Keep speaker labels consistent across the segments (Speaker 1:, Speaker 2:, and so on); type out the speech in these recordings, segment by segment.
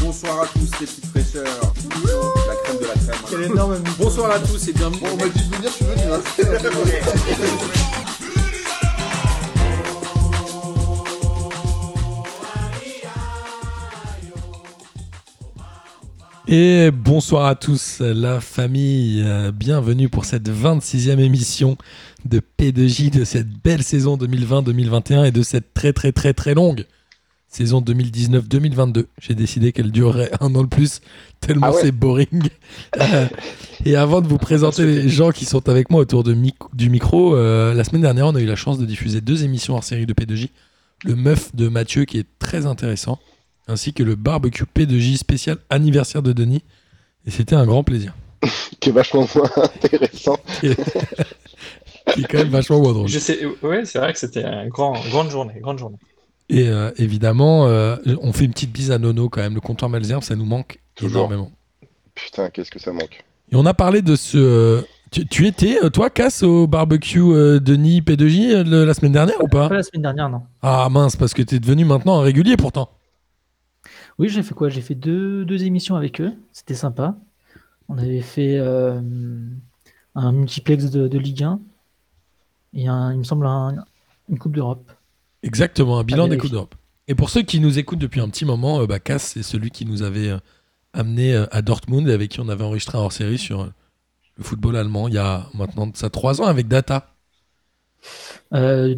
Speaker 1: bonsoir à tous les petites fraîcheurs. La crème de la crème.
Speaker 2: Quel énorme micro.
Speaker 1: Bonsoir à tous et bienvenue.
Speaker 3: Bon, on m'a dit de venir, tu veux, tu vas.
Speaker 4: Et bonsoir à tous, la famille. Euh, Bienvenue pour cette 26e émission de P2J de cette belle saison 2020-2021 et de cette très très très très longue saison 2019-2022. J'ai décidé qu'elle durerait un an de plus, tellement
Speaker 3: Ah ouais.
Speaker 4: c'est boring. Euh, et avant de vous présenter les gens qui sont avec moi autour de mic- du micro, euh, la semaine dernière, on a eu la chance de diffuser deux émissions hors série de P2J. Le Meuf de Mathieu qui est très intéressant, ainsi que le Barbecue P2J spécial anniversaire de Denis. Et c'était un grand plaisir.
Speaker 3: Qui est vachement moins intéressant.
Speaker 4: C'est quand même vachement moins drôle.
Speaker 5: Je sais, ouais, c'est vrai que c'était une grand, grande journée, grande journée.
Speaker 4: Et euh, évidemment, euh, on fait une petite bise à Nono quand même. Le comptoir Malzerbe, ça nous manque
Speaker 3: Toujours.
Speaker 4: énormément.
Speaker 3: Putain, qu'est-ce que ça manque.
Speaker 4: Et on a parlé de ce. euh, tu, tu étais, euh, toi, Cass, au barbecue euh, Denis P2J euh, le- la semaine dernière ou pas
Speaker 2: Pas la semaine dernière, non.
Speaker 4: Ah mince, parce que t'es devenu maintenant un régulier pourtant.
Speaker 2: Oui, j'ai fait quoi J'ai fait deux, deux émissions avec eux. C'était sympa. On avait fait euh, un multiplex de, de Ligue 1 et un, il me semble un- une Coupe d'Europe.
Speaker 4: Exactement, un bilan
Speaker 2: Ah,
Speaker 4: des
Speaker 2: oui.
Speaker 4: Coupes d'Europe. Et pour ceux qui nous écoutent depuis un petit moment, euh, bah, Cass, c'est celui qui nous avait euh, amené euh, à Dortmund et avec qui on avait enregistré un hors-série sur euh, le football allemand il y a maintenant ça trois ans avec Data.
Speaker 2: Euh,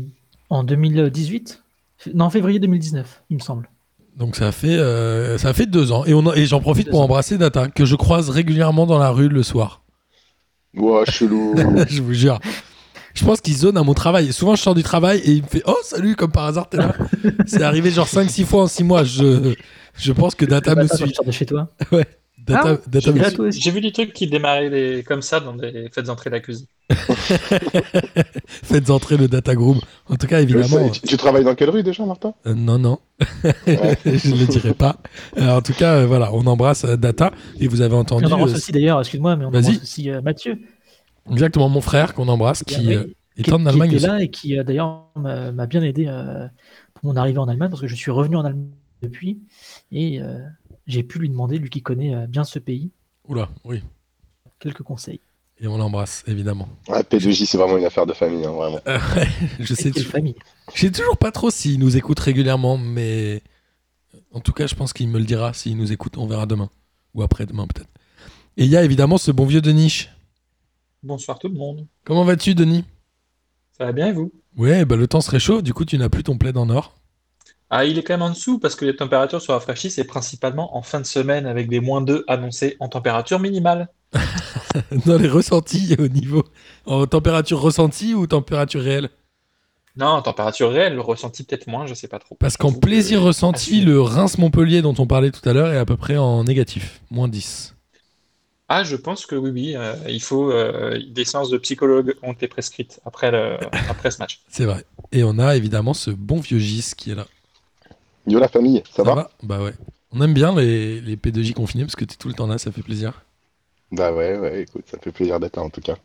Speaker 2: en 2018 F- Non, en février 2019, il me semble.
Speaker 4: Donc ça fait, euh, ça fait deux ans. Et, on en- et j'en profite
Speaker 2: Deux
Speaker 4: pour
Speaker 2: ans.
Speaker 4: embrasser Data, que je croise régulièrement dans la rue le soir.
Speaker 3: Ouah, chelou.
Speaker 4: je vous jure. Je pense qu'il zone à mon travail. Et souvent, je sors du travail et il me fait Oh, salut, comme par hasard, t'es là. C'est arrivé genre 5-6 fois en 6 mois. Je, je pense que Data
Speaker 2: Bah,
Speaker 4: me
Speaker 2: attends,
Speaker 4: suit.
Speaker 2: je sors de chez toi.
Speaker 4: Data, Data
Speaker 2: T'es
Speaker 4: me
Speaker 2: là,
Speaker 4: suit.
Speaker 2: toi aussi
Speaker 5: J'ai vu des trucs qui démarraient les- comme ça dans des fêtes d'entrée d'accusés.
Speaker 4: Faites entrer le Data Group. En tout cas, évidemment.
Speaker 3: Tu, tu travailles dans quelle rue déjà, Martin
Speaker 4: euh, non, non.
Speaker 3: Ouais.
Speaker 4: je ne le dirai pas. Euh, en tout cas, euh, voilà, on embrasse euh, Data. Et vous avez entendu.
Speaker 2: On embrasse
Speaker 4: euh,
Speaker 2: aussi d'ailleurs, excuse-moi, mais on
Speaker 4: vas-y.
Speaker 2: embrasse aussi euh, Mathieu.
Speaker 4: exactement mon frère qu'on embrasse qui euh, est en Allemagne.
Speaker 2: qui
Speaker 4: aussi.
Speaker 2: était là et qui euh, d'ailleurs m'a m'a bien aidé euh, pour mon arrivée en Allemagne parce que je suis revenu en Allemagne depuis et euh, j'ai pu lui demander, lui qui connaît euh, bien ce pays,
Speaker 4: Oula, oui.
Speaker 2: quelques conseils.
Speaker 4: Et on l'embrasse, évidemment.
Speaker 3: Ah, P2J, c'est vraiment une affaire de famille, hein, vraiment.
Speaker 4: Euh, ouais, je sais
Speaker 2: Et quelle famille
Speaker 4: Je sais toujours pas trop s'il nous écoute régulièrement, mais euh, en tout cas, je pense qu'il me le dira. S'il nous écoute, on verra demain. Ou après-demain, peut-être. Et il y a évidemment ce bon vieux Denis.
Speaker 5: Bonsoir tout le monde.
Speaker 4: Comment vas-tu, Denis
Speaker 5: Ça va bien et vous
Speaker 4: Ouais, bah le temps se réchauffe, du coup, tu n'as plus ton plaid en or.
Speaker 5: Ah, il est quand même en dessous parce que les températures se rafraîchissent et principalement en fin de semaine avec des moins 2 annoncés en température minimale.
Speaker 4: Dans les ressentis et au niveau. En température ressentie ou température réelle
Speaker 5: Non, en température réelle, le ressenti peut-être moins, je sais pas trop.
Speaker 4: Parce qu'en
Speaker 5: Donc,
Speaker 4: plaisir
Speaker 5: euh,
Speaker 4: ressenti,
Speaker 5: assez-
Speaker 4: le Reims-Montpellier dont on parlait tout à l'heure est à peu près en négatif, moins 10.
Speaker 5: Ah, je pense que oui, oui, euh, il faut. euh, des séances de psychologue ont été prescrites après, le, après ce match.
Speaker 4: C'est vrai. Et on a évidemment ce bon vieux Gis qui est là.
Speaker 3: Yo, la famille, ça, va,
Speaker 4: Bah ouais. On aime bien les, les P2J confinés parce que t'es tout le temps là, ça fait plaisir.
Speaker 3: Bah ouais, ouais, écoute, ça fait plaisir d'être là, en tout cas.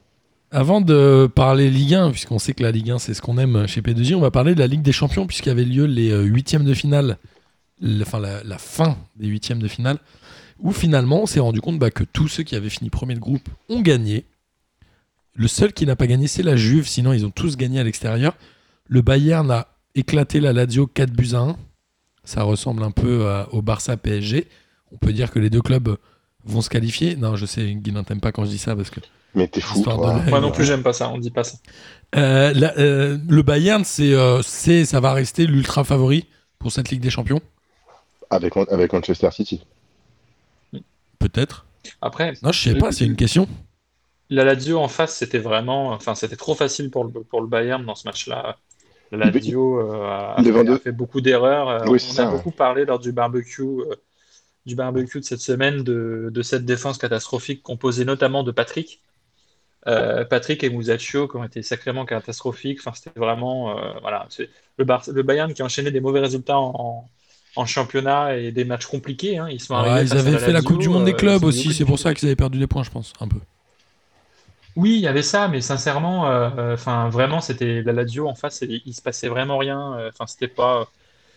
Speaker 4: Avant de parler Ligue 1, puisqu'on sait que la Ligue 1 c'est ce qu'on aime chez P2J, on va parler de la Ligue des Champions puisqu'il y avait lieu les euh, huitièmes de finale, le- enfin la, la fin des huitièmes de finale, où finalement on s'est rendu compte bah, que tous ceux qui avaient fini premier de groupe ont gagné. Le seul qui n'a pas gagné c'est la Juve, sinon ils ont tous gagné à l'extérieur. Le Bayern a éclaté la Lazio 4 buts à 1. Ça ressemble un peu à- au Barça PSG. On peut dire que les deux clubs vont se qualifier. Non, je sais, Guilin t'aime pas quand je dis ça parce que
Speaker 3: Mais t'es fou,
Speaker 4: Histoire
Speaker 3: toi.
Speaker 4: de-
Speaker 5: Moi non plus, j'aime pas ça, on dit pas ça.
Speaker 4: Euh, la- euh, le Bayern, c'est, euh, c'est- ça va rester l'ultra favori pour cette Ligue des Champions,
Speaker 3: Avec, Man- avec Manchester City.
Speaker 4: peut-être.
Speaker 5: Après,
Speaker 4: Non, je sais pas, c'est une question.
Speaker 5: La Lazio en face, c'était vraiment, enfin, c'était trop facile pour le, pour le Bayern dans ce match-là. La Lazio euh, a, a
Speaker 3: Il est
Speaker 5: fait,
Speaker 3: 22.
Speaker 5: a fait beaucoup d'erreurs. Euh,
Speaker 3: Oui, c'est
Speaker 5: on
Speaker 3: ça,
Speaker 5: a
Speaker 3: ouais.
Speaker 5: beaucoup parlé lors du barbecue, euh, du barbecue de cette semaine de, de cette défense catastrophique composée notamment de Patrick, Euh, Patrick et Musacchio qui ont été sacrément catastrophiques. Enfin, c'était vraiment, euh, voilà, c'est le, Bar- le Bayern qui a enchaîné des mauvais résultats en, en championnat et des matchs compliqués. hein. Ils sont
Speaker 4: Ouais,
Speaker 5: arrivés
Speaker 4: Ah, ils
Speaker 5: face à
Speaker 4: avaient fait la
Speaker 5: Lazio,
Speaker 4: Coupe du Monde
Speaker 5: euh,
Speaker 4: des clubs
Speaker 5: ils ont eu
Speaker 4: aussi,
Speaker 5: beaucoup
Speaker 4: c'est
Speaker 5: de
Speaker 4: pour ça qu'ils avaient perdu les points, je pense, un peu.
Speaker 5: oui, il y avait ça, mais sincèrement, euh, euh, enfin, vraiment, c'était la Lazio en face, et il se passait vraiment rien. euh, Enfin, c'était pas,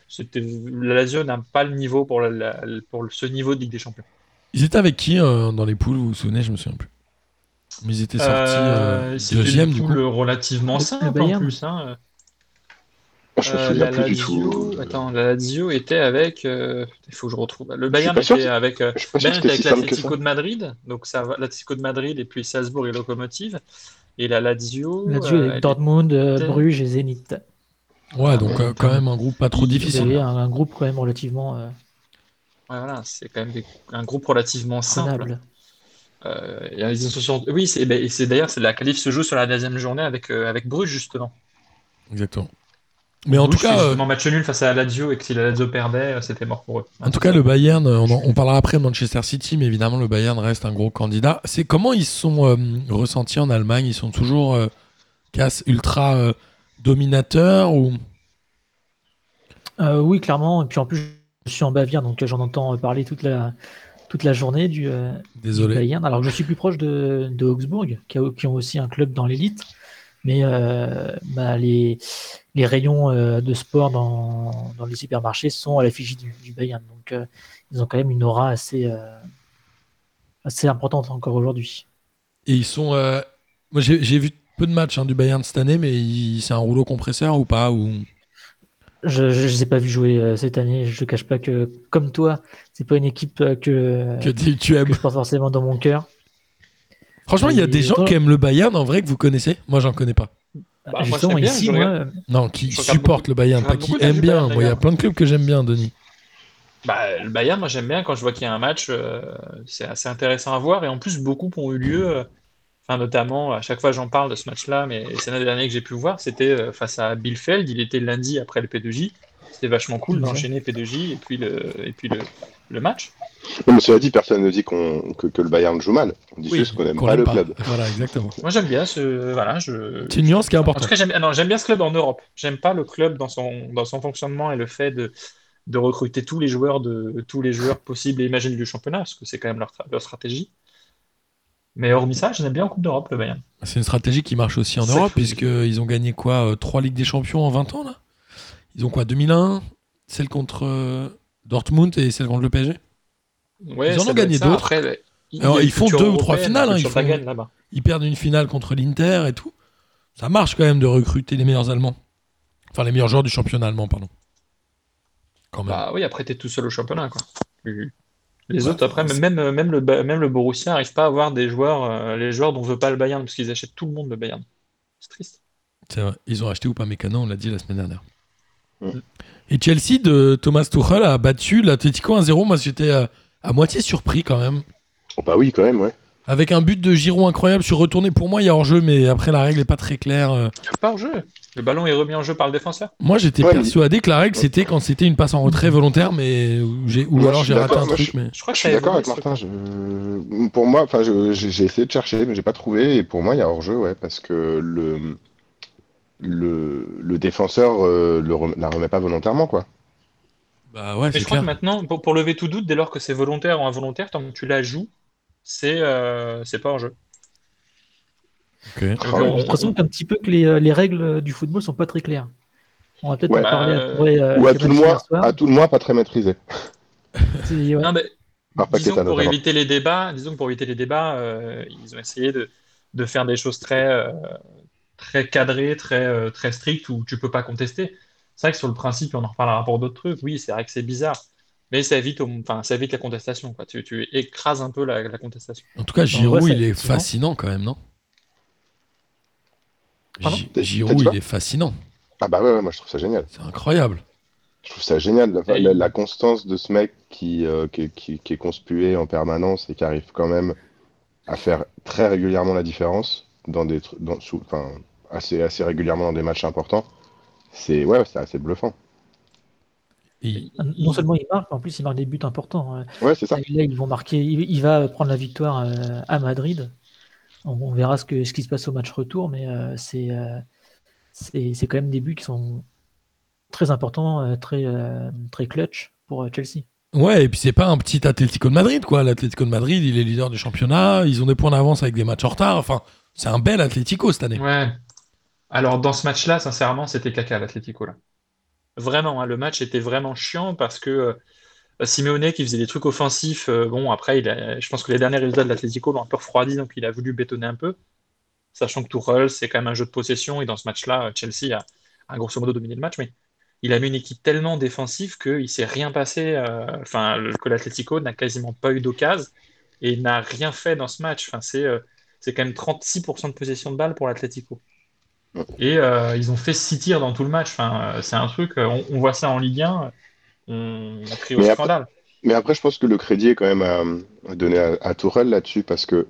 Speaker 5: C'était- La Lazio n'a pas le niveau pour, la- la- pour ce niveau de Ligue des Champions.
Speaker 4: Ils étaient avec qui euh, dans les poules, vous vous souvenez Je me souviens plus. Mais ils étaient sortis euh,
Speaker 5: Euh, c'était
Speaker 4: deuxième
Speaker 5: une
Speaker 4: du coup.
Speaker 5: poule relativement
Speaker 2: Le
Speaker 5: simple en
Speaker 2: Bayern.
Speaker 5: plus. hein.
Speaker 3: Ah, Je me
Speaker 5: Euh,
Speaker 3: souviens
Speaker 5: la
Speaker 3: plus du
Speaker 5: Lazio-
Speaker 3: tout.
Speaker 5: Attends, la Lazio était avec. euh, Il faut que je retrouve. Le Bayern
Speaker 3: pas sûr
Speaker 5: était
Speaker 3: que-
Speaker 5: avec. euh,
Speaker 3: Je suis pas sûr
Speaker 5: Bayern
Speaker 3: que
Speaker 5: était
Speaker 3: c'était si
Speaker 5: avec
Speaker 3: simple que ça.
Speaker 5: l'Atlético de Madrid, donc ça va, l'Atlético de Madrid et puis Salzbourg et Locomotive. Et la Lazio.
Speaker 2: Lazio
Speaker 5: euh,
Speaker 2: avec
Speaker 5: elle
Speaker 2: Dortmund, euh,
Speaker 5: était-
Speaker 2: Bruges et Zenit.
Speaker 4: Ouais, donc euh, quand même un groupe pas trop
Speaker 2: Vous avez
Speaker 4: difficile.
Speaker 2: un, un groupe quand même relativement euh,
Speaker 5: était- ouais, voilà, c'est quand même des- un groupe relativement simple.
Speaker 2: prenable.
Speaker 5: Euh, et ils sont sur- Oui, c'est ben, et c'est- d'ailleurs c'est la qualif se joue sur la deuxième journée avec euh, avec Bruges justement.
Speaker 4: Exactement. Mais en
Speaker 5: Bruges
Speaker 4: tout
Speaker 5: fait
Speaker 4: cas, euh,
Speaker 5: justement match nul face à la Lazio et que si la Lazio perdait, euh, c'était mort pour eux.
Speaker 4: en tout cas, le Bayern, euh, on, en- on parlera après de Manchester City, mais évidemment, le Bayern reste un gros candidat. C'est comment ils sont euh, ressentis en Allemagne Ils sont toujours euh, casse ultra euh, dominateurs ou
Speaker 2: Euh, oui, clairement. Et puis en plus, je suis en Bavière, donc euh, j'en entends parler toute la, toute la journée du, euh,
Speaker 4: désolé
Speaker 2: Bayern. Alors, je suis plus proche de, de Augsbourg, qui, a- qui ont aussi un club dans l'élite. Mais euh, bah, les, les rayons euh, de sport dans, dans les supermarchés sont à l'effigie du, du Bayern. Donc, euh, ils ont quand même une aura assez, euh, assez importante encore aujourd'hui.
Speaker 4: Et ils sont. euh, Moi, j'ai j'ai vu peu de matchs hein, du Bayern cette année, mais il- c'est un rouleau compresseur ou pas ou...
Speaker 2: Je ne les ai pas vus jouer euh, cette année. Je ne cache pas que, comme toi, c'est pas une équipe euh, que,
Speaker 4: Que tu, tu
Speaker 2: que
Speaker 4: aimes.
Speaker 2: je porte forcément dans mon cœur.
Speaker 4: Franchement, il y a
Speaker 2: Et
Speaker 4: des gens
Speaker 2: toi
Speaker 4: qui aiment le Bayern en vrai que vous connaissez. Moi, j'en connais pas.
Speaker 5: Bah, moi, je
Speaker 2: Justement,
Speaker 5: sais bien,
Speaker 2: ici,
Speaker 5: je
Speaker 2: moi,
Speaker 5: regarde.
Speaker 2: euh,
Speaker 4: Non, qui
Speaker 5: Je regarde
Speaker 4: supportent
Speaker 5: beaucoup-
Speaker 4: le Bayern,
Speaker 5: je
Speaker 4: pas
Speaker 5: regarde
Speaker 4: qui
Speaker 5: beaucoup
Speaker 4: aiment
Speaker 5: de
Speaker 4: bien.
Speaker 5: Bayern,
Speaker 4: Moi, il y a
Speaker 5: d'ailleurs.
Speaker 4: plein de clubs que j'aime bien, Denis.
Speaker 5: Bah, le Bayern, moi j'aime bien quand je vois qu'il y a un match, euh, c'est assez intéressant à voir. Et en plus, beaucoup ont eu lieu, euh, enfin, notamment, à chaque fois j'en parle de ce match-là, mais c'est l'un des derniers que j'ai pu voir, c'était euh, face à Bielefeld, il était lundi après le P2J. C'était vachement cool
Speaker 2: Ouais.
Speaker 5: d'enchaîner P2J et puis le, et puis le, le match.
Speaker 3: Non, mais cela dit, personne ne dit qu'on- que, que le Bayern joue mal. On dit juste qu'on n'aime
Speaker 4: qu'on
Speaker 3: pas
Speaker 4: aime
Speaker 3: le club.
Speaker 4: Voilà, exactement.
Speaker 5: Moi j'aime bien ce. Voilà, je.
Speaker 4: C'est une nuance qui est
Speaker 5: En
Speaker 4: importante.
Speaker 5: tout cas, j'aime ah non, j'aime bien ce club en Europe. J'aime pas le club dans son, dans son fonctionnement et le fait de, de recruter tous les joueurs de tous les joueurs possibles et imaginables du championnat, parce que c'est quand même leur, tra- leur stratégie. Mais hormis ça, j'aime bien en Coupe d'Europe le Bayern.
Speaker 4: C'est une stratégie qui marche aussi en
Speaker 5: Ça,
Speaker 4: Europe,
Speaker 5: faut le
Speaker 4: puisqu'ils ont gagné quoi 3 Ligues des Champions en 20 ans, là Ils ont quoi 2001 Celle contre euh, Dortmund et celle contre le PSG
Speaker 5: Ouais,
Speaker 4: Ils en
Speaker 5: ça
Speaker 4: ont
Speaker 5: doit être
Speaker 4: gagné
Speaker 5: ça.
Speaker 4: d'autres.
Speaker 5: Après, le- il y a
Speaker 4: Alors,
Speaker 5: une
Speaker 4: ils font
Speaker 5: culture
Speaker 4: deux ou trois
Speaker 5: européenne,
Speaker 4: finales, hein,
Speaker 5: une
Speaker 4: ils
Speaker 5: culture
Speaker 4: font-
Speaker 5: pagane, là-bas.
Speaker 4: ils perdent une finale contre l'Inter et tout. Ça marche quand même de recruter les meilleurs Allemands. Enfin, les meilleurs joueurs du championnat allemand, pardon. Quand même.
Speaker 5: Bah oui, après t'es tout seul au championnat quoi. Tu- Les
Speaker 4: Ouais,
Speaker 5: autres après,
Speaker 4: c'est-
Speaker 5: même même le Ba- même le Borussia n'arrive pas à avoir des joueurs, euh, les joueurs dont veut pas le Bayern parce qu'ils achètent tout le monde le Bayern. C'est triste.
Speaker 4: C'est vrai. Ils ont acheté ou pas Mécano, on l'a dit la semaine dernière.
Speaker 3: Mm.
Speaker 4: Et Chelsea de Thomas Tuchel a battu l'Atletico 1-0. Moi, j'étais euh, à moitié surpris quand même.
Speaker 3: Oh, bah oui, quand même, ouais.
Speaker 4: Avec un but de Giroud incroyable sur retourné. Pour moi, il y a hors-jeu, mais après, la règle n'est pas très claire. Euh,
Speaker 5: Pas en jeu. Le ballon est remis en jeu par le défenseur.
Speaker 4: Moi, j'étais
Speaker 3: Ouais,
Speaker 4: persuadé que la règle, c'était quand c'était une passe en retrait volontaire, mais ou, j'ai- ou
Speaker 3: Moi,
Speaker 4: alors
Speaker 3: je suis
Speaker 4: j'ai raté
Speaker 3: d'accord,
Speaker 4: un
Speaker 3: moi,
Speaker 4: truc. Mais...
Speaker 5: Je crois que
Speaker 3: Je
Speaker 5: ça
Speaker 3: suis d'accord
Speaker 5: évolue,
Speaker 3: avec
Speaker 5: ce truc.
Speaker 3: Martin. je- Pour moi, enfin, je- j'ai j'ai essayé de chercher, mais j'ai pas trouvé. Et pour moi, il y a hors-jeu, ouais, parce que le, le, le défenseur euh, le rem- la remet pas volontairement, quoi.
Speaker 4: Bah ouais,
Speaker 5: Mais
Speaker 4: c'est
Speaker 5: je crois
Speaker 4: clair.
Speaker 5: que maintenant, pour, pour lever tout doute, dès lors que c'est volontaire ou involontaire, tant que tu la joues, c'est euh, c'est pas en jeu.
Speaker 4: Ok.
Speaker 5: Donc,
Speaker 3: Ah ouais.
Speaker 5: on-
Speaker 2: J'ai l'impression qu'un petit peu que les, euh, les règles du football sont pas très claires. On va peut-être
Speaker 3: Ouais.
Speaker 2: en parler
Speaker 5: Euh,
Speaker 2: après. euh,
Speaker 3: Ou à
Speaker 2: Kevin
Speaker 3: tout, le moins,
Speaker 2: Schiller soir.
Speaker 3: à tout le moins, pas très maîtrisé.
Speaker 2: C'est- ouais.
Speaker 5: Non, mais
Speaker 3: Par
Speaker 5: disons
Speaker 3: Paqueta,
Speaker 5: que pour
Speaker 3: notamment.
Speaker 5: éviter les débats, disons que pour éviter les débats, euh, ils ont essayé de, de faire des choses très, euh, très cadrées, très, euh, très strictes où tu peux pas contester. C'est vrai que sur le principe, on en reparlera pour d'autres trucs. Oui, c'est vrai que c'est bizarre, mais ça évite, au- enfin, ça évite la contestation, quoi. Tu, tu écrases un peu la, la contestation.
Speaker 4: En tout cas,
Speaker 2: En
Speaker 4: Giroud,
Speaker 2: vrai, ça,
Speaker 4: il est
Speaker 2: effectivement.
Speaker 4: fascinant quand même, non
Speaker 5: Pardon
Speaker 4: Gi-
Speaker 3: T'as- t'as dit
Speaker 4: Giroud,
Speaker 3: quoi
Speaker 4: il est fascinant.
Speaker 3: Ah bah ouais, ouais, moi je trouve ça génial.
Speaker 4: C'est incroyable.
Speaker 3: Je trouve ça génial, la,
Speaker 5: Et
Speaker 3: la-
Speaker 5: il-
Speaker 3: la constance de ce mec qui, euh, qui, qui- qui est conspué en permanence et qui arrive quand même à faire très régulièrement la différence, dans des, tru- dans, sous- enfin, assez, assez régulièrement dans des matchs importants. C'est ouais, c'est assez bluffant.
Speaker 4: Il-
Speaker 2: Non seulement il marque, mais en plus il marque des buts importants. euh.
Speaker 3: Ouais, c'est ça.
Speaker 2: Et Là, ils vont marquer. Il, il va prendre la victoire euh, à Madrid. On, on verra ce, que, ce qui se passe au match retour, mais euh, c'est euh, c'est c'est quand même des buts qui sont très importants, euh, très euh, très clutch pour euh, Chelsea.
Speaker 4: Ouais, et puis c'est pas un petit Atlético de Madrid, quoi. L'Atlético de Madrid, il est leader du championnat. Ils ont des points d'avance avec des matchs en retard. Enfin, c'est un bel Atlético cette année.
Speaker 5: Ouais. Alors dans ce match-là, sincèrement, c'était caca l'Atlético là. Vraiment, hein, le match était vraiment chiant parce que euh, Simeone qui faisait des trucs offensifs, euh, bon, après, il a- je pense que les derniers résultats de l'Atlético l'ont un peu refroidi, donc il a voulu bétonner un peu. Sachant que Tourelle, c'est quand même un jeu de possession, et dans ce match-là, euh, Chelsea a, a grosso modo dominé le match, mais il a mis une équipe tellement défensive qu'il ne s'est rien passé, euh, enfin, le- que l'Atlético n'a quasiment pas eu d'occasion et n'a rien fait dans ce match. Enfin, c'est euh, c'est quand même 36% de possession de balle pour l'Atlético. Et euh, ils ont fait 6 tirs dans tout le match. Enfin, euh, c'est un truc, euh, on, on voit ça en Ligue 1, on, on crie au
Speaker 3: Mais après-
Speaker 5: scandale.
Speaker 3: Mais après, je pense que le crédit est quand même à, à donner à, à Tourelle là-dessus parce que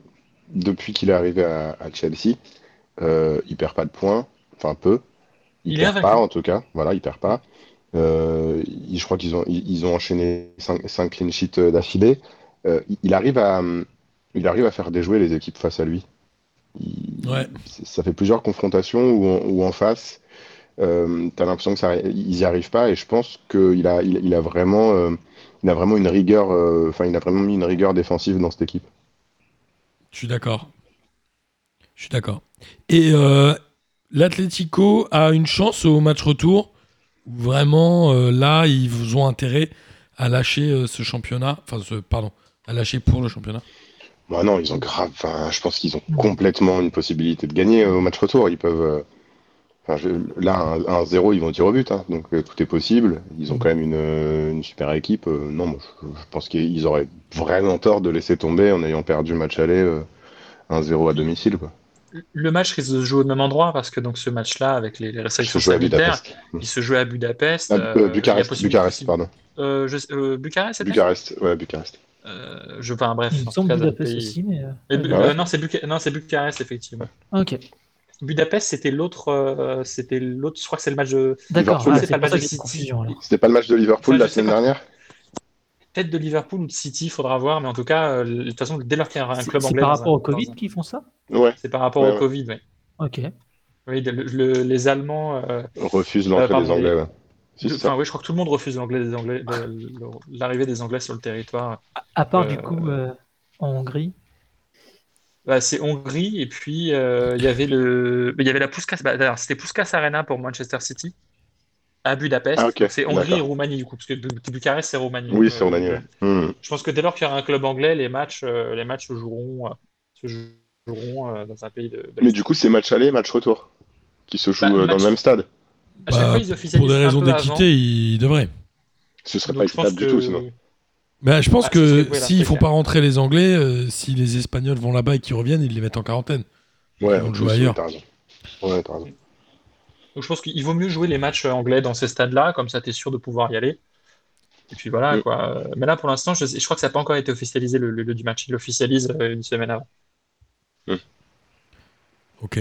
Speaker 3: depuis qu'il est arrivé à, à Chelsea, euh, il perd pas de points, enfin peu. Il,
Speaker 5: Il est
Speaker 3: perd
Speaker 5: invaincu.
Speaker 3: pas en tout cas, voilà, il perd pas. Euh, il- je crois qu'ils ont, ils, ils ont enchaîné 5, clean sheets euh, d'affilée. Euh, il- il arrive à, hum, il arrive à faire déjouer les équipes face à lui. Il-
Speaker 4: Ouais.
Speaker 3: c- Ça fait plusieurs confrontations où, en- où en face, euh, t'as l'impression que ça, ils y arrivent pas. Et je pense qu'il a, il, il a vraiment, euh, il a vraiment une rigueur, euh, enfin, il a vraiment mis une rigueur défensive dans cette équipe.
Speaker 4: Je suis d'accord. Je suis d'accord. Et euh, l'Atlético a une chance au match retour. où Vraiment, euh, là, ils vous ont intérêt à lâcher euh, ce championnat. Enfin, ce, pardon, à lâcher pour le championnat.
Speaker 3: Bah non, ils ont grave. Enfin, je pense qu'ils ont complètement une possibilité de gagner euh, au match retour. Ils peuvent. euh, Enfin, je- là, un, un 0 ils vont tirer au but. hein. Donc euh, tout est possible. Ils ont quand même une, euh, une super équipe. Euh, non, moi, je, je pense qu'ils auraient vraiment tort de laisser tomber en ayant perdu le match aller euh, 1-0 à domicile. Quoi.
Speaker 5: Le match risque de se jouer au même endroit parce que donc ce match-là, avec les, les restrictions
Speaker 3: Ils se jouent à
Speaker 5: sanitaires,
Speaker 3: Budapest.
Speaker 5: il se jouait à Budapest.
Speaker 3: Ah, euh,
Speaker 5: euh, il y a
Speaker 3: Bucarest,
Speaker 5: possibilité-
Speaker 3: Bucarest, pardon.
Speaker 5: Euh, je- euh, Bucarest, c'était
Speaker 3: Bucarest, ouais, Bucarest.
Speaker 5: Euh, je, enfin, bref,
Speaker 2: Il me
Speaker 5: en tout
Speaker 2: semble
Speaker 5: cas, dans le
Speaker 2: Budapest
Speaker 5: pays.
Speaker 2: aussi, mais. euh,
Speaker 5: Mais Bu-
Speaker 3: Ah ouais
Speaker 5: euh, non, c'est Buca- non, c'est Bucarest, effectivement.
Speaker 2: Ok,
Speaker 5: Budapest, c'était l'autre, euh, c'était l'autre. Je crois que c'est le match de
Speaker 2: d'accord.
Speaker 3: Liverpool,
Speaker 2: Ah,
Speaker 5: c'est
Speaker 2: c'est
Speaker 5: pas
Speaker 2: pour
Speaker 5: le
Speaker 2: ça
Speaker 5: Manchester
Speaker 2: qu'il y a cette
Speaker 5: City.
Speaker 2: confusion alors.
Speaker 3: C'était pas le match de Liverpool
Speaker 5: Ouais, je
Speaker 3: la
Speaker 5: sais
Speaker 3: semaine
Speaker 5: pas.
Speaker 3: dernière
Speaker 5: peut-être de Liverpool ou de City, faudra voir. Mais en tout cas, euh, de toute façon, dès lors qu'il y a un
Speaker 2: C'est
Speaker 5: club
Speaker 2: c'est
Speaker 5: anglais,
Speaker 2: par
Speaker 5: dans
Speaker 2: rapport
Speaker 5: un-
Speaker 2: au Covid
Speaker 5: dans un-
Speaker 2: qu'ils font ça
Speaker 3: Ouais,
Speaker 5: c'est par rapport
Speaker 3: Ouais,
Speaker 5: au
Speaker 3: ouais.
Speaker 5: Covid. ouais.
Speaker 2: Ok.
Speaker 5: Oui, le- le- les Allemands. euh,
Speaker 3: on refuse
Speaker 5: Euh,
Speaker 3: l'entrée
Speaker 5: pardon,
Speaker 3: des Anglais.
Speaker 5: les-
Speaker 3: ouais. Si,
Speaker 5: de-
Speaker 3: c'est ça.
Speaker 5: enfin, oui, je crois que tout le monde refuse l'anglais, des anglais, le- le- l'arrivée des Anglais sur le territoire.
Speaker 2: À, à part du
Speaker 5: Euh,
Speaker 2: coup euh, en Hongrie.
Speaker 5: Bah, c'est Hongrie et puis euh, il y avait le, il y avait la Puskas. bah, d'ailleurs, c'était Puskas Arena pour Manchester City à Budapest.
Speaker 3: Ah, ok,
Speaker 5: Donc, c'est Hongrie et
Speaker 3: d'accord.
Speaker 5: Roumanie du coup, parce que Bu- Bu- Bucarest c'est Roumanie.
Speaker 3: Oui,
Speaker 5: Donc,
Speaker 3: c'est
Speaker 5: euh,
Speaker 3: Roumanie. ouais. Hmm.
Speaker 5: Je pense que dès lors qu'il y aura un club anglais, les matchs, euh, les matchs se joueront, euh, se jou- joueront euh, dans un pays de. de-
Speaker 3: Mais du coup, c'est match aller, match retour qui se joue
Speaker 5: Bah,
Speaker 3: euh, dans
Speaker 5: match-
Speaker 3: le même stade.
Speaker 5: à chaque
Speaker 4: Bah,
Speaker 5: fois, ils officialisent
Speaker 4: Pour des
Speaker 5: un
Speaker 4: raisons
Speaker 5: peu avant.
Speaker 4: d'équité, ils devraient.
Speaker 3: Ce serait
Speaker 5: Donc,
Speaker 3: pas
Speaker 5: je pense
Speaker 3: équitable du
Speaker 5: que-
Speaker 3: tout, sinon.
Speaker 4: Bah, je pense
Speaker 5: Ah, c'est ce
Speaker 4: que
Speaker 5: que- voilà,
Speaker 4: s'ils
Speaker 5: c'est
Speaker 4: font
Speaker 5: clair.
Speaker 4: pas rentrer les Anglais, euh, si les Espagnols vont là-bas et qu'ils reviennent, ils les mettent en quarantaine.
Speaker 3: Ouais,
Speaker 4: Ils vont
Speaker 3: en
Speaker 4: jouer
Speaker 3: plus,
Speaker 4: ailleurs.
Speaker 3: ouais, t'as raison. Ouais, t'as raison.
Speaker 5: Donc, je pense qu'il vaut mieux jouer les matchs euh, anglais dans ces stades-là, comme ça, tu es sûr de pouvoir y aller. Et puis voilà,
Speaker 3: Mm.
Speaker 5: quoi. Euh, Mais là, pour l'instant, je, sais- je crois que ça n'a pas encore été officialisé le, le lieu du match. Ils l'officialisent euh, une semaine avant.
Speaker 4: Ok.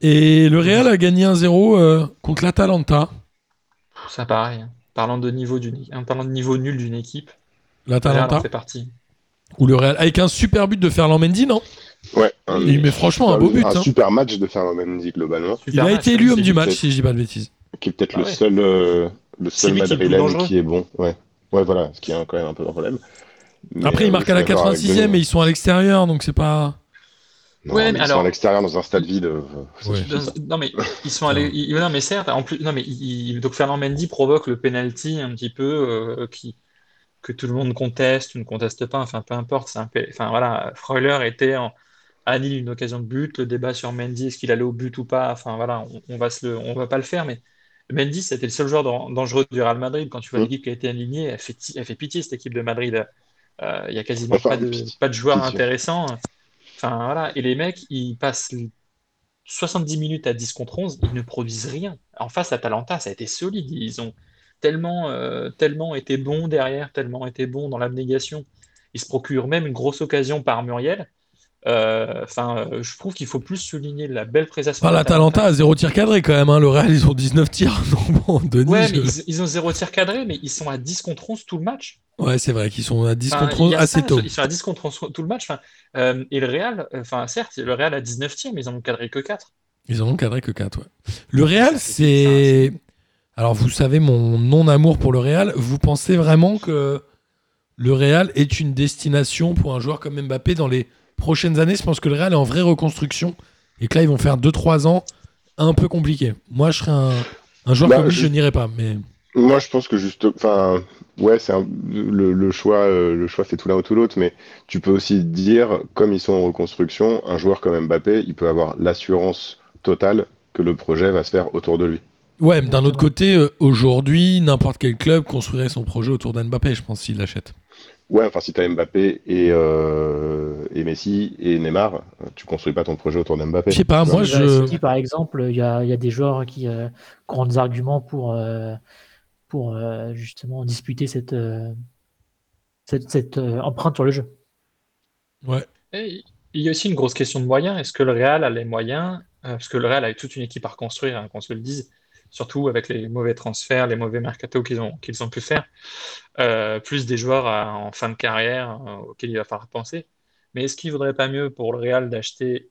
Speaker 4: Et le Real a gagné 1-0 euh, contre l'Atalanta.
Speaker 5: Ça, pareil. hein. Parlant de niveau, d'une- en parlant de niveau nul d'une équipe, le Real en
Speaker 4: L'Atalanta
Speaker 5: fait partie.
Speaker 4: ou le Real avec un super but de Ferland Mendy, non
Speaker 3: Ouais, un-
Speaker 4: Il met franchement un beau but.
Speaker 3: Un
Speaker 4: hein.
Speaker 3: Ah, super match de Fernand Mendy, globalement,
Speaker 4: Il
Speaker 5: Super
Speaker 4: a
Speaker 5: match,
Speaker 4: été
Speaker 5: hein,
Speaker 4: élu
Speaker 5: c'est-
Speaker 4: homme du match,
Speaker 3: c'est-
Speaker 4: si je dis pas de bêtises.
Speaker 3: qui est peut-être
Speaker 5: Ah
Speaker 3: le
Speaker 5: ouais.
Speaker 3: seul, euh, le seul
Speaker 5: lui qui est le plus
Speaker 3: Madrilène
Speaker 5: dangereux.
Speaker 3: qui est bon. Ouais, ouais, voilà, ce qui est quand même un peu un problème. Mais,
Speaker 4: Après,
Speaker 3: euh,
Speaker 4: il marque à
Speaker 3: je
Speaker 4: la
Speaker 3: suis d'accord avec
Speaker 4: 86e
Speaker 3: Denis.
Speaker 4: et ils sont à l'extérieur, donc c'est pas.
Speaker 3: Non,
Speaker 5: Ouais,
Speaker 3: mais
Speaker 5: mais
Speaker 3: ils sont
Speaker 5: alors-
Speaker 3: à l'extérieur dans un stade vide. euh, ça
Speaker 4: Ouais.
Speaker 3: suffit,
Speaker 5: Dans-
Speaker 3: ça.
Speaker 5: non mais ils sont allés.
Speaker 4: Putain.
Speaker 5: ils- non mais certes, en plus, non mais il- il- donc Fernand Mendy provoque le penalty un petit peu euh, qui que tout le monde conteste, ou ne conteste pas, enfin peu importe. C'est un pe- enfin voilà, Freuler était en à Lille une occasion de but. Le débat sur Mendy, est-ce qu'il allait au but ou pas. Enfin voilà, on, on va se le, on va pas le faire. Mais Mendy, c'était le seul joueur dan- dangereux du Real Madrid. Quand tu vois
Speaker 3: Mm.
Speaker 5: l'équipe qui a été alignée, elle fait, ti- elle fait pitié cette équipe de Madrid. Euh, Il y a quasiment
Speaker 3: Enfin,
Speaker 5: pas de
Speaker 3: pitié.
Speaker 5: pas de joueurs
Speaker 3: Pitié.
Speaker 5: intéressants. Enfin voilà, et les mecs, ils passent 70 minutes à 10 contre 11, ils ne produisent rien. En face, Atalanta, ça a été solide. Ils ont tellement, euh, tellement été bons derrière, tellement été bons dans l'abnégation. Ils se procurent même une grosse occasion par Muriel. Euh, Enfin, euh, je trouve qu'il faut plus souligner la belle prestation.
Speaker 4: Enfin, l'Atalanta a 0 tir cadré quand même. hein. Le Real, ils ont 19 tirs. Donc bon, Denis,
Speaker 5: Ouais, mais
Speaker 4: je-
Speaker 5: ils, ils ont zéro tir cadré, mais ils sont à 10 contre 11 tout le match.
Speaker 4: ouais c'est vrai qu'ils sont à 10
Speaker 5: Enfin,
Speaker 4: contre
Speaker 5: il
Speaker 4: 11
Speaker 5: y a
Speaker 4: assez
Speaker 5: ça,
Speaker 4: tôt.
Speaker 5: ils sont à 10 contre 11 tout le match. Enfin, euh, et le Real, euh, enfin, certes, le Real a 19 tirs, mais ils en ont cadré que 4.
Speaker 4: Ils en ont cadré que 4, ouais. Le Real,
Speaker 5: Ça,
Speaker 4: c'est.
Speaker 5: c'est-
Speaker 4: Alors, vous savez mon non-amour pour le Real. Vous pensez vraiment que le Real est une destination pour un joueur comme Mbappé dans les prochaines années Je pense que le Real est en vraie reconstruction et que là, ils vont faire 2-3 ans un peu compliqués. Moi, je serais un, un joueur
Speaker 3: Bah,
Speaker 4: comme lui,
Speaker 3: je-
Speaker 4: je n'irais pas. Mais
Speaker 3: Moi, je pense que juste, enfin, ouais, c'est un- le, le choix, euh, le choix fait tout l'un ou tout l'autre, mais tu peux aussi dire, comme ils sont en reconstruction, un joueur comme Mbappé, il peut avoir l'assurance totale que le projet va se faire autour de lui.
Speaker 4: Ouais, mais d'un autre côté, euh, aujourd'hui, n'importe quel club construirait son projet autour d'Mbappé, je pense, s'il l'achète.
Speaker 3: Ouais, enfin, si t'as Mbappé et, euh, et Messi et Neymar, tu construis pas ton projet autour d'Mbappé.
Speaker 4: Je sais pas, moi,
Speaker 2: Moi,
Speaker 4: je.
Speaker 2: par exemple, il y a, il y a des joueurs qui, euh, qui ont des arguments pour, euh, pour euh, justement disputer cette, euh, cette, cette, euh, empreinte sur le jeu.
Speaker 4: Ouais.
Speaker 5: Et il y a aussi une grosse question de moyens. Est-ce que le Real a les moyens? Euh, parce que le Real a toute une équipe à reconstruire, hein, qu'on se le dise, surtout avec les mauvais transferts, les mauvais mercato qu'ils ont, qu'ils ont pu faire, Euh, plus des joueurs à- en fin de carrière euh, auxquels il va falloir penser. Mais est-ce qu'il ne vaudrait pas mieux pour le Real d'acheter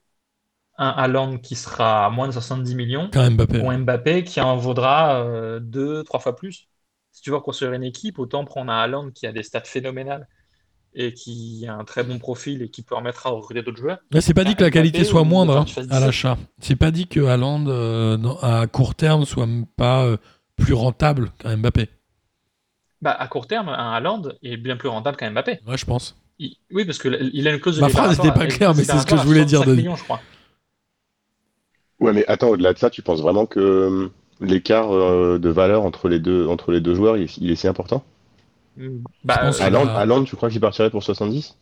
Speaker 5: un Haaland qui sera à moins de 70 millions
Speaker 4: Quand Mbappé.
Speaker 5: ou un Mbappé qui en vaudra euh, deux, trois fois plus? Si tu veux reconstruire une équipe, autant prendre un Haaland qui a des stats phénoménales et qui a un très bon profil et qui peut remettre à recruter d'autres joueurs.
Speaker 4: Là, c'est pas dit que la
Speaker 5: Mbappé
Speaker 4: qualité
Speaker 5: ou
Speaker 4: soit moindre
Speaker 5: Mbappé
Speaker 4: hein,
Speaker 5: qui fasse
Speaker 4: à
Speaker 5: 17.
Speaker 4: l'achat. C'est pas dit que Haaland, euh, dans- à court terme, soit m- pas euh, plus rentable qu'un Mbappé.
Speaker 5: Bah, à court terme, un Haaland est bien plus rentable qu'un Mbappé.
Speaker 4: Ouais, je pense.
Speaker 5: Il- Oui, parce qu'il a une clause de euh,
Speaker 4: Ma phrase
Speaker 5: libération
Speaker 4: n'était pas
Speaker 5: à-
Speaker 4: claire, mais
Speaker 5: c'était
Speaker 4: c'est
Speaker 5: un
Speaker 4: ce que
Speaker 5: rapport
Speaker 4: je voulais
Speaker 5: à
Speaker 4: dire de-
Speaker 5: 65 millions, je crois.
Speaker 3: Ouais, mais attends, au-delà de ça, tu penses vraiment que euh, l'écart euh, de valeur entre les deux, entre les deux joueurs, il, il est si important?
Speaker 5: Mm. Bah,
Speaker 4: pense
Speaker 5: euh,
Speaker 4: que-
Speaker 3: Haaland,
Speaker 4: bah-
Speaker 3: Haaland, tu crois qu'il partirait pour 70?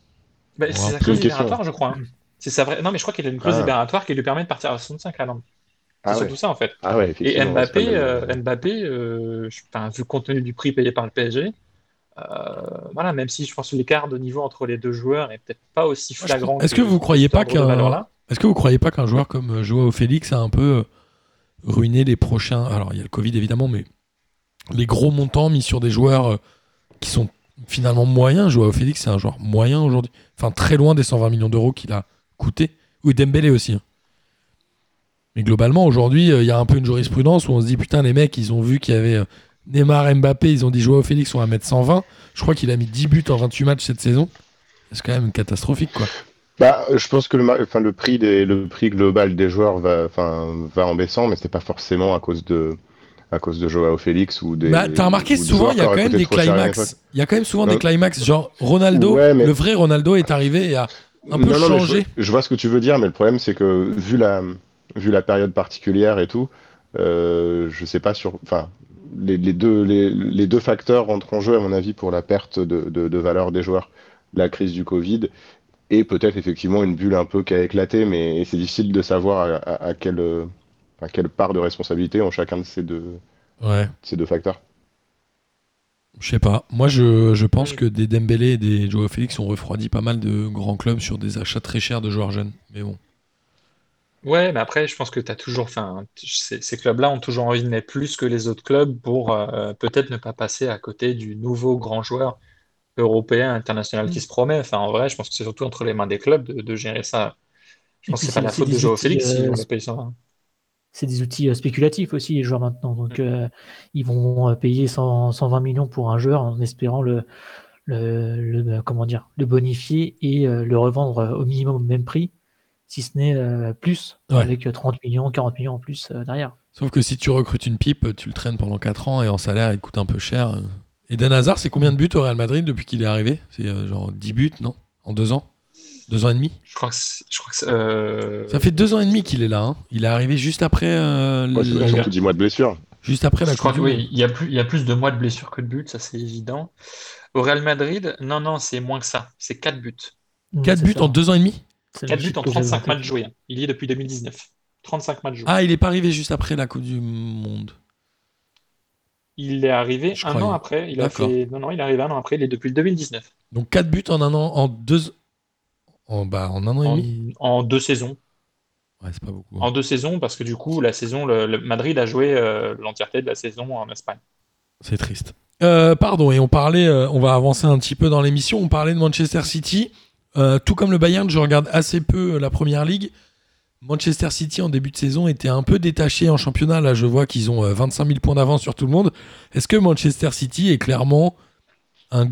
Speaker 5: bah,
Speaker 4: Ouais,
Speaker 5: c'est sa
Speaker 3: c'est
Speaker 5: clause
Speaker 3: une question.
Speaker 5: libératoire, je crois. hein. C'est sa vraie... Non, mais je crois qu'il a une clause
Speaker 3: Ah.
Speaker 5: libératoire qui lui permet de partir à 65 Haaland. C'est
Speaker 3: Ah ouais.
Speaker 5: surtout ça, en fait.
Speaker 3: Ah ouais,
Speaker 5: Et
Speaker 3: effectivement. c'est pas
Speaker 5: Mbappé,
Speaker 3: le même.
Speaker 5: euh, Mbappé euh, je- enfin, vu le contenu du prix payé par le PSG, euh, voilà, même si je pense que l'écart de niveau entre les deux joueurs est peut-être pas aussi
Speaker 4: Moi, je-
Speaker 5: flagrant.
Speaker 4: Est-ce que vous croyez pas
Speaker 5: qu'un.
Speaker 4: qu'un est-ce que vous croyez pas qu'un joueur comme euh, Joao Félix a un peu euh, ruiné les prochains alors il y a le Covid évidemment mais les gros montants mis sur des joueurs euh, qui sont finalement moyens Joao Félix c'est un joueur moyen aujourd'hui enfin très loin des 120 millions d'euros qu'il a coûté ou Dembélé aussi hein. mais globalement aujourd'hui euh, il y a un peu une jurisprudence où on se dit putain les mecs ils ont vu qu'il y avait euh, Neymar Mbappé ils ont dit Joao Félix on va mettre 120 je crois qu'il a mis 10 buts en 28 matchs cette saison c'est quand même catastrophique quoi
Speaker 3: Bah, je pense que le, mar- enfin, le prix des, le prix global des joueurs va, enfin, va en baissant, mais c'est pas forcément à cause de, à cause de Joao Félix ou des.
Speaker 4: Bah, t'as remarqué
Speaker 3: ou des
Speaker 4: souvent,
Speaker 3: joueurs
Speaker 4: il y a
Speaker 3: qui
Speaker 4: quand
Speaker 3: auraient
Speaker 4: même
Speaker 3: coûté
Speaker 4: des
Speaker 3: trop cher à l'époque.
Speaker 4: climax. Il y a quand même souvent des
Speaker 3: Non.
Speaker 4: climax. Genre, Ronaldo,
Speaker 3: Ouais, mais-
Speaker 4: le vrai Ronaldo est arrivé et a. un peu
Speaker 3: mais je-
Speaker 4: changé.
Speaker 3: je, vois ce que tu veux dire, mais le problème c'est que vu la, vu la période particulière et tout, euh, je sais pas sur, enfin, les, les deux, les, les deux facteurs rentrent en jeu à mon avis pour la perte de, de, de valeur des joueurs, la crise du Covid et peut-être effectivement une bulle un peu qui a éclaté, mais c'est difficile de savoir à, à- à quelle, euh, à quelle part de responsabilité ont chacun de ces deux,
Speaker 4: Ouais,
Speaker 3: ces deux facteurs.
Speaker 4: je sais pas. Moi, je, je pense que des Dembélé et des Joao Félix ont refroidi pas mal de grands clubs sur des achats très chers de joueurs jeunes. Mais bon.
Speaker 5: Ouais, mais après, je pense que t'as toujours, enfin, t- ces, ces clubs-là ont toujours envie de mettre plus que les autres clubs pour euh, peut-être ne pas passer à côté du nouveau grand joueur européen, international
Speaker 4: Mm.
Speaker 5: qui se promet. Enfin, en vrai, je pense que c'est surtout entre les mains des clubs de, de gérer ça. Je
Speaker 2: Et
Speaker 5: pense que
Speaker 2: puis
Speaker 5: c'est pas
Speaker 2: c'est-
Speaker 5: la
Speaker 2: c'est
Speaker 5: faute de
Speaker 2: des
Speaker 5: Joao
Speaker 2: outils,
Speaker 5: Félix si
Speaker 2: euh,
Speaker 5: on le paye 120.
Speaker 2: C'est des outils euh, spéculatifs aussi, les joueurs maintenant. Donc,
Speaker 5: Mm.
Speaker 2: euh, ils vont euh, payer 100 120 millions pour un joueur en espérant le, le, le- euh, comment dire, le bonifier et euh, le revendre euh, au minimum au même prix, si ce n'est euh, plus,
Speaker 4: Ouais.
Speaker 2: avec euh, 30 millions, 40 millions en plus euh, derrière.
Speaker 4: Sauf que si tu recrutes une pipe, tu le traînes pendant 4 ans et en salaire, il te coûte un peu cher. Et Dan Hazard, c'est combien de buts au Real Madrid depuis qu'il est arrivé C'est euh, genre 10 buts, non En 2 ans 2 ans et demi
Speaker 5: Je crois que c'est- je crois que c'est- euh,
Speaker 4: Ça fait 2 ans et demi qu'il est là. hein. Il est arrivé juste après, euh,
Speaker 3: Ouais, c'est
Speaker 4: la-
Speaker 3: surtout 10 mois de blessure.
Speaker 4: juste après la
Speaker 5: je crois
Speaker 4: Coupe
Speaker 5: que
Speaker 4: du Monde.
Speaker 5: oui, il y a plus, il y a plus de mois de blessure que de buts, ça c'est évident. Au Real Madrid, non, non, c'est moins que ça. C'est 4 buts.
Speaker 2: Mm,
Speaker 4: 4
Speaker 2: c'est
Speaker 4: buts
Speaker 2: ça.
Speaker 4: en 2 ans et demi
Speaker 5: 4 buts en
Speaker 2: Que j'avais
Speaker 5: 35
Speaker 2: noté.
Speaker 5: matchs joués. hein. Il y est depuis 2019. 35 matchs joués.
Speaker 4: Ah, il est pas arrivé juste après la Coupe du Monde.
Speaker 5: Il est arrivé
Speaker 4: Je
Speaker 5: un
Speaker 4: croyais.
Speaker 5: an après. Il a
Speaker 4: D'accord.
Speaker 5: fait... Non, non, il est arrivé un an après. Il est depuis le 2019.
Speaker 4: Donc 4 buts en un an, en deux, en bah en un an et
Speaker 5: En,
Speaker 4: demi.
Speaker 5: en deux saisons.
Speaker 4: Ouais, c'est pas beaucoup. hein.
Speaker 5: En deux saisons, parce que du coup, la saison, le, le Madrid a joué euh, l'entièreté de la saison en Espagne.
Speaker 4: C'est triste. Euh, pardon, et on parlait, euh, on va avancer un petit peu dans l'émission. On parlait de Manchester City. Euh, tout comme le Bayern, je regarde assez peu euh, la Première Ligue. Manchester City en début de saison était un peu détaché en championnat. Là, je vois qu'ils ont euh, 25 000 points d'avance sur tout le monde. Est-ce que Manchester City est clairement un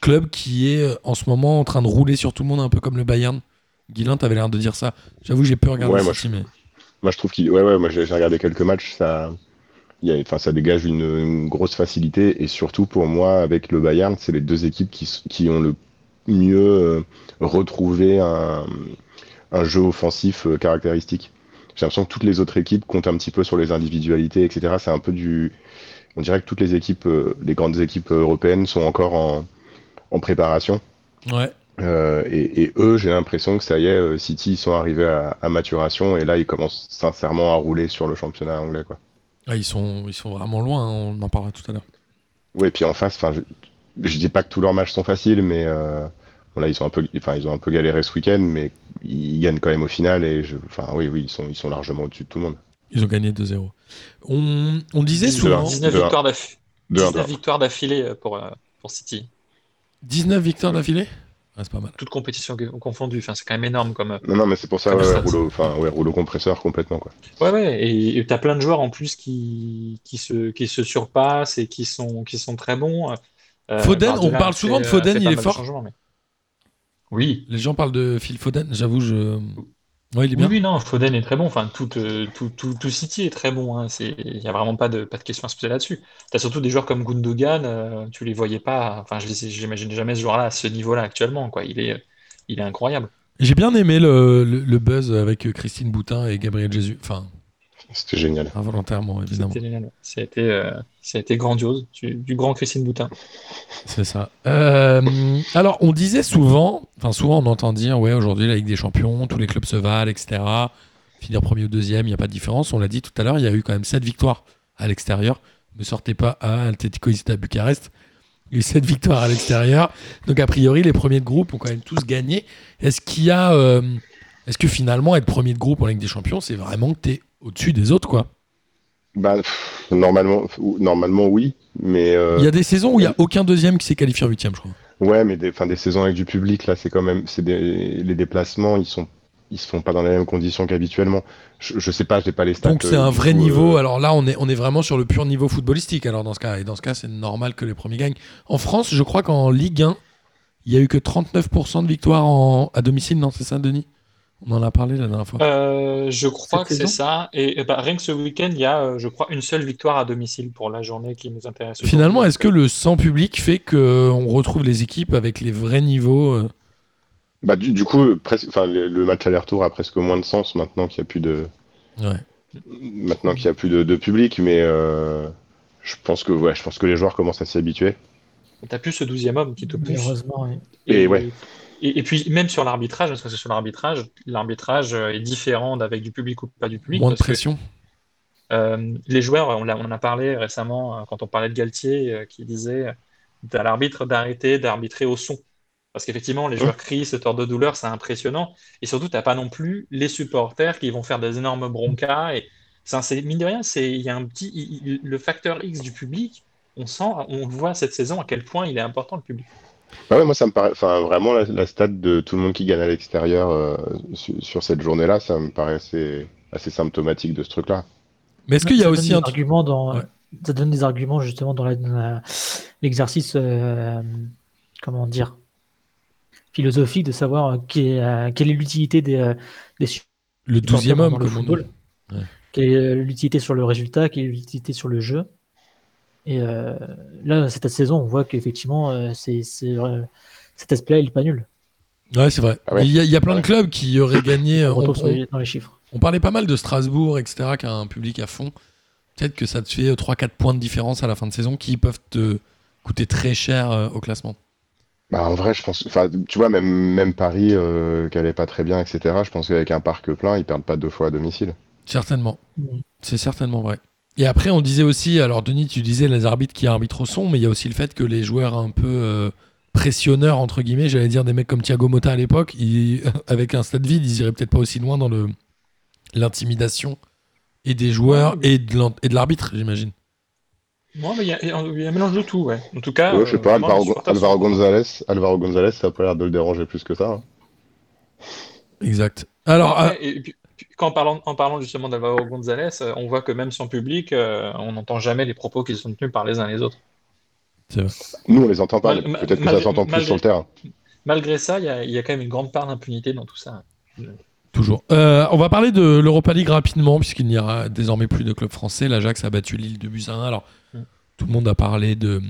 Speaker 4: club qui est euh, en ce moment en train de rouler sur tout le monde, un peu comme le Bayern Guilin, t'avais l'air de dire ça. J'avoue, j'ai peu regardé
Speaker 3: Ouais, moi,
Speaker 4: City, mais
Speaker 3: Moi, je trouve qu'il, ouais, ouais, moi j'ai j'ai regardé quelques matchs, ça, il y a- enfin, ça dégage une, une grosse facilité. Et surtout, pour moi, avec le Bayern, c'est les deux équipes qui, s- qui ont le mieux euh, retrouvé un, un jeu offensif euh, caractéristique. J'ai l'impression que toutes les autres équipes comptent un petit peu sur les individualités, etc. C'est un peu du. On dirait que toutes les équipes, euh, les grandes équipes européennes sont encore en, en préparation.
Speaker 4: Ouais.
Speaker 3: Euh, et, et eux, j'ai l'impression que ça y est, euh, City, ils sont arrivés à, à maturation et là, ils commencent sincèrement à rouler sur le championnat anglais. Quoi.
Speaker 4: Ah, ils, sont, ils sont vraiment loin, hein, on en parlera tout à l'heure.
Speaker 3: Ouais, et puis en face, enfin, je, je dis pas que tous leurs matchs sont faciles, mais euh, bon, là, ils, sont un peu, enfin, ils ont un peu galéré ce week-end, mais ils gagnent quand même au final et je, enfin, oui, oui, ils sont, ils sont largement au-dessus de tout le monde.
Speaker 4: Ils ont gagné 2-0. On, on disait
Speaker 3: Dix-neuf.
Speaker 4: souvent
Speaker 5: 19
Speaker 3: Dehors.
Speaker 5: victoires d'aff-
Speaker 3: De un,
Speaker 5: 19 victoires d'affilée euh, pour, euh, pour City.
Speaker 4: 19 victoires d'affilée Ah, C'est pas mal.
Speaker 5: Toutes compétitions que- confondues. Enfin, c'est quand même énorme comme. euh,
Speaker 3: Non, non, mais c'est pour ça,
Speaker 5: Comme
Speaker 3: ouais,
Speaker 5: ça,
Speaker 3: ouais, rouleau, enfin, ouais, rouleau compresseur complètement. Quoi.
Speaker 5: Ouais, ouais. Et et t'as plein de joueurs en plus qui, qui, se, qui se surpassent et qui sont, qui sont très bons. Euh,
Speaker 4: Foden, on
Speaker 5: Guardiola
Speaker 4: parle
Speaker 5: a fait-
Speaker 4: souvent de
Speaker 5: a
Speaker 4: Foden,
Speaker 5: fait
Speaker 4: il
Speaker 5: pas
Speaker 4: est
Speaker 5: mal de
Speaker 4: fort.
Speaker 5: changements, mais- Oui.
Speaker 4: Les gens parlent de Phil Foden, j'avoue, je. Ouais, il est
Speaker 5: Oui,
Speaker 4: bien.
Speaker 5: oui, non, Foden est très bon. Enfin, tout, euh, tout, tout, tout City est très bon. hein. C'est, il n'y a vraiment pas de, pas de question à se poser là-dessus. T'as surtout des joueurs comme Gundogan, euh, tu les voyais pas. Enfin, je les- j'imagine jamais ce joueur-là à ce niveau-là actuellement, quoi. Il est, il est incroyable.
Speaker 4: J'ai bien aimé le, le- le buzz avec Christine Boutin et Gabriel Jésus. Enfin,
Speaker 3: C'était génial.
Speaker 4: involontairement, évidemment.
Speaker 5: C'était génial. Ça a été, euh, ça a été grandiose. Du, du grand Christine Boutin.
Speaker 4: C'est ça. Euh, alors, on disait souvent, enfin, souvent on entend dire, ouais, aujourd'hui la Ligue des Champions, tous les clubs se valent, etc. Finir premier ou deuxième, il n'y a pas de différence. On l'a dit tout à l'heure, il y a eu quand même 7 victoires à l'extérieur. Ne sortez pas à Atletico Izita Bucarest. Il y a eu 7 victoires à l'extérieur. Donc, a priori, les premiers de groupe ont quand même tous gagné. Est-ce qu'il y a. euh, Est-ce que finalement, être premier de groupe en Ligue des Champions, c'est vraiment que tu es au-dessus des autres, quoi
Speaker 3: Bah, pff, normalement, pff, ou- normalement, oui, mais. euh,
Speaker 4: Il y a des saisons où il n'y a aucun deuxième qui s'est qualifié en huitième, je crois.
Speaker 3: Ouais, mais des, enfin, des saisons avec du public, là, c'est quand même, c'est des, les déplacements, ils sont, ils se font pas dans les mêmes conditions qu'habituellement. Je, je sais pas, j'ai pas les stats.
Speaker 4: Donc c'est
Speaker 3: euh,
Speaker 4: un
Speaker 3: du
Speaker 4: vrai
Speaker 3: coup,
Speaker 4: niveau.
Speaker 3: euh,
Speaker 4: Alors là, on est, on est vraiment sur le pur niveau footballistique. Alors dans ce cas, et dans ce cas, c'est normal que les premiers gagnent. En France, je crois qu'en Ligue 1, il y a eu que 39% de victoires en- à domicile. Non, c'est ça, Denis On en a parlé la dernière fois.
Speaker 5: Euh, je crois
Speaker 2: Cette
Speaker 5: que c'est
Speaker 2: saison
Speaker 5: ça. Et, euh, bah, rien que ce week-end, il y a, euh, je crois, une seule victoire à domicile pour la journée qui nous intéresse. aujourd'hui.
Speaker 4: Finalement, est-ce que le sans public fait que euh, on retrouve les équipes avec les vrais niveaux euh,
Speaker 3: Bah, du, du coup, presque, enfin, le, le match aller-retour a presque moins de sens maintenant qu'il y a plus de,
Speaker 4: Ouais.
Speaker 3: maintenant qu'il y a plus de, de public, mais euh, je pense que, ouais, je pense que les joueurs commencent à s'y habituer.
Speaker 5: T'as plus ce douzième homme qui te pousse.
Speaker 2: Malheureusement, oui.
Speaker 3: Et ouais.
Speaker 5: et- et puis même sur l'arbitrage, parce que c'est sur l'arbitrage, l'arbitrage euh, est différent d'avec du public ou pas du public.
Speaker 4: moins de
Speaker 5: parce que,
Speaker 4: pression
Speaker 5: euh, les joueurs, on, l'a- on en a parlé récemment euh, quand on parlait de Galtier, euh, qui disait à l'arbitre d'arrêter, d'arbitrer au son. Parce qu'effectivement,
Speaker 3: Mmh.
Speaker 5: les joueurs crient, se tordent de douleur, c'est impressionnant. Et surtout, t'as pas non plus les supporters qui vont faire des énormes broncas. Et ça, c'est mine de rien, c'est il y a un petit il- il- le facteur X du public. On sent, on le voit cette saison à quel point il est important le public.
Speaker 3: Bah ouais, moi, ça me paraît, enfin, vraiment, la, la stat de tout le monde qui gagne à l'extérieur euh, su- sur cette journée-là, ça me paraît assez, assez symptomatique de ce truc-là.
Speaker 4: Mais est-ce qu'il y
Speaker 2: Ça
Speaker 4: a
Speaker 2: donne
Speaker 4: aussi
Speaker 2: des
Speaker 4: un truc
Speaker 2: argument dans
Speaker 4: Ouais.
Speaker 2: ça donne des arguments justement dans la- dans la- l'exercice euh, comment dire philosophique de savoir euh, qui est, euh, quelle est l'utilité des, euh, des supporters
Speaker 4: le douzième
Speaker 2: dans
Speaker 4: homme
Speaker 2: le
Speaker 4: comme on dit.
Speaker 2: football
Speaker 4: Ouais.
Speaker 2: quelle est euh, l'utilité sur le résultat quelle est l'utilité sur le jeu et euh, là cette saison on voit qu'effectivement euh, c'est c'est, euh, cet aspect-là il est pas nul
Speaker 4: Ouais, c'est vrai.
Speaker 3: Ah ouais.
Speaker 4: Il y a, il y a plein
Speaker 3: Ouais.
Speaker 4: de clubs qui auraient gagné. euh,
Speaker 2: on
Speaker 4: on-
Speaker 2: retourne sur
Speaker 4: on-
Speaker 2: les- dans les chiffres
Speaker 4: On parlait pas mal de Strasbourg, etc., qui a un public à fond. Peut-être que ça te fait 3-4 points de différence à la fin de saison qui peuvent te coûter très cher euh, au classement.
Speaker 3: Bah en vrai, je pense, enfin, tu vois, même, même Paris, euh, qu'elle est pas très bien, etc. Je pense qu'avec un parc plein, ils perdent pas deux fois à domicile.
Speaker 4: Certainement.
Speaker 2: Mm.
Speaker 4: C'est certainement vrai. Et après, on disait aussi, alors Denis, tu disais les arbitres qui arbitrent au son, mais il y a aussi le fait que les joueurs un peu euh, pressionneurs, entre guillemets, j'allais dire des mecs comme Thiago Motta à l'époque, ils- avec un stade vide, ils iraient peut-être pas aussi loin dans le l'intimidation et des joueurs et de l'en- et de l'arbitre, j'imagine.
Speaker 5: Ouais, mais il y, a il y a un il y a un mélange de tout, ouais. En tout cas,
Speaker 3: Ouais, je sais
Speaker 5: euh,
Speaker 3: pas,
Speaker 5: vraiment, les
Speaker 3: Alvaro,
Speaker 5: supporters
Speaker 3: Alvaro
Speaker 5: sont-
Speaker 3: Gonzalez, Alvaro Gonzalez, ça a pas l'air de le déranger plus que ça. hein.
Speaker 4: Exact. Alors, euh,
Speaker 5: Ouais, et puis- puis qu'en parlant, en parlant justement d'Alvaro González, euh, on voit que même sans public, euh, on n'entend jamais les propos qui sont tenus par les uns les autres.
Speaker 3: Nous, on les entend pas,
Speaker 5: Mal-
Speaker 3: mais
Speaker 5: ma-
Speaker 3: peut-être que ça
Speaker 5: malgré-
Speaker 3: s'entend plus
Speaker 5: malgré-
Speaker 3: sur le terrain.
Speaker 5: hein. Malgré ça, il y a, il y a quand même une grande part d'impunité dans tout ça.
Speaker 4: Toujours. Euh, on va parler de l'Europa League rapidement, puisqu'il n'y aura désormais plus de club français. L'Ajax a battu Lille de buts à 1. Alors,
Speaker 5: Mm.
Speaker 4: tout le monde a parlé de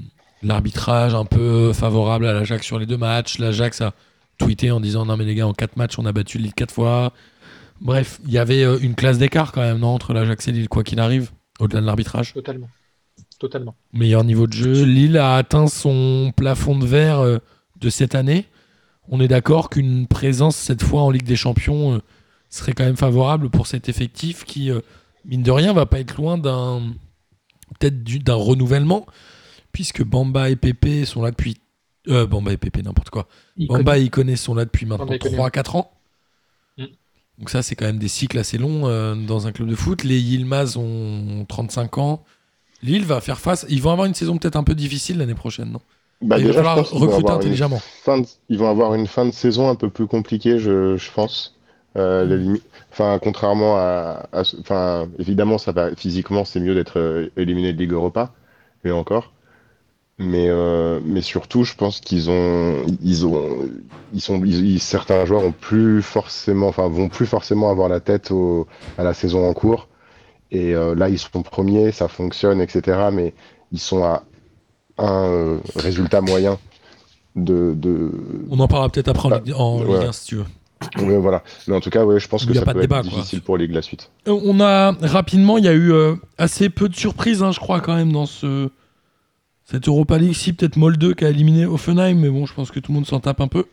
Speaker 4: l'arbitrage un peu favorable à l'Ajax sur les deux matchs. L'Ajax a tweeté en disant Non, mais les gars, en quatre matchs, on a battu Lille quatre fois. Bref, il y avait euh, une classe d'écart quand même, non, entre l'Ajax et Lille, quoi qu'il arrive, au-delà de l'arbitrage.
Speaker 5: Totalement. Totalement.
Speaker 4: meilleur niveau de jeu. Lille a atteint son plafond de verre euh, de cette année. On est d'accord qu'une présence cette fois en Ligue des Champions euh, serait quand même favorable pour cet effectif qui, euh, mine de rien, va pas être loin d'un peut-être du- d'un renouvellement, puisque Bamba et Pépé sont là depuis euh, Bamba et Pépé n'importe quoi.
Speaker 2: Il
Speaker 4: Bamba et Iconé sont là depuis maintenant
Speaker 5: Bamba et Iconé.
Speaker 4: 3 4 ans.
Speaker 5: Mm.
Speaker 4: Donc ça c'est quand même des cycles assez longs euh, dans un club de foot. Les Yilmaz ont 35 ans. Lille va faire face, ils vont avoir une saison peut-être un peu difficile l'année prochaine, non
Speaker 3: Bah,
Speaker 4: Il va
Speaker 3: déjà, je
Speaker 4: falloir
Speaker 3: pense qu'ils vont
Speaker 4: recruter
Speaker 3: avoir une
Speaker 4: intelligemment.
Speaker 3: fin de- Ils vont avoir une fin de saison un peu plus compliquée, je, je pense. Euh, la
Speaker 4: Mm.
Speaker 3: limi- Enfin, contrairement à, à ce- enfin, évidemment, ça va physiquement, c'est mieux d'être euh, éliminé de Ligue Europa, et encore. Mais, euh, mais surtout, je pense qu'ils ont, ils ont, ils sont, ils- ils- certains joueurs ont plus forcément, enfin, vont plus forcément avoir la tête au, à la saison en cours. Et euh, là, ils sont premiers, ça fonctionne, etc. Mais ils sont à un euh, résultat moyen de, de...
Speaker 4: On en parlera peut-être après en
Speaker 3: Bah,
Speaker 4: Ligue, en
Speaker 3: ouais.
Speaker 4: Ligue 1 si tu veux.
Speaker 3: Ouais, voilà. Mais en tout cas, ouais, je pense
Speaker 4: Il
Speaker 3: que
Speaker 4: y a
Speaker 3: ça
Speaker 4: pas de
Speaker 3: peut
Speaker 4: débat,
Speaker 3: être
Speaker 4: quoi.
Speaker 3: difficile pour Ligue la suite.
Speaker 4: Euh, On a rapidement, il y a eu euh, assez peu de surprises, hein, je crois, quand même, dans ce cette Europa League. Si, peut-être Molde qui a éliminé Offenheim, mais bon, je pense que tout le monde s'en tape un peu.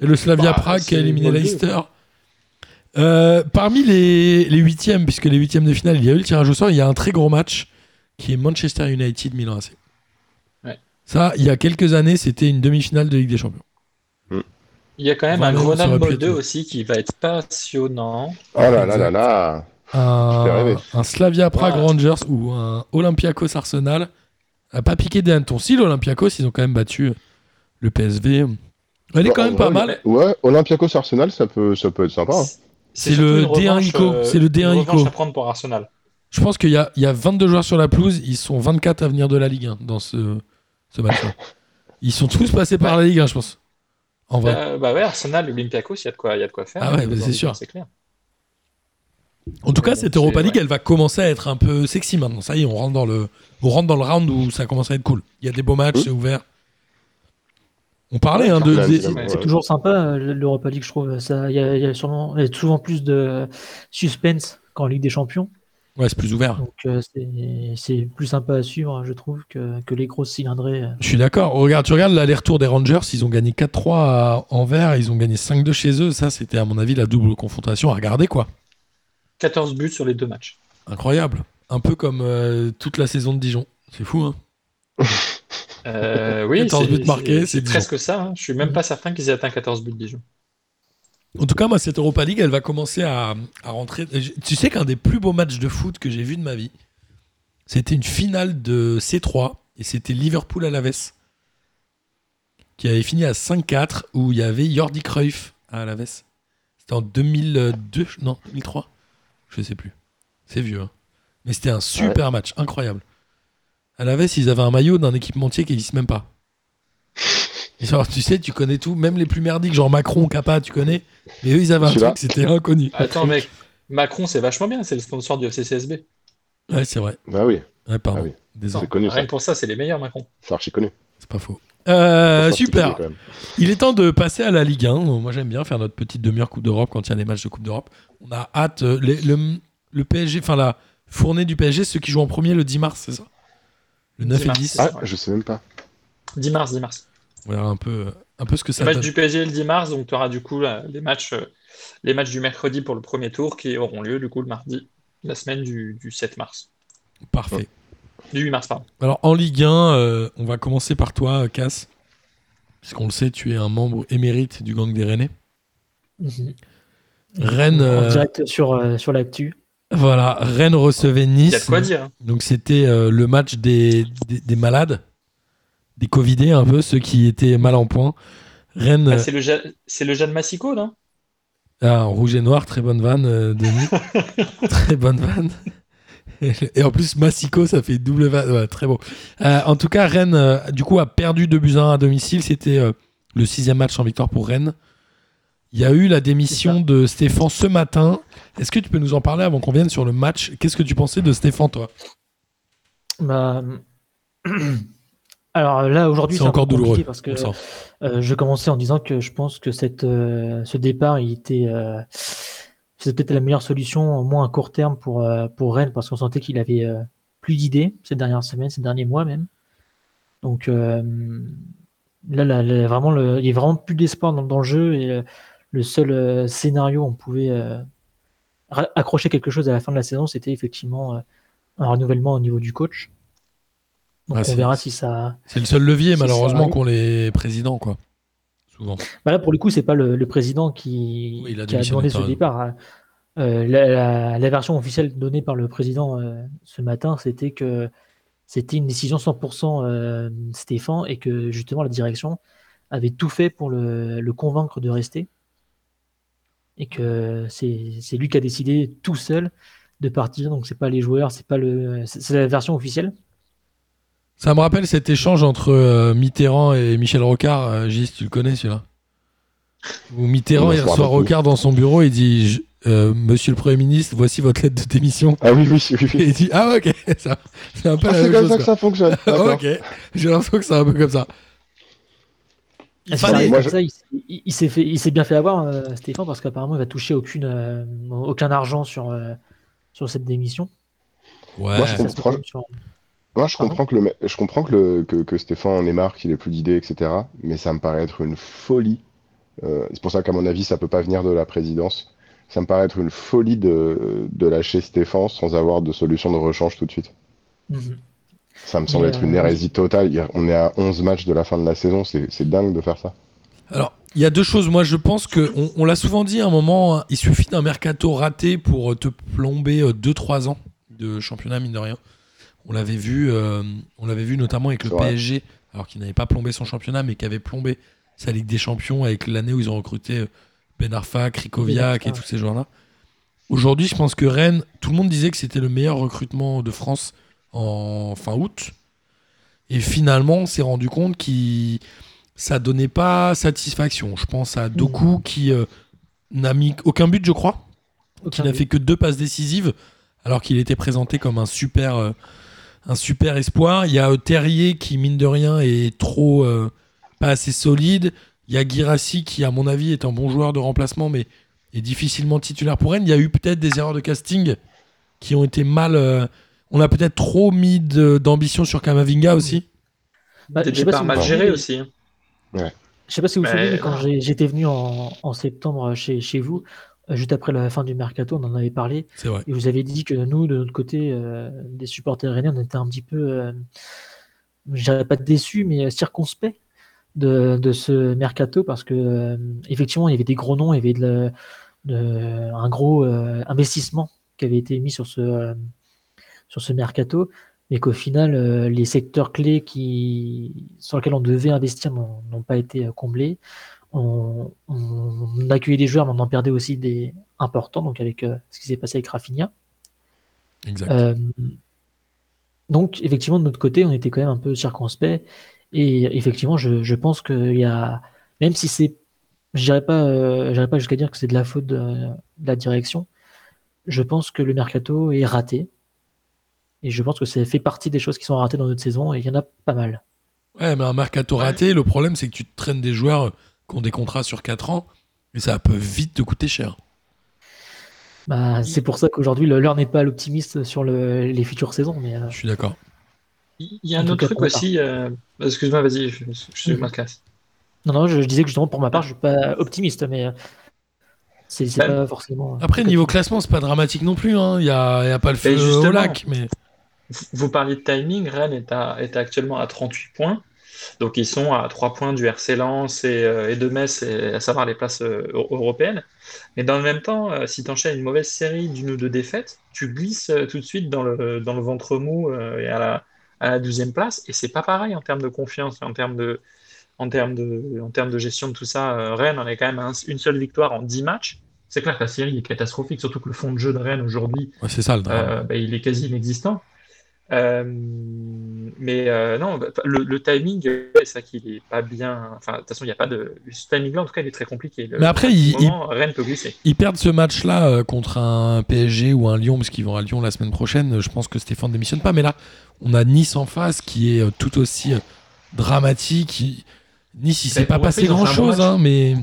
Speaker 4: Et le Slavia
Speaker 5: Bah,
Speaker 4: Prague qui a
Speaker 5: c'est
Speaker 4: éliminé
Speaker 5: Molde.
Speaker 4: Leicester. Euh, parmi les, les huitièmes, puisque les huitièmes de finale, il y a eu le tirage au sort, il y a un très gros match qui est Manchester United Milan AC.
Speaker 5: Ouais.
Speaker 4: Ça, il y a quelques années, c'était une demi-finale de Ligue des Champions.
Speaker 5: Il y a quand même
Speaker 4: Vraiment, Bah
Speaker 5: un
Speaker 4: ça aurait
Speaker 5: Grenade
Speaker 4: pu
Speaker 5: Molde
Speaker 4: être-
Speaker 5: aussi qui va être passionnant.
Speaker 3: Oh là là
Speaker 4: Exact.
Speaker 3: là là fais
Speaker 4: un,
Speaker 3: rêver.
Speaker 4: un Slavia Prague
Speaker 5: Ah.
Speaker 4: Rangers ou un Olympiakos Arsenal a pas piqué des hannetons. Si l'Olympiakos, ils ont quand même battu le PSV. Elle est
Speaker 3: Bah,
Speaker 4: quand
Speaker 3: en
Speaker 4: même pas
Speaker 3: vrai,
Speaker 4: mal.
Speaker 3: Ouais, Olympiakos Arsenal, ça peut, ça peut être sympa. hein.
Speaker 4: C'est
Speaker 5: surtout
Speaker 4: le
Speaker 5: une
Speaker 4: D1
Speaker 5: revanche,
Speaker 4: ICO,
Speaker 5: euh,
Speaker 4: c'est le D1
Speaker 5: une revanche
Speaker 4: ICO.
Speaker 5: à prendre pour Arsenal.
Speaker 4: Je pense qu'il y a, il y a 22 joueurs sur la pelouse. Ils sont 24 à venir de la Ligue 1 dans ce, ce match-là. ils sont tous passés par la Ligue 1, je pense. En vrai.
Speaker 5: Euh, bah ouais, Arsenal, Olympiakos, il y a de quoi, il y a de quoi faire. hein,
Speaker 4: Ah ouais, bah c'est sûr.
Speaker 5: C'est clair.
Speaker 4: En tout cas,
Speaker 5: Ouais,
Speaker 4: cette
Speaker 5: c'est-
Speaker 4: Europa League,
Speaker 5: ouais.
Speaker 4: elle va commencer à être un peu sexy maintenant. Ça y est, on rentre dans le, on rentre dans le round où ça commence à être cool. Il y a des beaux matchs,
Speaker 3: Oui.
Speaker 4: c'est ouvert. On parlait hein, de,
Speaker 3: Ouais,
Speaker 4: des-
Speaker 3: évidemment,
Speaker 5: c'est
Speaker 3: ouais.
Speaker 2: C'est toujours sympa euh, l'Europa League, je trouve. Ça, il y, a- il y a sûrement, il y a souvent plus de suspense qu'en Ligue des Champions.
Speaker 4: Ouais, c'est plus ouvert.
Speaker 2: Donc euh, c'est- c'est plus sympa à suivre, hein, je trouve, que, que les grosses cylindrées. euh.
Speaker 4: Je suis d'accord. Regarde, tu regardes l'aller-retour des Rangers, ils ont gagné 4-3 à Anvers, ils ont gagné 5-2 chez eux. Ça, c'était à mon avis la double confrontation à regarder quoi.
Speaker 5: 14 buts sur les deux matchs.
Speaker 4: Incroyable. Un peu comme euh, toute la saison de Dijon. C'est fou, hein.
Speaker 5: Euh, oui,
Speaker 4: 14
Speaker 5: c'est-
Speaker 4: buts marqués,
Speaker 5: c'est-
Speaker 4: c'est
Speaker 5: c'est
Speaker 4: Dijon.
Speaker 5: presque ça. hein. Je suis même pas certain qu'ils aient atteint 14 buts Dijon.
Speaker 4: En tout cas, moi, cette Europa League, elle va commencer à, à rentrer. Je- Tu sais qu'un des plus beaux matchs de foot que j'ai vu de ma vie, c'était une finale de C3 et c'était Liverpool à la veste qui avait fini à 5-4 où il y avait Jordi Cruyff à la veste. C'était en 2002, je- non, 2003, je sais plus. C'est vieux, hein. mais c'était un super match, incroyable. À la veste, ils avaient un maillot d'un équipementier qui n'existe même pas. Et genre, tu sais, tu connais tout, même les plus merdiques, genre Macron, Kappa, tu connais. Mais eux, ils avaient un
Speaker 3: Celui-là.
Speaker 4: truc, c'était inconnu.
Speaker 5: Attends, mec, Macron, c'est vachement bien. C'est le sponsor du FCCSB.
Speaker 4: Ouais, c'est vrai.
Speaker 3: Bah oui,
Speaker 4: Ouais, pardon.
Speaker 3: Ah oui.
Speaker 4: Désolé,
Speaker 3: c'est connu
Speaker 5: Rien
Speaker 3: ça.
Speaker 5: que pour ça, c'est les meilleurs Macron.
Speaker 3: C'est archi connu.
Speaker 4: c'est pas faux. Euh,
Speaker 3: Faut sortir
Speaker 4: super.
Speaker 3: quand même.
Speaker 4: Il est temps de passer à la Ligue 1. Moi, j'aime bien faire notre petite demi-heure Coupe d'Europe quand il y a les matchs de Coupe d'Europe. On a hâte. euh, les- le, le PSG, enfin la fournée du PSG, ceux qui jouent en premier le 10 mars, c'est ça Le 9
Speaker 5: 10
Speaker 4: et
Speaker 5: mars.
Speaker 4: 10.
Speaker 3: Ah, je sais même pas.
Speaker 5: 10 mars, 10 mars.
Speaker 4: On verra un peu, un peu ce que
Speaker 5: Le
Speaker 4: ça
Speaker 5: match
Speaker 4: donne.
Speaker 5: du PSG le 10 mars, donc tu auras du coup là, les, matchs, euh, les matchs du mercredi pour le premier tour qui auront lieu du coup le mardi, la semaine du, du 7 mars.
Speaker 4: Parfait.
Speaker 5: Du 8 mars, pardon.
Speaker 4: Alors en Ligue 1, euh, on va commencer par toi, euh, Cass. Puisqu'on le sait, tu es un membre émérite du gang des Rennais. Rennes,
Speaker 2: euh, En
Speaker 4: euh,
Speaker 2: direct sur, euh, sur l'actu.
Speaker 4: voilà, Rennes recevait
Speaker 5: Il y a
Speaker 4: Nice.
Speaker 5: de quoi dire. hein.
Speaker 4: Donc c'était euh, le match des, des, des malades, des Covidés un peu, ceux qui étaient mal en point. Rennes,
Speaker 5: Ah, c'est le, Ja- c'est le Jeanne Massico, non
Speaker 4: euh, ah, en rouge et noir, très bonne vanne, euh, Denis. très bonne vanne. Et en plus, Massico, ça fait double vanne. Ouais, très beau. Euh, en tout cas, Rennes, euh, du coup, a perdu 2 buts à 1 à domicile. C'était euh, le sixième match en victoire pour Rennes. Il y a eu la démission de Stéphane ce matin. Est-ce que tu peux nous en parler avant qu'on vienne sur le match Qu'est-ce que tu pensais de Stéphane, toi
Speaker 2: Bah, alors là, aujourd'hui,
Speaker 4: C'est
Speaker 2: un
Speaker 4: encore
Speaker 2: peu compliqué
Speaker 4: douloureux.
Speaker 2: Parce que
Speaker 4: on le sent.
Speaker 2: Euh, je commençais en disant que je pense que cette, euh, ce départ, il était, euh, c'était peut-être la meilleure solution, au moins à court terme pour, euh, pour Rennes, parce qu'on sentait qu'il avait euh, plus d'idées ces dernières semaines, ces derniers mois même. Donc euh, là, là, là, vraiment, le, il y a vraiment plus d'espoir dans, dans le jeu et euh, le seul euh, scénario où on pouvait euh, ra- accrocher quelque chose à la fin de la saison, c'était effectivement euh, un renouvellement au niveau du coach. Donc
Speaker 4: Ah,
Speaker 2: on
Speaker 4: c'est-
Speaker 2: verra si ça,
Speaker 4: C'est le seul levier,
Speaker 2: Si ça
Speaker 4: malheureusement,
Speaker 2: arrive.
Speaker 4: qu'ont les présidents, quoi. Souvent.
Speaker 2: Bah là, pour le coup, c'est pas le, le président qui,
Speaker 4: Oui, il a
Speaker 2: qui a
Speaker 4: démissionné,
Speaker 2: demandé ce
Speaker 4: t'as raison.
Speaker 2: départ. hein. Euh, la, la- la version officielle donnée par le président euh, ce matin, c'était que c'était une décision 100% euh, Stéphane et que justement la direction avait tout fait pour le, le convaincre de rester. Et que c'est c'est lui qui a décidé tout seul de partir. Donc c'est pas les joueurs, c'est pas le. C'est c'est la version officielle.
Speaker 4: Ça me rappelle cet échange entre euh, Mitterrand et Michel Rocard. Euh, Gis, tu le connais celui-là Où Mitterrand,
Speaker 3: Non,
Speaker 4: il
Speaker 3: je me
Speaker 4: reçoit
Speaker 3: rappelle plus.
Speaker 4: Rocard dans son bureau et dit je- euh, Monsieur le Premier ministre, voici votre lettre de démission.
Speaker 3: Ah oui, oui, oui.
Speaker 4: Et
Speaker 3: oui.
Speaker 4: il dit Ah, ok, ça- c'est un peu
Speaker 3: Ah,
Speaker 4: la
Speaker 3: c'est
Speaker 4: même
Speaker 3: comme
Speaker 4: chose.
Speaker 3: ça que
Speaker 4: quoi.
Speaker 3: ça fonctionne.
Speaker 4: Ah,
Speaker 3: D'accord.
Speaker 4: ok, j'ai l'impression que c'est un peu comme ça. Il
Speaker 2: Ah, si
Speaker 4: fallait-
Speaker 2: c'est
Speaker 3: Moi,
Speaker 2: comme
Speaker 3: je-
Speaker 2: ça, il, s- il- il s'est fait, il s'est bien fait avoir euh, Stéphane parce qu'apparemment il va toucher aucune, euh, aucun argent sur, euh, sur cette démission.
Speaker 4: Ouais.
Speaker 3: Moi, je
Speaker 2: Ça
Speaker 3: comprends.
Speaker 2: se retrouve sur-
Speaker 3: Moi, je
Speaker 2: Pardon
Speaker 3: comprends que le, mec- je comprends que, le, que, que Stéphane en ait marre, qu'il ait plus d'idées, etc. Mais ça me paraît être une folie. Euh, c'est pour ça qu'à mon avis, ça peut pas venir de la présidence. Ça me paraît être une folie de, de lâcher Stéphane sans avoir de solution de rechange tout de suite.
Speaker 2: Mhm.
Speaker 3: Ça me semble
Speaker 2: Mais,
Speaker 3: être
Speaker 2: euh,
Speaker 3: une hérésie totale. Il y a- On est à 11 matchs de la fin de la saison. C'est c'est dingue de faire ça.
Speaker 4: Alors, il y a deux choses. Moi, je pense que on, on l'a souvent dit à un moment, hein, il suffit d'un mercato raté pour euh, te plomber 2-3 ans de championnat, mine de rien. On l'avait vu, euh, on l'avait vu notamment avec le
Speaker 3: C'est vrai.
Speaker 4: PSG, alors qu'il n'avait pas plombé son championnat, mais qui avait plombé sa Ligue des Champions avec l'année où ils ont recruté euh, Ben Arfa, Krikoviak
Speaker 2: Ben Arfa,
Speaker 4: et tous ces joueurs-là. Aujourd'hui, je pense que Rennes, tout le monde disait que c'était le meilleur recrutement de France en fin août. Et finalement, on s'est rendu compte qu'il ça donnait pas satisfaction. Je pense à
Speaker 2: Mmh.
Speaker 4: Doku qui euh, n'a mis aucun but, je crois, qui
Speaker 2: aucun
Speaker 4: n'a
Speaker 2: but.
Speaker 4: fait que deux passes décisives, alors qu'il était présenté comme un super, euh, un super espoir. Il y a euh, Terrier qui, mine de rien, est trop euh, pas assez solide. Il y a Girassi qui, à mon avis, est un bon joueur de remplacement, mais est difficilement titulaire pour Rennes. Il y a eu peut-être des erreurs de casting qui ont été mal. euh, on a peut-être trop mis de- d'ambition sur Kamavinga aussi.
Speaker 2: Bah,
Speaker 5: Des
Speaker 2: je sais pas
Speaker 5: départs
Speaker 2: si
Speaker 5: mal
Speaker 2: vous-
Speaker 5: gérés aussi. hein.
Speaker 2: Je sais pas si vous
Speaker 5: Mais-
Speaker 2: vous
Speaker 5: euh,
Speaker 2: souvenez, mais quand j'ai- j'étais venu en, en septembre chez, chez vous, euh, juste après la fin du mercato, on en avait parlé.
Speaker 4: C'est vrai.
Speaker 2: Et vous avez dit que nous, de notre côté, euh, des supporters rennais, on était un petit peu, euh, je dirais pas déçus, mais euh, circonspects de, de ce mercato parce que euh, effectivement, il y avait des gros noms, il y avait de, la- de- un gros euh, investissement qui avait été mis sur ce, euh, sur ce mercato, mais qu'au final, euh, les secteurs clés qui, sur lesquels on devait investir n'ont n'ont pas été euh, comblés. On, on- on accueillait des joueurs, mais on en perdait aussi des importants, donc avec euh, ce qui s'est passé avec Rafinha.
Speaker 4: Exact.
Speaker 2: Euh, donc, effectivement, de notre côté, on était quand même un peu circonspect. Et effectivement, je, je pense qu'il y a, même si c'est, je dirais pas, euh, j'irais pas jusqu'à dire que c'est de la faute de, de la direction, je pense que le mercato est raté. Et je pense que ça fait partie des choses qui sont ratées dans notre saison, et il y en a pas mal.
Speaker 4: Ouais, mais un mercato raté, le problème, c'est que tu te traînes des joueurs qui ont des contrats sur 4 ans, et ça peut vite te coûter cher.
Speaker 2: Bah, c'est pour ça qu'aujourd'hui, le- l'heure n'est pas à l'optimiste sur le- les futures saisons, mais euh,
Speaker 4: Je suis d'accord.
Speaker 5: Il y a
Speaker 2: En
Speaker 5: un
Speaker 2: tout
Speaker 5: autre
Speaker 2: cas,
Speaker 5: truc
Speaker 2: pour ma part.
Speaker 5: aussi. euh, Excuse-moi, vas-y, je, je suis
Speaker 2: Mhm.
Speaker 5: Marcas.
Speaker 2: non, non, je, je disais que justement, pour ma part, je suis pas optimiste, mais euh, c'est c'est
Speaker 5: Bah,
Speaker 2: pas forcément. euh,
Speaker 4: Après, niveau classement, c'est pas dramatique non plus. hein. Il n'y a, il y a pas le feu
Speaker 5: Et justement.
Speaker 4: au lac, mais
Speaker 5: Vous parliez de timing, Rennes est, à- est actuellement à 38 points. Donc ils sont à 3 points du RC Lens et, euh, et de Metz, et, à savoir les places euh, eu- européennes. Mais dans le même temps, euh, si tu enchaînes une mauvaise série d'une ou deux défaites, tu glisses euh, tout de suite dans le, dans le ventre mou euh, et à la, à la 12e place. Et c'est pas pareil en termes de confiance, en termes de, en termes de, en termes de gestion de tout ça. euh, Rennes, on est quand même à un- une seule victoire en 10 matchs. C'est clair que la série Euh, est catastrophique, surtout que le fond de jeu de Rennes aujourd'hui,
Speaker 4: Ouais, c'est ça le drame.
Speaker 5: euh, bah, il est quasi inexistant. Euh, mais euh, non, bah, le, le timing, euh, c'est ça qu'il est pas bien. Enfin, de toute façon, il n'y a pas de. Ce timing-là, en tout cas, il est très compliqué. Le-
Speaker 4: Mais après, il-
Speaker 5: au moment, Rennes peut glisser.
Speaker 4: Ils perdent ce match-là euh, contre un PSG ou un Lyon, parce qu'ils vont à Lyon la semaine prochaine. euh, Je pense que Stéphane démissionne pas. Mais là, on a Nice en face qui est euh, tout aussi euh, dramatique. Il- Nice, il s'est
Speaker 5: Mais
Speaker 4: pas
Speaker 5: pour
Speaker 4: passé
Speaker 5: rappel, ils ont fait un bon
Speaker 4: grand-chose,
Speaker 5: match.
Speaker 4: hein, mais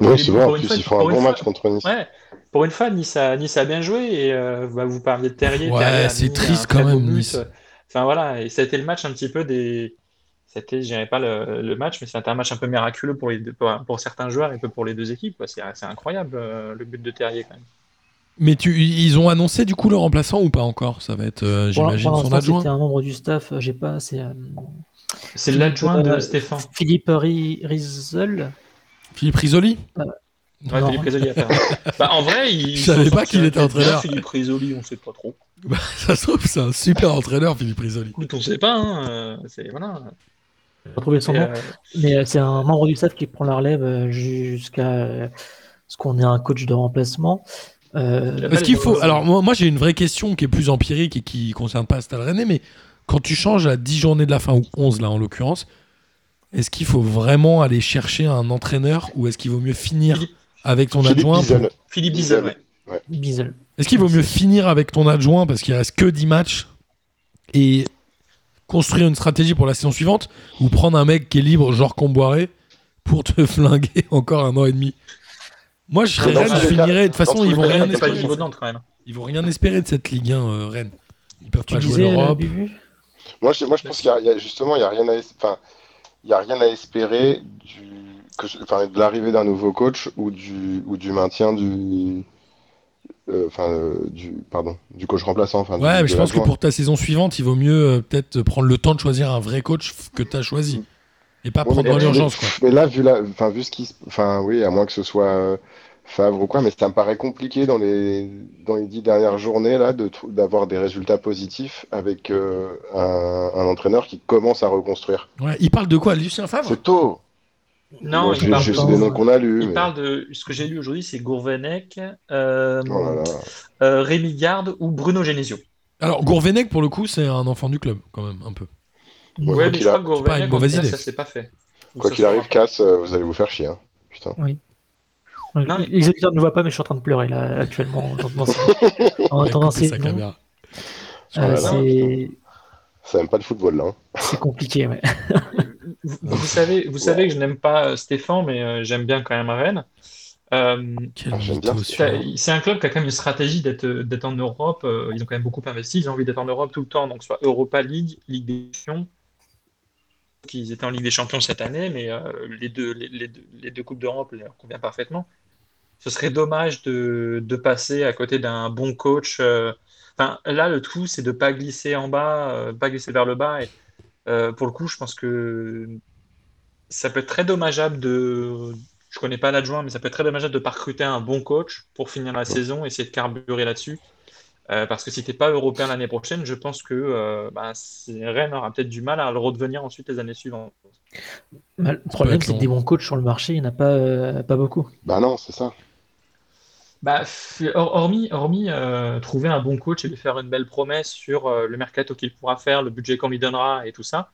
Speaker 3: Non,
Speaker 5: Mais
Speaker 3: c'est vrai, en
Speaker 5: pour une
Speaker 3: plus,
Speaker 5: fois-
Speaker 3: ils font
Speaker 5: pour
Speaker 3: un
Speaker 5: une
Speaker 3: bon
Speaker 5: fois-
Speaker 3: match contre Nice.
Speaker 5: Ouais. Pour une fois, Nice a, nice a bien joué et euh, bah, vous parliez de Terrier.
Speaker 4: Ouais,
Speaker 5: Terrier a
Speaker 4: c'est
Speaker 5: mis
Speaker 4: triste
Speaker 5: un
Speaker 4: quand
Speaker 5: très beau
Speaker 4: même,
Speaker 5: but.
Speaker 4: Nice.
Speaker 5: Enfin voilà, et ça a été le match un petit peu des. C'était, je dirais pas le, le match, mais c'était un match un peu miraculeux pour, les deux- pour, pour certains joueurs et peu pour les deux équipes. quoi. C'est c'est incroyable euh, le but de Terrier quand même.
Speaker 4: mais tu, ils ont annoncé du coup le remplaçant ou pas encore Ça va être, euh,
Speaker 2: Pour l'in-
Speaker 4: j'imagine,
Speaker 2: pour
Speaker 4: son
Speaker 2: l'instant,
Speaker 4: adjoint.
Speaker 2: C'était un membre du staff, euh, j'ai pas, c'est euh,
Speaker 5: C'est l'adjoint de
Speaker 2: euh,
Speaker 5: Stéphane.
Speaker 2: Philippe Ri- Rizel.
Speaker 4: Philippe Risoli
Speaker 5: Ouais,
Speaker 2: Non.
Speaker 5: Philippe Risoli a perdu. bah, en vrai, il.
Speaker 4: Je savais
Speaker 5: s'en
Speaker 4: pas qu'il
Speaker 5: sortira
Speaker 4: était
Speaker 5: peut-être bien,
Speaker 4: entraîneur.
Speaker 5: Philippe Risoli, on sait pas trop.
Speaker 4: Bah, Ça se trouve, c'est un super entraîneur, Philippe Risoli.
Speaker 5: Écoute, on sait pas. hein, euh, C'est voilà.
Speaker 2: J'ai retrouvé son
Speaker 5: Et,
Speaker 2: nom.
Speaker 5: euh,
Speaker 2: Mais euh, c'est un membre du staff qui prend la relève euh, ju- jusqu'à euh, ce qu'on ait un coach de remplacement. Euh,
Speaker 5: Il a pas
Speaker 4: Parce
Speaker 5: les
Speaker 4: qu'il
Speaker 5: bons
Speaker 4: faut.
Speaker 5: raisons.
Speaker 4: Alors, moi, moi, j'ai une vraie question qui est plus empirique et qui concerne pas Stade Rennais, mais quand tu changes à 10 journées de la fin, ou 11 là en l'occurrence, est-ce qu'il faut vraiment aller chercher un entraîneur ou est-ce qu'il vaut mieux finir
Speaker 5: Philippe-
Speaker 4: avec ton
Speaker 3: Philippe
Speaker 4: adjoint
Speaker 3: Bizel,
Speaker 5: Philippe Bizet, ouais.
Speaker 2: Bizel.
Speaker 4: Est-ce qu'il vaut mieux finir avec ton adjoint parce qu'il reste que 10 matchs et construire une stratégie pour la saison suivante ou prendre un mec qui est libre, genre Comboiré, pour te flinguer encore un an et demi Moi, je serais
Speaker 3: Dans
Speaker 4: Rennes,
Speaker 3: tous
Speaker 4: je
Speaker 3: les cas-
Speaker 4: finirais. De toute
Speaker 3: dans
Speaker 4: façon,
Speaker 3: tous
Speaker 4: ils
Speaker 3: les
Speaker 4: vont
Speaker 3: cas,
Speaker 5: Rennes
Speaker 4: rien
Speaker 5: n'a pas le
Speaker 4: espérer.
Speaker 5: niveau de Nantes quand même.
Speaker 4: Ils vont rien espérer de cette Ligue 1 euh, Rennes. Ils peuvent
Speaker 2: Tu
Speaker 4: pas jouer
Speaker 2: disais, euh,
Speaker 4: l'Europe.
Speaker 2: Bubu
Speaker 3: Moi, je, moi, je pense qu'il y a- il y, a justement, il y a rien à, es- enfin, il y a rien à espérer du, que ce- enfin, de l'arrivée d'un nouveau coach ou du, ou du maintien du, euh, enfin, euh, du, pardon, du coach remplaçant. Enfin,
Speaker 4: Ouais,
Speaker 3: du-
Speaker 4: mais je
Speaker 3: de
Speaker 4: pense que
Speaker 3: l'adjoint.
Speaker 4: pour ta saison suivante, il vaut mieux euh, peut-être prendre le temps de choisir un vrai coach f- que t'as choisi et pas
Speaker 3: Ouais,
Speaker 4: prendre
Speaker 3: mais-
Speaker 4: dans
Speaker 3: mais-
Speaker 4: l'urgence. quoi.
Speaker 3: Mais là, vu la, enfin, vu ce qui, se- enfin, oui, à moins que ce soit euh, Favre ou quoi, mais ça me paraît compliqué dans les dans les dix dernières journées là de trou- d'avoir des résultats positifs avec euh, un, un entraîneur qui commence à reconstruire.
Speaker 4: Ouais, il parle de quoi, Lucien Favre
Speaker 3: C'est tôt.
Speaker 5: Non,
Speaker 3: Moi,
Speaker 5: il
Speaker 3: je-
Speaker 5: parle
Speaker 3: je-
Speaker 5: de-
Speaker 3: c'est des noms qu'on a lus.
Speaker 5: Il
Speaker 3: mais-
Speaker 5: parle de ce que j'ai lu aujourd'hui, c'est Gourvenec, euh,
Speaker 3: Oh là là.
Speaker 5: euh, Rémi Garde ou Bruno Genesio.
Speaker 4: Alors, Gourvenec, pour le coup, c'est un enfant du club, quand même, un peu.
Speaker 2: Ouais,
Speaker 3: quoi
Speaker 5: Ouais, mais
Speaker 3: qu'il
Speaker 5: je crois
Speaker 3: a-
Speaker 5: que
Speaker 4: c'est pas une
Speaker 5: Gourvenec, en
Speaker 4: mauvaise
Speaker 5: tout cas,
Speaker 4: idée.
Speaker 5: ça s'est pas fait. Ou
Speaker 3: Quoi
Speaker 5: ça
Speaker 3: qu'il
Speaker 5: sera-
Speaker 3: arrive, Cass, euh, vous allez vous faire chier. hein. Putain.
Speaker 2: Donc,
Speaker 5: Non, mais-
Speaker 2: Les auditeurs Euh, ne voient pas, mais je suis en train de pleurer là actuellement. en entendant ces- en
Speaker 4: Il a
Speaker 2: entendant
Speaker 4: coupé
Speaker 2: ces
Speaker 4: sa
Speaker 2: noms.
Speaker 4: caméra.
Speaker 2: Euh,
Speaker 3: Voilà.
Speaker 2: c'est-
Speaker 3: Ça aime pas de football là. hein.
Speaker 2: C'est compliqué, ouais.
Speaker 5: Vous, vous savez, vous savez que je n'aime pas euh, Stéphane, mais euh, j'aime bien quand même Rennes. Euh,
Speaker 4: Quel
Speaker 3: Ah, j'aime
Speaker 4: mytho,
Speaker 3: bien.
Speaker 5: ça-
Speaker 4: celui-là.
Speaker 5: c'est un club qui a quand même une stratégie d'être d'être en Europe. euh, Ils ont quand même beaucoup investi. Ils ont envie d'être en Europe tout le temps. Donc, soit Europa League, Ligue des Champions. Ils étaient en Ligue des Champions cette année, mais euh, les, deux, les, les deux, les deux Coupes d'Europe leur convient parfaitement. Ce serait dommage de, de passer à côté d'un bon coach. euh, Enfin, là, le tout, c'est de pas glisser en bas, euh, pas glisser vers le bas. Et, euh, pour le coup, je pense que ça peut être très dommageable de. Je connais pas l'adjoint, mais ça peut être très dommageable de pas recruter un bon coach pour finir la saison, essayer de carburer là-dessus. Euh, parce que si t'es pas européen l'année prochaine, je pense que euh, bah, c'est- Rennes aura peut-être du mal à le redevenir ensuite les années suivantes.
Speaker 2: Bah, le problème,
Speaker 4: être
Speaker 2: c'est
Speaker 4: long.
Speaker 2: que des bons coachs sur le marché, il n'y en a pas, euh, pas beaucoup.
Speaker 3: Bah non, c'est ça.
Speaker 5: Bah, f- hor- hormis hormis euh, trouver un bon coach et lui faire une belle promesse sur euh, le mercato qu'il pourra faire, le budget qu'on lui donnera et tout ça,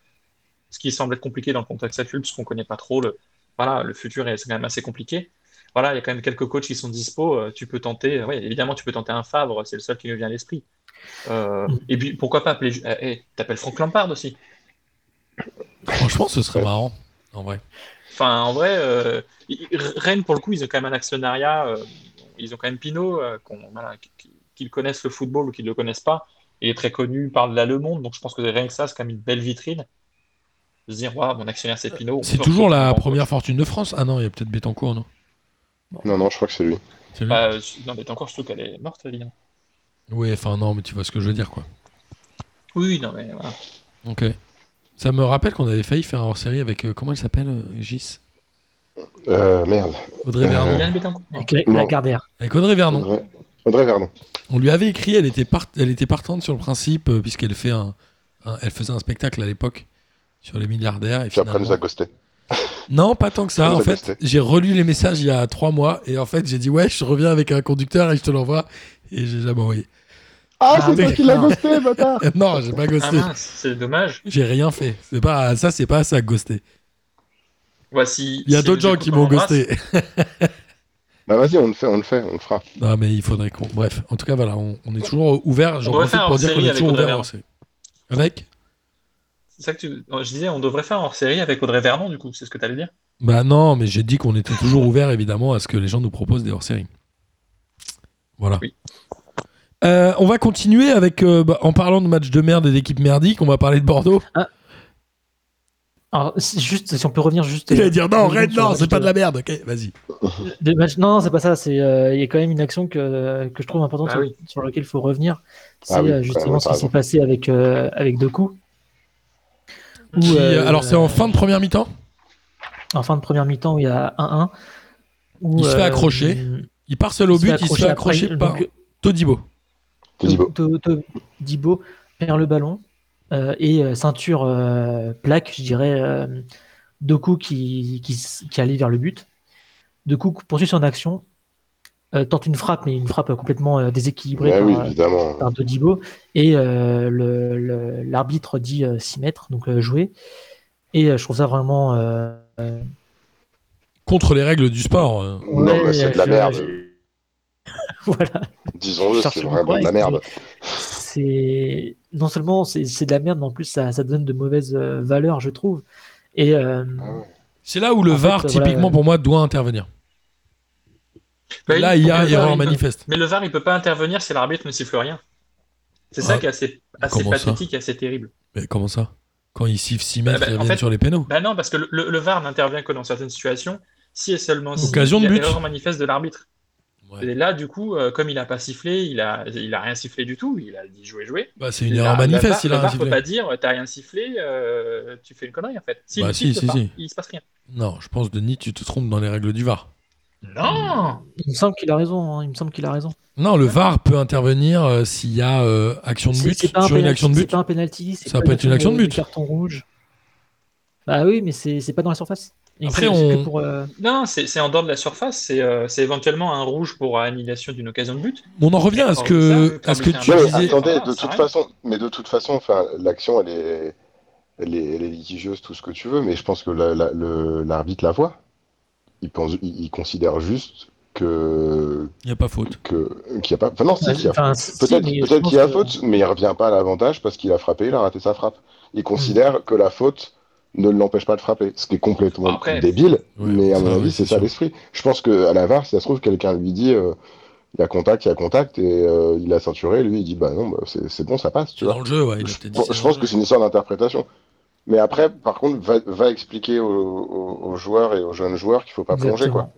Speaker 5: ce qui semble être compliqué dans le contexte actuel, puisqu'on ne connaît pas trop le, voilà, le futur et c'est quand même assez compliqué. Voilà, il y a quand même quelques coachs qui sont dispo. euh, tu peux tenter, ouais, évidemment, tu peux tenter un Favre, c'est le seul qui me vient à l'esprit. Euh,
Speaker 2: Mm.
Speaker 5: et puis, pourquoi pas appeler, euh, eh, t'appelles Franck Lampard aussi.
Speaker 4: Franchement, ce serait marrant, en vrai.
Speaker 5: Enfin, en vrai, euh, i- i- Rennes, pour le coup, ils ont quand même un actionnariat. euh, ils ont quand même Pinot, euh, qu'on- voilà, qui- qui- qu'ils connaissent le football ou qu'ils ne le connaissent pas. Il est très connu par la Le Monde, donc je pense que rien que ça, c'est quand même une belle vitrine. De se dire, waouh, mon actionnaire, c'est Pinot.
Speaker 4: C'est toujours la première fortune de France. Ah non, il y a peut-être Bétancourt, non
Speaker 3: Non, non, je crois que c'est lui.
Speaker 4: C'est lui
Speaker 5: Bah, euh, non, mais encore, surtout qu'elle est morte, hein. évidemment.
Speaker 4: Oui, enfin, non, mais tu vois ce que je veux dire, quoi.
Speaker 5: Oui, oui, non, mais voilà.
Speaker 4: Ok. Ça me rappelle qu'on avait failli faire un hors-série avec. euh, comment elle s'appelle euh, Gis
Speaker 3: Euh, merde.
Speaker 4: Audrey
Speaker 3: Euh,
Speaker 4: Vernon.
Speaker 5: Yann Bettencourt, non.
Speaker 2: Avec la,
Speaker 3: Non.
Speaker 2: la Gardère.
Speaker 4: Avec Audrey Vernon.
Speaker 3: Audrey, Audrey Vernon.
Speaker 4: On lui avait écrit, elle était, part- elle était partante sur le principe, euh, puisqu'elle fait un, un- elle faisait un spectacle à l'époque sur les milliardaires. Et
Speaker 3: Puis après,
Speaker 4: finalement-
Speaker 3: nous a ghosté.
Speaker 4: Non, pas tant que ça.
Speaker 3: Elle nous
Speaker 4: En
Speaker 3: a
Speaker 4: fait,
Speaker 3: ghosté.
Speaker 4: j'ai relu les messages il y a trois mois, et en fait, j'ai dit, ouais, je reviens avec un conducteur et je te l'envoie, et j'ai jamais envoyé.
Speaker 3: Ah,
Speaker 2: Ah,
Speaker 3: c'est toi
Speaker 2: oui.
Speaker 3: qui l'as ghosté, bâtard
Speaker 4: non, j'ai pas
Speaker 5: Ah
Speaker 4: ghosté.
Speaker 5: mince, c'est dommage.
Speaker 4: J'ai rien fait. C'est pas ça, c'est pas ça ghoster.
Speaker 5: Voici.
Speaker 4: Il y a
Speaker 5: si
Speaker 4: d'autres
Speaker 5: nous
Speaker 4: gens qui
Speaker 5: écoutent,
Speaker 4: m'ont
Speaker 5: on l'embrasse.
Speaker 4: ghosté.
Speaker 3: Bah vas-y, on le fait, on le fait, on le fera.
Speaker 4: Non, mais il faudrait qu'on. Bref, en tout cas, voilà, on, on est toujours ouvert. J'en
Speaker 5: On devrait
Speaker 4: profite
Speaker 5: faire
Speaker 4: pour
Speaker 5: hors
Speaker 4: dire qu'on
Speaker 5: série
Speaker 4: est
Speaker 5: avec
Speaker 4: toujours
Speaker 5: Audrey
Speaker 4: ouvert.
Speaker 5: Vernon.
Speaker 4: en série. Avec
Speaker 5: C'est ça que tu... Je disais, on devrait faire hors série avec Audrey Vernon, du coup, c'est ce que tu allais dire.
Speaker 4: Bah non, mais j'ai dit qu'on était toujours ouvert, évidemment, à ce que les gens nous proposent des hors-séries. Voilà.
Speaker 5: Oui.
Speaker 4: Euh, on va continuer avec. euh, bah, en parlant de matchs de merde et d'équipes merdiques, on va parler de Bordeaux.
Speaker 2: Alors, c'est juste, si on peut revenir juste.
Speaker 4: Il
Speaker 2: euh,
Speaker 4: va dire non,
Speaker 2: une seconde
Speaker 4: Red,
Speaker 2: sur le
Speaker 4: non,
Speaker 2: match
Speaker 4: c'est pas
Speaker 2: de-
Speaker 4: de la merde. Ok, vas-y.
Speaker 2: Le match- Non, non, c'est pas ça. C'est euh, il y a quand même une action que, que je trouve importante
Speaker 5: Ah
Speaker 2: sur,
Speaker 5: oui.
Speaker 2: sur laquelle il faut revenir. C'est
Speaker 3: Ah oui,
Speaker 2: euh,
Speaker 3: ouais,
Speaker 2: justement
Speaker 3: ouais,
Speaker 2: ce
Speaker 3: t'as
Speaker 2: qui s'est
Speaker 3: raison.
Speaker 2: passé avec euh, avec Doku. Où,
Speaker 4: Qui,
Speaker 2: euh,
Speaker 4: alors, c'est en fin de première mi-temps
Speaker 2: en fin de première mi-temps où il y a 1-1. où,
Speaker 4: Il se fait
Speaker 2: euh,
Speaker 4: accrocher. Il part seul
Speaker 2: il
Speaker 4: au
Speaker 2: se fait
Speaker 4: but, il se fait
Speaker 2: accrocher
Speaker 4: accrocher
Speaker 2: après,
Speaker 4: par
Speaker 2: donc, euh,
Speaker 4: Todibo.
Speaker 3: Todibo.
Speaker 2: To- To- Todibo perd le ballon euh, et euh, ceinture euh, plaque, je dirais, euh, Doku qui, qui, s- qui allait vers le but. Doku poursuit son action, euh, tente une frappe, mais une frappe euh, complètement euh, déséquilibrée
Speaker 3: Bah
Speaker 2: par,
Speaker 3: oui,
Speaker 2: euh,
Speaker 3: évidemment.
Speaker 2: par Todibo. Et euh, le- le- l'arbitre dit 6 mètres, donc euh, jouer. Et euh, je trouve ça vraiment. euh, euh,
Speaker 4: Contre les règles du sport. euh.
Speaker 2: ouais,
Speaker 3: non, mais c'est de la
Speaker 2: je-
Speaker 3: merde.
Speaker 2: je- voilà.
Speaker 3: Disons-le,
Speaker 2: cherche
Speaker 3: c'est
Speaker 2: le
Speaker 3: vraiment
Speaker 2: point,
Speaker 3: de la
Speaker 2: et
Speaker 3: merde.
Speaker 2: c'est non seulement c'est c'est de la merde, mais en plus ça, ça donne de mauvaises euh, valeurs, je trouve. Et euh,
Speaker 3: Ah ouais.
Speaker 4: C'est là où le
Speaker 2: En fait,
Speaker 4: VAR,
Speaker 2: voilà,
Speaker 4: typiquement,
Speaker 2: ouais.
Speaker 4: pour moi, doit intervenir.
Speaker 5: Bah,
Speaker 4: là,
Speaker 5: il-
Speaker 4: il y a
Speaker 5: le VAR,
Speaker 4: erreur
Speaker 5: il peut-
Speaker 4: manifeste.
Speaker 5: Mais le VAR, il peut pas intervenir si l'arbitre ne siffle rien. C'est ça
Speaker 4: Ah.
Speaker 5: qui est assez, assez
Speaker 4: Comment ça
Speaker 5: pathétique et assez terrible.
Speaker 4: Mais comment ça Quand ils sifflent 6 mètres,
Speaker 5: bah,
Speaker 4: ils
Speaker 5: en
Speaker 4: reviennent
Speaker 5: fait-
Speaker 4: sur les pénaux.
Speaker 5: Bah non, parce que le, le- le VAR n'intervient que dans certaines situations, si et seulement si
Speaker 4: Occasion de
Speaker 5: il y a
Speaker 4: but.
Speaker 5: erreur manifeste de l'arbitre.
Speaker 4: Ouais.
Speaker 5: Et là, du coup, euh, comme il n'a pas sifflé, il a, il a rien sifflé du tout, il a dit jouer, jouer.
Speaker 4: Bah, c'est une
Speaker 5: La-
Speaker 4: erreur
Speaker 5: la
Speaker 4: manifeste,
Speaker 5: VAR-
Speaker 4: il
Speaker 5: la
Speaker 4: a rien
Speaker 5: VAR peut
Speaker 4: sifflé.
Speaker 5: pas dire t'as rien sifflé, euh, tu fais une connerie en fait.
Speaker 4: Bah
Speaker 5: le
Speaker 4: si,
Speaker 5: siffle
Speaker 4: si,
Speaker 5: pas,
Speaker 4: si.
Speaker 5: il se passe rien.
Speaker 4: Non, je pense, Denis, tu te trompes dans les règles du VAR.
Speaker 5: Non
Speaker 2: il me semble qu'il a raison. hein, il me semble qu'il a raison.
Speaker 4: Non, le VAR peut intervenir euh, s'il y a euh, action de
Speaker 2: C'est-
Speaker 4: but,
Speaker 2: c'est pas un
Speaker 4: sur une
Speaker 2: penalty,
Speaker 4: action de
Speaker 2: c'est
Speaker 4: but.
Speaker 2: pas un penalty. c'est
Speaker 4: Ça
Speaker 2: pas
Speaker 4: peut
Speaker 2: une
Speaker 4: être une action de but.
Speaker 2: Carton rouge. Bah oui, mais c'est c'est pas dans la surface. Et
Speaker 4: Après,
Speaker 2: c'est- c'est que
Speaker 4: on-
Speaker 2: pour, euh,
Speaker 5: Non, c'est c'est en dehors de la surface, c'est euh, c'est éventuellement un rouge pour annulation d'une occasion de but.
Speaker 4: On en revient à ce que, à ce que tu
Speaker 3: Ouais, mais
Speaker 4: disais.
Speaker 3: attendez,
Speaker 5: Ah,
Speaker 3: de
Speaker 5: ça
Speaker 3: toute
Speaker 5: arrive.
Speaker 3: façon, mais de toute façon, enfin, l'action, elle est, elle est, elle est litigieuse, tout ce que tu veux, mais je pense que la- la- le- l'arbitre la voit. Il pense, il, il considère juste que,
Speaker 4: Il n'y a pas faute.
Speaker 3: que, qu'il y a pas. Enfin, non, si, qu'il y a
Speaker 2: enfin, si,
Speaker 3: Peut-être
Speaker 2: mais je
Speaker 3: peut-être
Speaker 2: pense
Speaker 3: qu'il y a
Speaker 2: que-
Speaker 3: faute, mais il revient pas à l'avantage parce qu'il a frappé, il a raté sa frappe. Il considère
Speaker 2: Hmm.
Speaker 3: que la faute ne l'empêche pas de frapper, ce qui est complètement
Speaker 5: Après-
Speaker 3: débile,
Speaker 4: Ouais,
Speaker 3: mais à
Speaker 4: ça,
Speaker 3: mon
Speaker 4: ouais,
Speaker 3: avis,
Speaker 4: c'est
Speaker 3: c'est ça
Speaker 4: sûr.
Speaker 3: l'esprit. Je pense que à la VAR, si ça se trouve, quelqu'un lui dit euh, il y a contact, il y a contact, et euh, il a ceinturé, lui, il dit bah non, bah, c'est c'est bon, ça passe, tu
Speaker 4: C'est
Speaker 3: vois.
Speaker 4: dans le jeu, ouais. il a
Speaker 3: Je,
Speaker 4: peut-être dit
Speaker 3: bon,
Speaker 4: c'est
Speaker 3: je
Speaker 4: dans
Speaker 3: pense
Speaker 4: le
Speaker 3: que
Speaker 4: jeu.
Speaker 3: c'est une histoire d'interprétation. Mais après, par contre, va, va expliquer aux, aux- aux joueurs et aux jeunes joueurs qu'il faut pas plonger, quoi.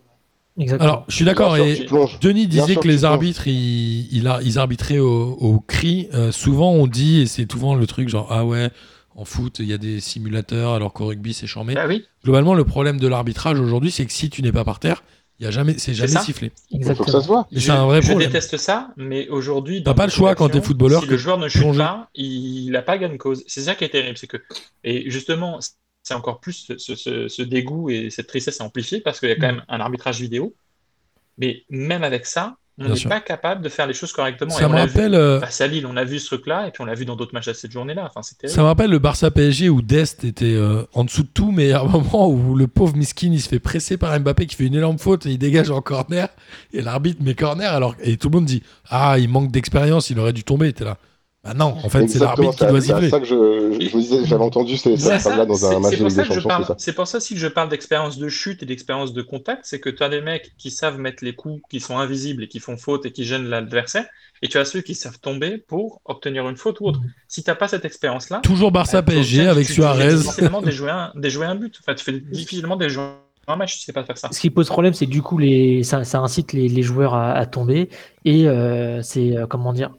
Speaker 2: Exactement. Exactement.
Speaker 4: Alors, je suis d'accord.
Speaker 3: Bien sûr,
Speaker 4: Et
Speaker 3: tu plonges.
Speaker 4: Denis
Speaker 3: Bien
Speaker 4: disait
Speaker 3: sûr
Speaker 4: que les
Speaker 3: qu'ils
Speaker 4: arbitres, ils, ils ar- ils arbitraient au, au cri. Euh, souvent, on dit, et c'est souvent le truc genre, ah ouais, en foot, il y a des simulateurs, alors qu'au rugby, c'est charmé.
Speaker 5: Bah oui,
Speaker 4: Globalement, le problème de l'arbitrage aujourd'hui, c'est que si tu n'es pas par terre, il y a jamais, c'est jamais
Speaker 5: ça.
Speaker 4: sifflé.
Speaker 3: Il faut que ça
Speaker 2: Exactement.
Speaker 3: se voit.
Speaker 4: Mais c'est un vrai
Speaker 5: je
Speaker 4: problème.
Speaker 5: déteste ça, mais aujourd'hui.
Speaker 4: T'as
Speaker 5: dans
Speaker 4: pas le
Speaker 5: beaucoup
Speaker 4: choix quand t'es
Speaker 5: d'actions,
Speaker 4: footballeur
Speaker 5: Si
Speaker 4: que
Speaker 5: le joueur ne chute
Speaker 4: plonger.
Speaker 5: pas, il n'a pas gain de cause. C'est ça qui est terrible. C'est que... Et justement, c'est encore plus ce, ce- ce- ce dégoût et cette tristesse amplifiée parce qu'il y a
Speaker 4: Mm.
Speaker 5: quand même un arbitrage vidéo. Mais même avec ça, on
Speaker 4: Bien
Speaker 5: n'est
Speaker 4: sûr.
Speaker 5: pas capable de faire les choses correctement. et
Speaker 4: Ça
Speaker 5: on
Speaker 4: me
Speaker 5: l'a vu
Speaker 4: rappelle, euh,
Speaker 5: face à Lille, on a vu ce truc-là, et puis on l'a vu dans d'autres matchs à cette journée-là. Enfin, c'est terrible.
Speaker 4: ça me rappelle le Barça PSG où Dest était euh, en dessous de tout, mais à un moment où le pauvre Miskin il se fait presser par Mbappé qui fait une énorme faute et il dégage en corner et l'arbitre met corner alors et tout le monde dit ah il manque d'expérience, il aurait dû tomber. T'es là. Bah non, en fait c'est
Speaker 3: Exactement,
Speaker 4: l'arbitre qui
Speaker 3: à-
Speaker 4: doit
Speaker 3: c'est à
Speaker 4: siffler.
Speaker 3: ça que je, je, je me disais, j'avais entendu ces
Speaker 5: C'est
Speaker 3: cette
Speaker 5: ça,
Speaker 3: phrase-là dans
Speaker 5: c'est-
Speaker 3: un match
Speaker 5: c'est
Speaker 3: de
Speaker 5: pour
Speaker 3: Ligue
Speaker 5: ça
Speaker 3: des
Speaker 5: que je
Speaker 3: Champions, c'est
Speaker 5: parle.
Speaker 3: ça.
Speaker 5: C'est pour ça si je parle d'expérience de chute et d'expérience de contact, c'est que tu as des mecs qui savent mettre les coups qui sont invisibles et qui font faute et qui gênent l'adversaire, et tu as ceux qui savent tomber pour obtenir une faute ou autre. Si t'as pas cette expérience-là,
Speaker 4: Toujours Barça
Speaker 5: bah, tu- tu-
Speaker 4: PSG
Speaker 5: tu-
Speaker 4: avec
Speaker 5: tu fais
Speaker 4: Suarez.
Speaker 5: difficilement déjouer un, déjouer un but. Enfin, tu fais difficilement déjouer un match, tu sais pas faire ça.
Speaker 2: Ce qui pose problème, c'est que du coup, les, ça, ça incite les, les joueurs à, à tomber et euh, c'est euh, comment dire,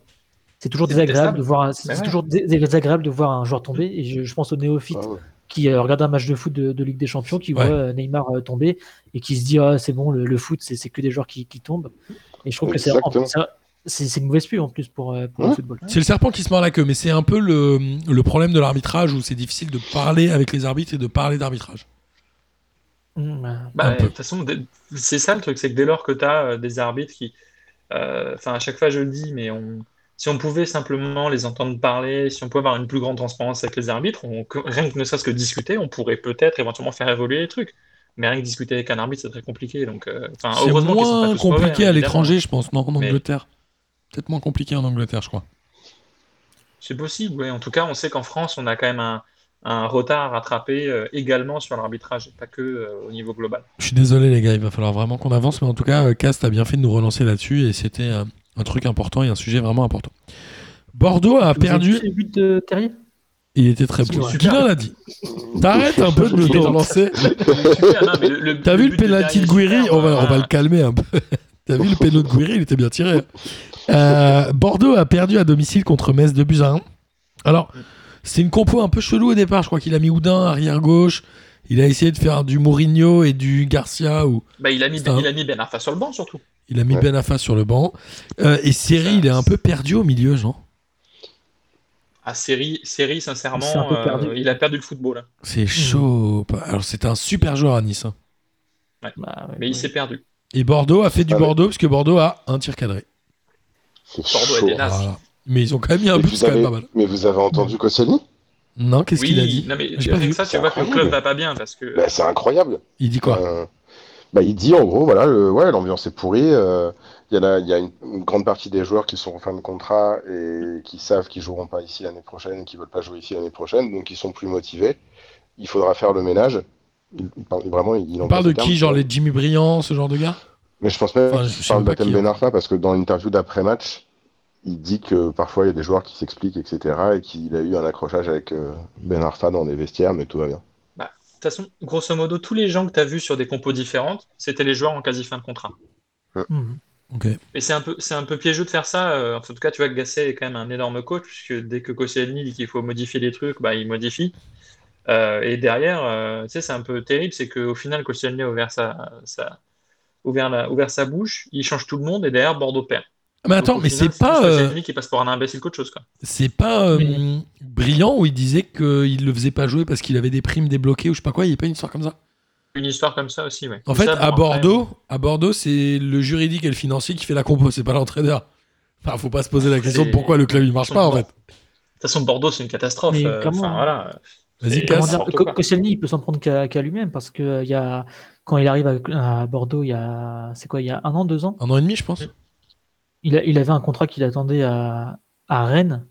Speaker 2: c'est toujours
Speaker 5: C'est
Speaker 2: désagréable de voir, un- c'est
Speaker 5: Mais
Speaker 2: c'est
Speaker 5: ouais.
Speaker 2: toujours dé- désagréable de voir un joueur tomber. Et je, je pense aux néophytes
Speaker 3: Ah ouais.
Speaker 2: qui euh, regardent un match de foot de, de Ligue des Champions, qui
Speaker 4: Ouais.
Speaker 2: voient euh, Neymar euh, tomber et qui se dit ah c'est bon, le, le foot c'est c'est que des joueurs qui, qui tombent. Et je trouve que c'est en-
Speaker 3: Exactement.
Speaker 2: c'est- c'est c'est une mauvaise pub en plus pour, euh, pour le
Speaker 3: Ouais.
Speaker 2: football.
Speaker 4: C'est le serpent qui se mord la queue, mais c'est un peu le, le problème de l'arbitrage où c'est difficile de parler avec les arbitres et de parler d'arbitrage.
Speaker 2: Mm, euh,
Speaker 4: Un
Speaker 5: Bah,
Speaker 4: peu.
Speaker 5: de toute façon, dès- euh, c'est ça le truc, c'est que dès lors que tu as des arbitres qui. euh, Enfin, à chaque fois je le dis, mais on, si on pouvait simplement les entendre parler, si on pouvait avoir une plus grande transparence avec les arbitres, on- que- rien que ne serait-ce que discuter, on pourrait peut-être éventuellement faire évoluer les trucs. Mais rien que discuter avec un arbitre, c'est très compliqué. Donc, euh, enfin,
Speaker 4: C'est
Speaker 5: heureusement qu'ils sont pas
Speaker 4: moins
Speaker 5: tous mauvais, hein,
Speaker 4: compliqué à
Speaker 5: évidemment.
Speaker 4: l'étranger, je pense, non, en
Speaker 5: Mais-
Speaker 4: Angleterre. Peut-être moins compliqué en Angleterre, je crois.
Speaker 5: C'est possible, oui. En tout cas, on sait qu'en France, on a quand même un, un retard à rattraper euh, également sur l'arbitrage, et pas que euh, au niveau global.
Speaker 4: Je suis désolé, les gars, il va falloir vraiment qu'on avance, mais en tout cas, euh, Cast a bien fait de nous relancer là-dessus et c'était euh, un truc important et un sujet vraiment important. Bordeaux a
Speaker 2: Vous avez
Speaker 4: perdu,
Speaker 2: vu le but de Terrier
Speaker 4: il était très beau.
Speaker 2: Super.
Speaker 4: Kylian l'a dit. T'arrêtes un peu de me relancer.
Speaker 5: Super, non, mais le- le-
Speaker 4: T'as vu le
Speaker 5: but de
Speaker 4: pénalty de
Speaker 5: Darius
Speaker 4: Guiri
Speaker 5: Miller,
Speaker 4: on va, on
Speaker 5: voilà.
Speaker 4: va le calmer un peu. T'as vu le péno de Guiri Il était bien tiré. Euh, Bordeaux a perdu à domicile contre Metz de buts à 1. Alors, c'est une compo un peu chelou au départ. Je crois qu'il a mis Houdin arrière gauche. Il a essayé de faire du Mourinho et du Garcia ou
Speaker 5: Bah, il, a mis,
Speaker 4: C'est un-
Speaker 5: il a mis Ben Arfa sur le banc, surtout.
Speaker 4: il a mis
Speaker 3: Ouais.
Speaker 4: Ben Affa sur le banc. Euh, et Seri, il est un peu perdu au milieu, genre.
Speaker 5: À série, série sincèrement,
Speaker 2: C'est un peu
Speaker 5: euh,
Speaker 2: perdu.
Speaker 5: il a perdu le football. hein.
Speaker 4: C'est chaud. Alors, c'était un super joueur à Nice. hein.
Speaker 2: Bah, ouais,
Speaker 5: Mais
Speaker 2: ouais.
Speaker 5: il s'est perdu.
Speaker 4: Et Bordeaux a fait du
Speaker 3: Ah ouais.
Speaker 4: Bordeaux parce que Bordeaux a un tir cadré.
Speaker 3: C'est
Speaker 5: Bordeaux a
Speaker 3: chaud.
Speaker 5: des nazes. Ah,
Speaker 4: Voilà. Mais ils ont quand même mis un
Speaker 3: Et
Speaker 4: but,
Speaker 3: vous
Speaker 4: c'est quand
Speaker 3: avez-
Speaker 4: même pas mal.
Speaker 3: Mais vous avez entendu Koscielny
Speaker 4: Non, qu'est-ce
Speaker 5: oui,
Speaker 4: qu'il a dit
Speaker 5: non, mais
Speaker 4: J'ai pas
Speaker 5: rien
Speaker 4: vu.
Speaker 5: que ça, tu
Speaker 3: C'est
Speaker 5: vois que le
Speaker 3: incroyable.
Speaker 5: club va pas bien parce que
Speaker 3: Bah, C'est incroyable.
Speaker 4: Il dit quoi
Speaker 3: Euh, bah, il dit en gros, voilà, le- ouais, l'ambiance est pourrie. euh, Il y, en a- il y a une, une grande partie des joueurs qui sont en fin de contrat et qui savent qu'ils joueront pas ici l'année prochaine et qui veulent pas jouer ici l'année prochaine, donc ils sont plus motivés. Il faudra faire le ménage. Il, il parle vraiment. Il, il
Speaker 4: On
Speaker 3: emploie
Speaker 4: parle de
Speaker 3: ce terme.
Speaker 4: qui Genre les Jimmy Briand, ce genre de gars
Speaker 3: Mais je pense même
Speaker 4: Enfin,
Speaker 3: qu'il
Speaker 4: je sais
Speaker 3: parle
Speaker 4: même pas
Speaker 3: d'Atem
Speaker 4: qui,
Speaker 3: Ben
Speaker 4: hein.
Speaker 3: Arfa parce que dans l'interview d'après-match, il dit que parfois il y a des joueurs qui s'expliquent, etc. et qu'il a eu un accrochage avec euh, Ben Arfa dans des vestiaires, mais tout va bien.
Speaker 5: De toute façon, grosso modo, tous les gens que tu as vus sur des compos différentes, c'était les joueurs en quasi fin de contrat.
Speaker 2: Mhm.
Speaker 4: hein. Ok.
Speaker 3: Ben.
Speaker 5: Et c'est un peu, c'est un peu piégeux de faire ça. euh, en tout cas, tu vois que Gasset est quand même un énorme coach, puisque dès que Koscielny dit qu'il faut modifier les trucs, bah, il modifie. Euh, et derrière, euh, tu sais, c'est un peu terrible, c'est qu'au final, Koscielny a ouvert sa, sa- ouvert, la- ouvert sa bouche, il change tout le monde, et derrière, Bordeaux perd.
Speaker 4: Mais attends,
Speaker 5: Donc, au
Speaker 4: mais
Speaker 5: final,
Speaker 4: c'est pas,
Speaker 5: plus
Speaker 4: euh,
Speaker 5: Koscielny qui passe pour un imbécile qu'autre chose, quoi.
Speaker 4: c'est pas euh, brillant où il disait qu'il le faisait pas jouer parce qu'il avait des primes débloquées ou je sais pas quoi. Il y a pas une histoire comme ça.
Speaker 5: Une histoire comme ça aussi, ouais.
Speaker 4: En
Speaker 5: Tout
Speaker 4: fait,
Speaker 5: ça, bon,
Speaker 4: à
Speaker 5: après,
Speaker 4: Bordeaux, à Bordeaux, c'est le juridique et le financier qui fait la compo. C'est pas l'entraîneur. Enfin, faut pas se poser la question de
Speaker 5: C'est-
Speaker 4: pourquoi le club il marche pas en fait.
Speaker 5: De toute façon, Bordeaux, c'est une catastrophe.
Speaker 2: Mais
Speaker 5: euh,
Speaker 2: comment-
Speaker 5: enfin, voilà.
Speaker 4: Vas-y,
Speaker 5: Et
Speaker 2: Comment
Speaker 4: casse.
Speaker 2: dire,
Speaker 5: n'importe
Speaker 2: Ko-
Speaker 5: quoi.
Speaker 2: Koscielny, il peut s'en prendre qu'à qu'à lui-même parce que euh, il y a, quand il arrive à, à Bordeaux, il y a, c'est quoi, il y a un an, deux ans,
Speaker 4: Un an et demi, je pense.
Speaker 2: il, a- il avait un contrat qu'il attendait à, à Rennes.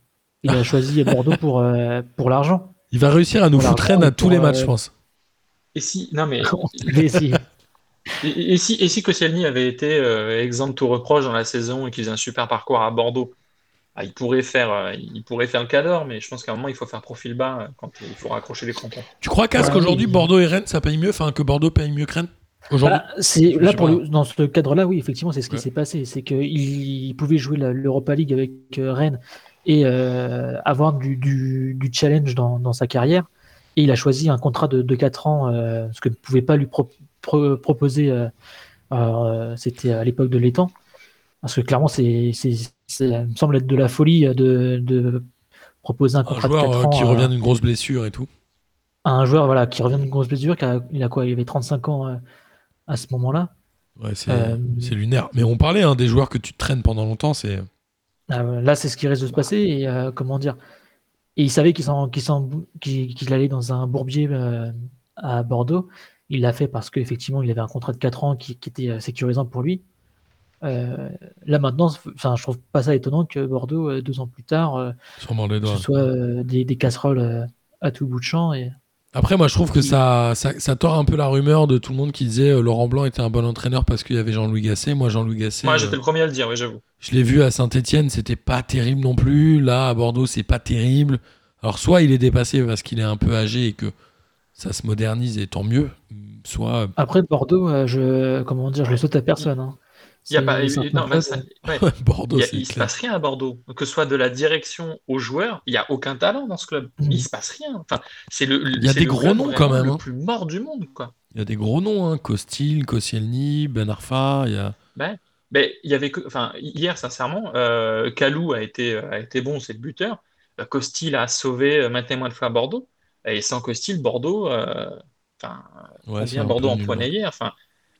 Speaker 2: Il a choisi Bordeaux pour, euh, pour l'argent.
Speaker 4: Il va réussir à nous
Speaker 2: Voilà,
Speaker 4: foutre Rennes à
Speaker 2: pour,
Speaker 4: tous les
Speaker 2: euh,
Speaker 4: matchs, je pense.
Speaker 5: Et si, non, mais
Speaker 2: Mais si-
Speaker 5: Et, et- et si, et si Koscielny avait été euh, exempt de tout reproche dans la saison et qu'il faisait un super parcours à Bordeaux, ah, il, pourrait faire, euh, il pourrait faire le cador, mais je pense qu'à un moment, il faut faire profil bas euh, quand il faut raccrocher les crampons.
Speaker 4: Tu crois, casse
Speaker 2: Ouais,
Speaker 4: qu'aujourd'hui
Speaker 2: oui.
Speaker 4: Bordeaux et Rennes ça paye mieux, enfin que Bordeaux paye mieux que Rennes aujourd'hui.
Speaker 2: Voilà, c'est
Speaker 4: Je
Speaker 2: là
Speaker 4: sais
Speaker 2: pour
Speaker 4: pas.
Speaker 2: le- dans ce cadre-là, oui, effectivement, c'est ce qui
Speaker 4: Ouais.
Speaker 2: s'est passé, c'est qu'il pouvait jouer la- l'Europa League avec euh, Rennes et euh, avoir du, du- du challenge dans, dans sa carrière. Et il a choisi un contrat de, de 4 ans, euh, ce que ne pouvait pas lui pro- pro- proposer. euh, euh, C'était à l'époque de l'étang, parce que clairement, c'est, c'est, c'est- ça me semble être de la folie euh, de, de proposer un
Speaker 4: Un
Speaker 2: contrat de
Speaker 4: joueur
Speaker 2: 4
Speaker 4: euh,
Speaker 2: ans
Speaker 4: qui
Speaker 2: à-
Speaker 4: revient d'une grosse blessure et tout.
Speaker 2: à un joueur voilà qui revient d'une grosse blessure, qui a- il a quoi, il avait 35 ans euh, à ce moment-là.
Speaker 4: Ouais, c'est
Speaker 2: Euh,
Speaker 4: c'est lunaire. Mais on parlait hein, des joueurs que tu traînes pendant longtemps, c'est
Speaker 2: Euh, là, c'est ce qui risque de se passer. Et euh, comment dire Et il savait qu'il s'en- qu'il s'en- qu'il- qu'il allait dans un bourbier euh, à Bordeaux. Il l'a fait parce qu'effectivement, il avait un contrat de 4 ans qui, qui était euh, sécurisant pour lui. Euh, là maintenant, c'est- enfin, je trouve pas ça étonnant que Bordeaux, euh, deux ans plus tard, euh,
Speaker 4: sûrement les
Speaker 2: que
Speaker 4: doigts.
Speaker 2: ce soit euh, des, des casseroles euh, à tout bout de champ. Et...
Speaker 4: Après, moi, je trouve que ça, ça, ça tord un peu la rumeur de tout le monde qui disait euh, Laurent Blanc était un bon entraîneur parce qu'il y avait Jean-Louis Gasset. Moi, Jean-Louis Gasset,
Speaker 5: Moi,
Speaker 4: euh,
Speaker 5: j'étais le premier à le dire, oui, j'avoue.
Speaker 4: je l'ai vu à Saint-Etienne, c'était pas terrible non plus. Là, à Bordeaux, c'est pas terrible. Alors, soit il est dépassé parce qu'il est un peu âgé et que ça se modernise et tant mieux. Soit, euh,
Speaker 2: Après, Bordeaux, euh, je comment dire, je le saute à personne. hein.
Speaker 5: Il y a
Speaker 2: C'est-
Speaker 5: pas,
Speaker 2: c'est un
Speaker 5: et- non,
Speaker 2: contrat
Speaker 5: même ça-
Speaker 2: de-
Speaker 5: ouais.
Speaker 4: Bordeaux,
Speaker 5: Il y a-
Speaker 4: c'est
Speaker 5: il se
Speaker 4: clair.
Speaker 5: passe rien à Bordeaux. Que ce soit de la direction aux joueurs, il n'y a aucun talent dans ce club.
Speaker 2: Mhm.
Speaker 5: Il se passe rien. Enfin, c'est le, le-
Speaker 4: Mm. Il y a
Speaker 5: c'est
Speaker 4: des
Speaker 5: le
Speaker 4: gros
Speaker 5: club
Speaker 4: noms,
Speaker 5: vraiment
Speaker 4: quand même, hein.
Speaker 5: Le plus mort du monde, quoi.
Speaker 4: Il y a des gros noms, hein. Costil, Koscielny, Ben Arfa. Il y a...
Speaker 5: Ben, il y avait que, enfin, hier, sincèrement, euh, Kalou a été, a été bon, c'est le buteur. Euh, Costil a sauvé euh, maintes et maintes fois Bordeaux. Et sans Costil, Bordeaux, euh, enfin,
Speaker 4: Ouais, c'est
Speaker 5: combien
Speaker 4: un peu
Speaker 5: Bordeaux
Speaker 4: nul, hein.
Speaker 5: empoignait hier. Enfin,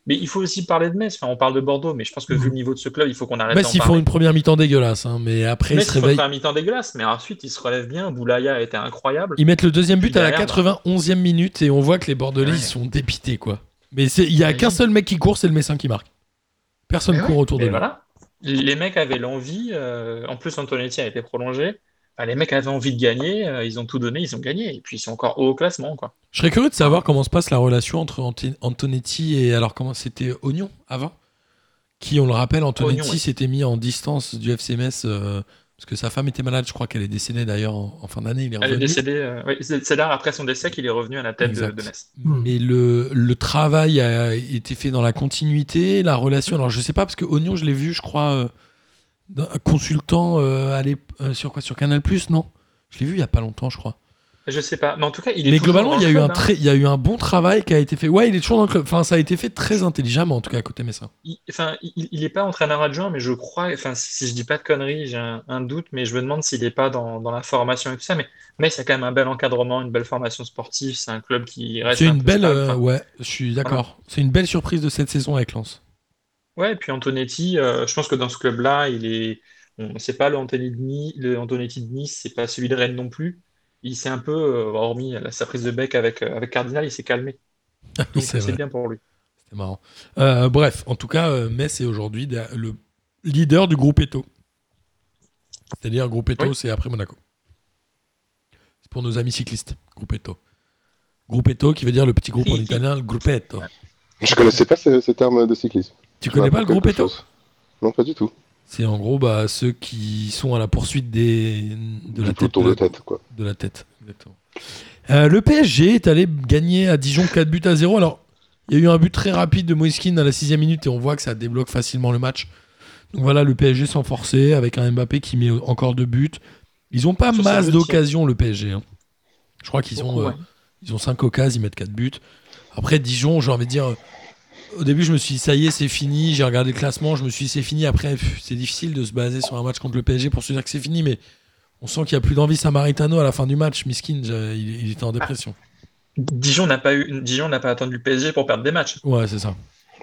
Speaker 5: Mais il faut aussi parler de Metz. Enfin, on parle de Bordeaux, mais je pense que vu le niveau de ce club, il faut qu'on arrête.
Speaker 4: Mm. Metz,
Speaker 5: d'en
Speaker 4: ils font
Speaker 5: parler.
Speaker 4: une première mi-temps dégueulasse, hein, mais après, ils
Speaker 5: Metz
Speaker 4: se
Speaker 5: ils font
Speaker 4: réveillent.
Speaker 5: un mi-temps dégueulasse, mais ensuite ils se relèvent bien. Boulaya a été incroyable.
Speaker 4: Ils mettent le deuxième
Speaker 5: Puis
Speaker 4: but à la
Speaker 5: derrière,
Speaker 4: 91e minute et on voit que les Bordelais
Speaker 5: Ouais.
Speaker 4: ils sont dépités quoi. Mais c'est- il y a
Speaker 5: Ouais.
Speaker 4: qu'un seul mec qui court, c'est le Messin qui marque. Personne
Speaker 5: Mais
Speaker 4: court autour de
Speaker 5: Et
Speaker 4: lui.
Speaker 5: voilà. Les mecs avaient l'envie. euh, en plus, Antonetti a été prolongé. Enfin, les mecs avaient envie de gagner. euh, ils ont tout donné, ils ont gagné. Et puis ils sont encore haut au classement, quoi.
Speaker 4: Je serais curieux de savoir comment se passe la relation entre Anti- Antonetti et alors comment c'était Oignon avant, qui on le rappelle Antonetti
Speaker 5: Ognon, ouais.
Speaker 4: s'était mis en distance du FCMS euh, parce que sa femme était malade. Je crois qu'elle est décédée d'ailleurs en, en fin d'année. Il est
Speaker 5: Elle est
Speaker 4: revenu.
Speaker 5: décédée. euh, oui, c'est c'est là après son décès qu'il est revenu à la tête de,
Speaker 4: Exact.
Speaker 5: de Metz.
Speaker 2: Hmm.
Speaker 4: Mais le, le travail a été fait dans la continuité, la relation. Alors je sais pas parce que Oignon, je l'ai vu, je crois, euh, dans- consultant euh, à l'ép- euh, sur quoi Sur Canal Plus, non Je l'ai vu il y a pas longtemps, je crois.
Speaker 5: Je sais pas, mais en tout cas, il est.
Speaker 4: Mais
Speaker 5: toujours
Speaker 4: globalement,
Speaker 5: dans
Speaker 4: il y a
Speaker 5: le
Speaker 4: eu un
Speaker 5: club, hein.
Speaker 4: très, il y a eu un bon travail qui a été fait. Ouais, il est toujours dans le club. Enfin, ça a été fait très intelligemment en tout cas à côté Messin.
Speaker 5: Il- Enfin, il il est pas entraîneur adjoint, mais je crois, enfin, si je dis pas de conneries, j'ai un, un doute, mais je me demande s'il est pas dans, dans la formation et tout ça. Mais mais c'est quand même un bel encadrement, une belle formation sportive. C'est un club qui reste.
Speaker 4: C'est
Speaker 5: un
Speaker 4: une
Speaker 5: peu
Speaker 4: belle,
Speaker 5: stable. hein.
Speaker 4: euh,
Speaker 5: Enfin,
Speaker 4: ouais, je suis d'accord. C'est une belle surprise de cette saison avec Lens.
Speaker 5: Ouais, et puis Antonetti, euh, je pense que dans ce club-là, il est. On sait pas le Antonetti de Nice, le Antonetti de Nice, c'est pas celui de Rennes non plus. Il s'est un peu, euh, hormis la- sa prise de bec avec, euh, avec Cardinal, il s'est calmé. Donc
Speaker 4: Ah, C'est
Speaker 5: c'est
Speaker 4: vrai.
Speaker 5: bien pour lui.
Speaker 4: C'est marrant. Euh, bref, en tout cas, euh, Metz est aujourd'hui da- le leader du groupe Eto. C'est-à-dire, groupe Eto,
Speaker 5: Oui.
Speaker 4: c'est après Monaco. C'est pour nos amis cyclistes, groupe Eto. Groupe Eto, qui veut dire le petit groupe en
Speaker 5: Si.
Speaker 4: italien, le gruppetto.
Speaker 3: Je connaissais pas ce, ce terme de cyclisme.
Speaker 4: Tu
Speaker 3: Ça
Speaker 4: connais pas le
Speaker 3: m'apprend
Speaker 4: groupe
Speaker 3: quelque
Speaker 4: Eto
Speaker 3: chose. Non, pas du tout.
Speaker 4: C'est en gros bah, ceux qui sont à la poursuite des, de, la
Speaker 3: Du
Speaker 4: tête,
Speaker 3: peloton
Speaker 4: de,
Speaker 3: de
Speaker 4: la,
Speaker 3: tête, quoi.
Speaker 4: de la tête. Exactement. Euh, le PSG est allé gagner à Dijon 4 buts à 0. Alors, il y a eu un but très rapide de Moïskine à la sixième minute et on voit que ça débloque facilement le match. Donc voilà, le PSG sans forcer avec un Mbappé qui met encore deux buts. Ils ont pas
Speaker 5: Ça, c'est
Speaker 4: masse
Speaker 5: le tir.
Speaker 4: d'occasions, le PSG. hein. Je crois qu'ils ont,
Speaker 5: Beaucoup,
Speaker 4: euh,
Speaker 5: ouais.
Speaker 4: ils ont 5 occasions, ils mettent 4 buts. Après, Dijon, j'ai envie de dire. euh, Au début, je me suis dit, ça y est, c'est fini. J'ai regardé le classement, je me suis dit, c'est fini. Après, pff, c'est difficile de se baser sur un match contre le PSG pour se dire que c'est fini, mais on sent qu'il n'y a plus d'envie. Samaritano, à la fin du match, Miskin, j'ai- il, il était en dépression.
Speaker 5: Dijon n'a pas eu, Dijon n'a pas attendu le PSG pour perdre des matchs.
Speaker 4: Ouais, c'est ça.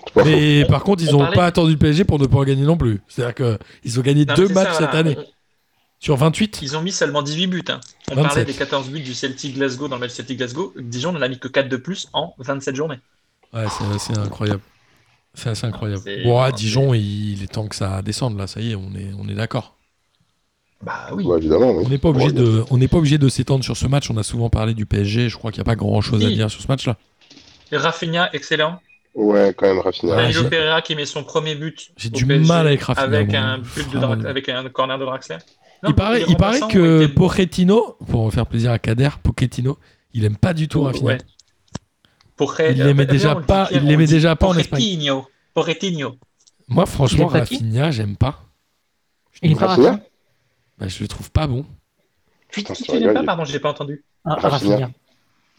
Speaker 3: C'est pas faux.
Speaker 4: Mais
Speaker 5: On-
Speaker 4: par contre, ils
Speaker 5: on
Speaker 4: n'ont
Speaker 5: parlait-
Speaker 4: pas attendu le PSG pour ne pas en gagner non plus. C'est-à-dire qu'ils ont gagné
Speaker 5: Non, mais
Speaker 4: deux
Speaker 5: c'est
Speaker 4: matchs
Speaker 5: ça,
Speaker 4: cette
Speaker 5: voilà.
Speaker 4: année.
Speaker 5: On-
Speaker 4: Sur 28
Speaker 5: Ils ont mis seulement 18 buts. hein. On
Speaker 4: 27.
Speaker 5: parlait des 14 buts du Celtic Glasgow dans le match Celtic Glasgow. Dijon n'en a mis que 4 de plus en 27 journées.
Speaker 4: Ouais, c'est- c'est incroyable. C'est assez incroyable.
Speaker 5: C'est-
Speaker 4: Bon, à
Speaker 5: c'est-
Speaker 4: Dijon, il, il est temps que ça descende, là. Ça y est, on est, on est d'accord.
Speaker 5: Bah oui.
Speaker 3: Ouais, évidemment. oui.
Speaker 4: On n'est pas obligé
Speaker 3: Ouais,
Speaker 4: de, on n'est pas obligé de s'étendre sur ce match. On a souvent parlé du PSG. Je crois qu'il n'y a pas grand chose à
Speaker 5: Si.
Speaker 4: dire sur ce match-là.
Speaker 5: Et Rafinha, excellent.
Speaker 3: Ouais, quand même, Rafinha.
Speaker 4: Ouais,
Speaker 5: Danilo
Speaker 4: j'ai-
Speaker 5: Pereira qui met son premier but.
Speaker 4: j'ai
Speaker 5: au
Speaker 4: du
Speaker 5: PSG
Speaker 4: mal avec Rafinha,
Speaker 5: Avec
Speaker 4: moi.
Speaker 5: un, but de
Speaker 4: Vraiment.
Speaker 5: Drax- avec un corner de Draxler. Non,
Speaker 4: Ah, Il paraît,
Speaker 5: les
Speaker 4: il paraît
Speaker 5: remplaçants ont
Speaker 4: que
Speaker 5: été-
Speaker 4: Pochettino, pour faire plaisir à Kader, Pochettino, il aime pas du tout Rafinha.
Speaker 5: Ouais. Pour
Speaker 4: Il l'aimait déjà pas, il l'aimait déjà pas en Espagne.
Speaker 5: Pochettino. Pochettino.
Speaker 4: Moi, franchement,
Speaker 2: Il aime pas qui
Speaker 4: Rafinha, j'aime pas.
Speaker 2: Il est pas
Speaker 3: Rafinha
Speaker 2: Rafinha
Speaker 4: Bah, je le trouve pas bon.
Speaker 5: Ah, Qui
Speaker 3: Putain,
Speaker 5: qui
Speaker 3: c'est
Speaker 5: tu n'aimes pas
Speaker 3: rigolo.
Speaker 5: Pardon, j'ai pas entendu.
Speaker 2: Ah,
Speaker 3: Rafinha.
Speaker 2: Rafinha.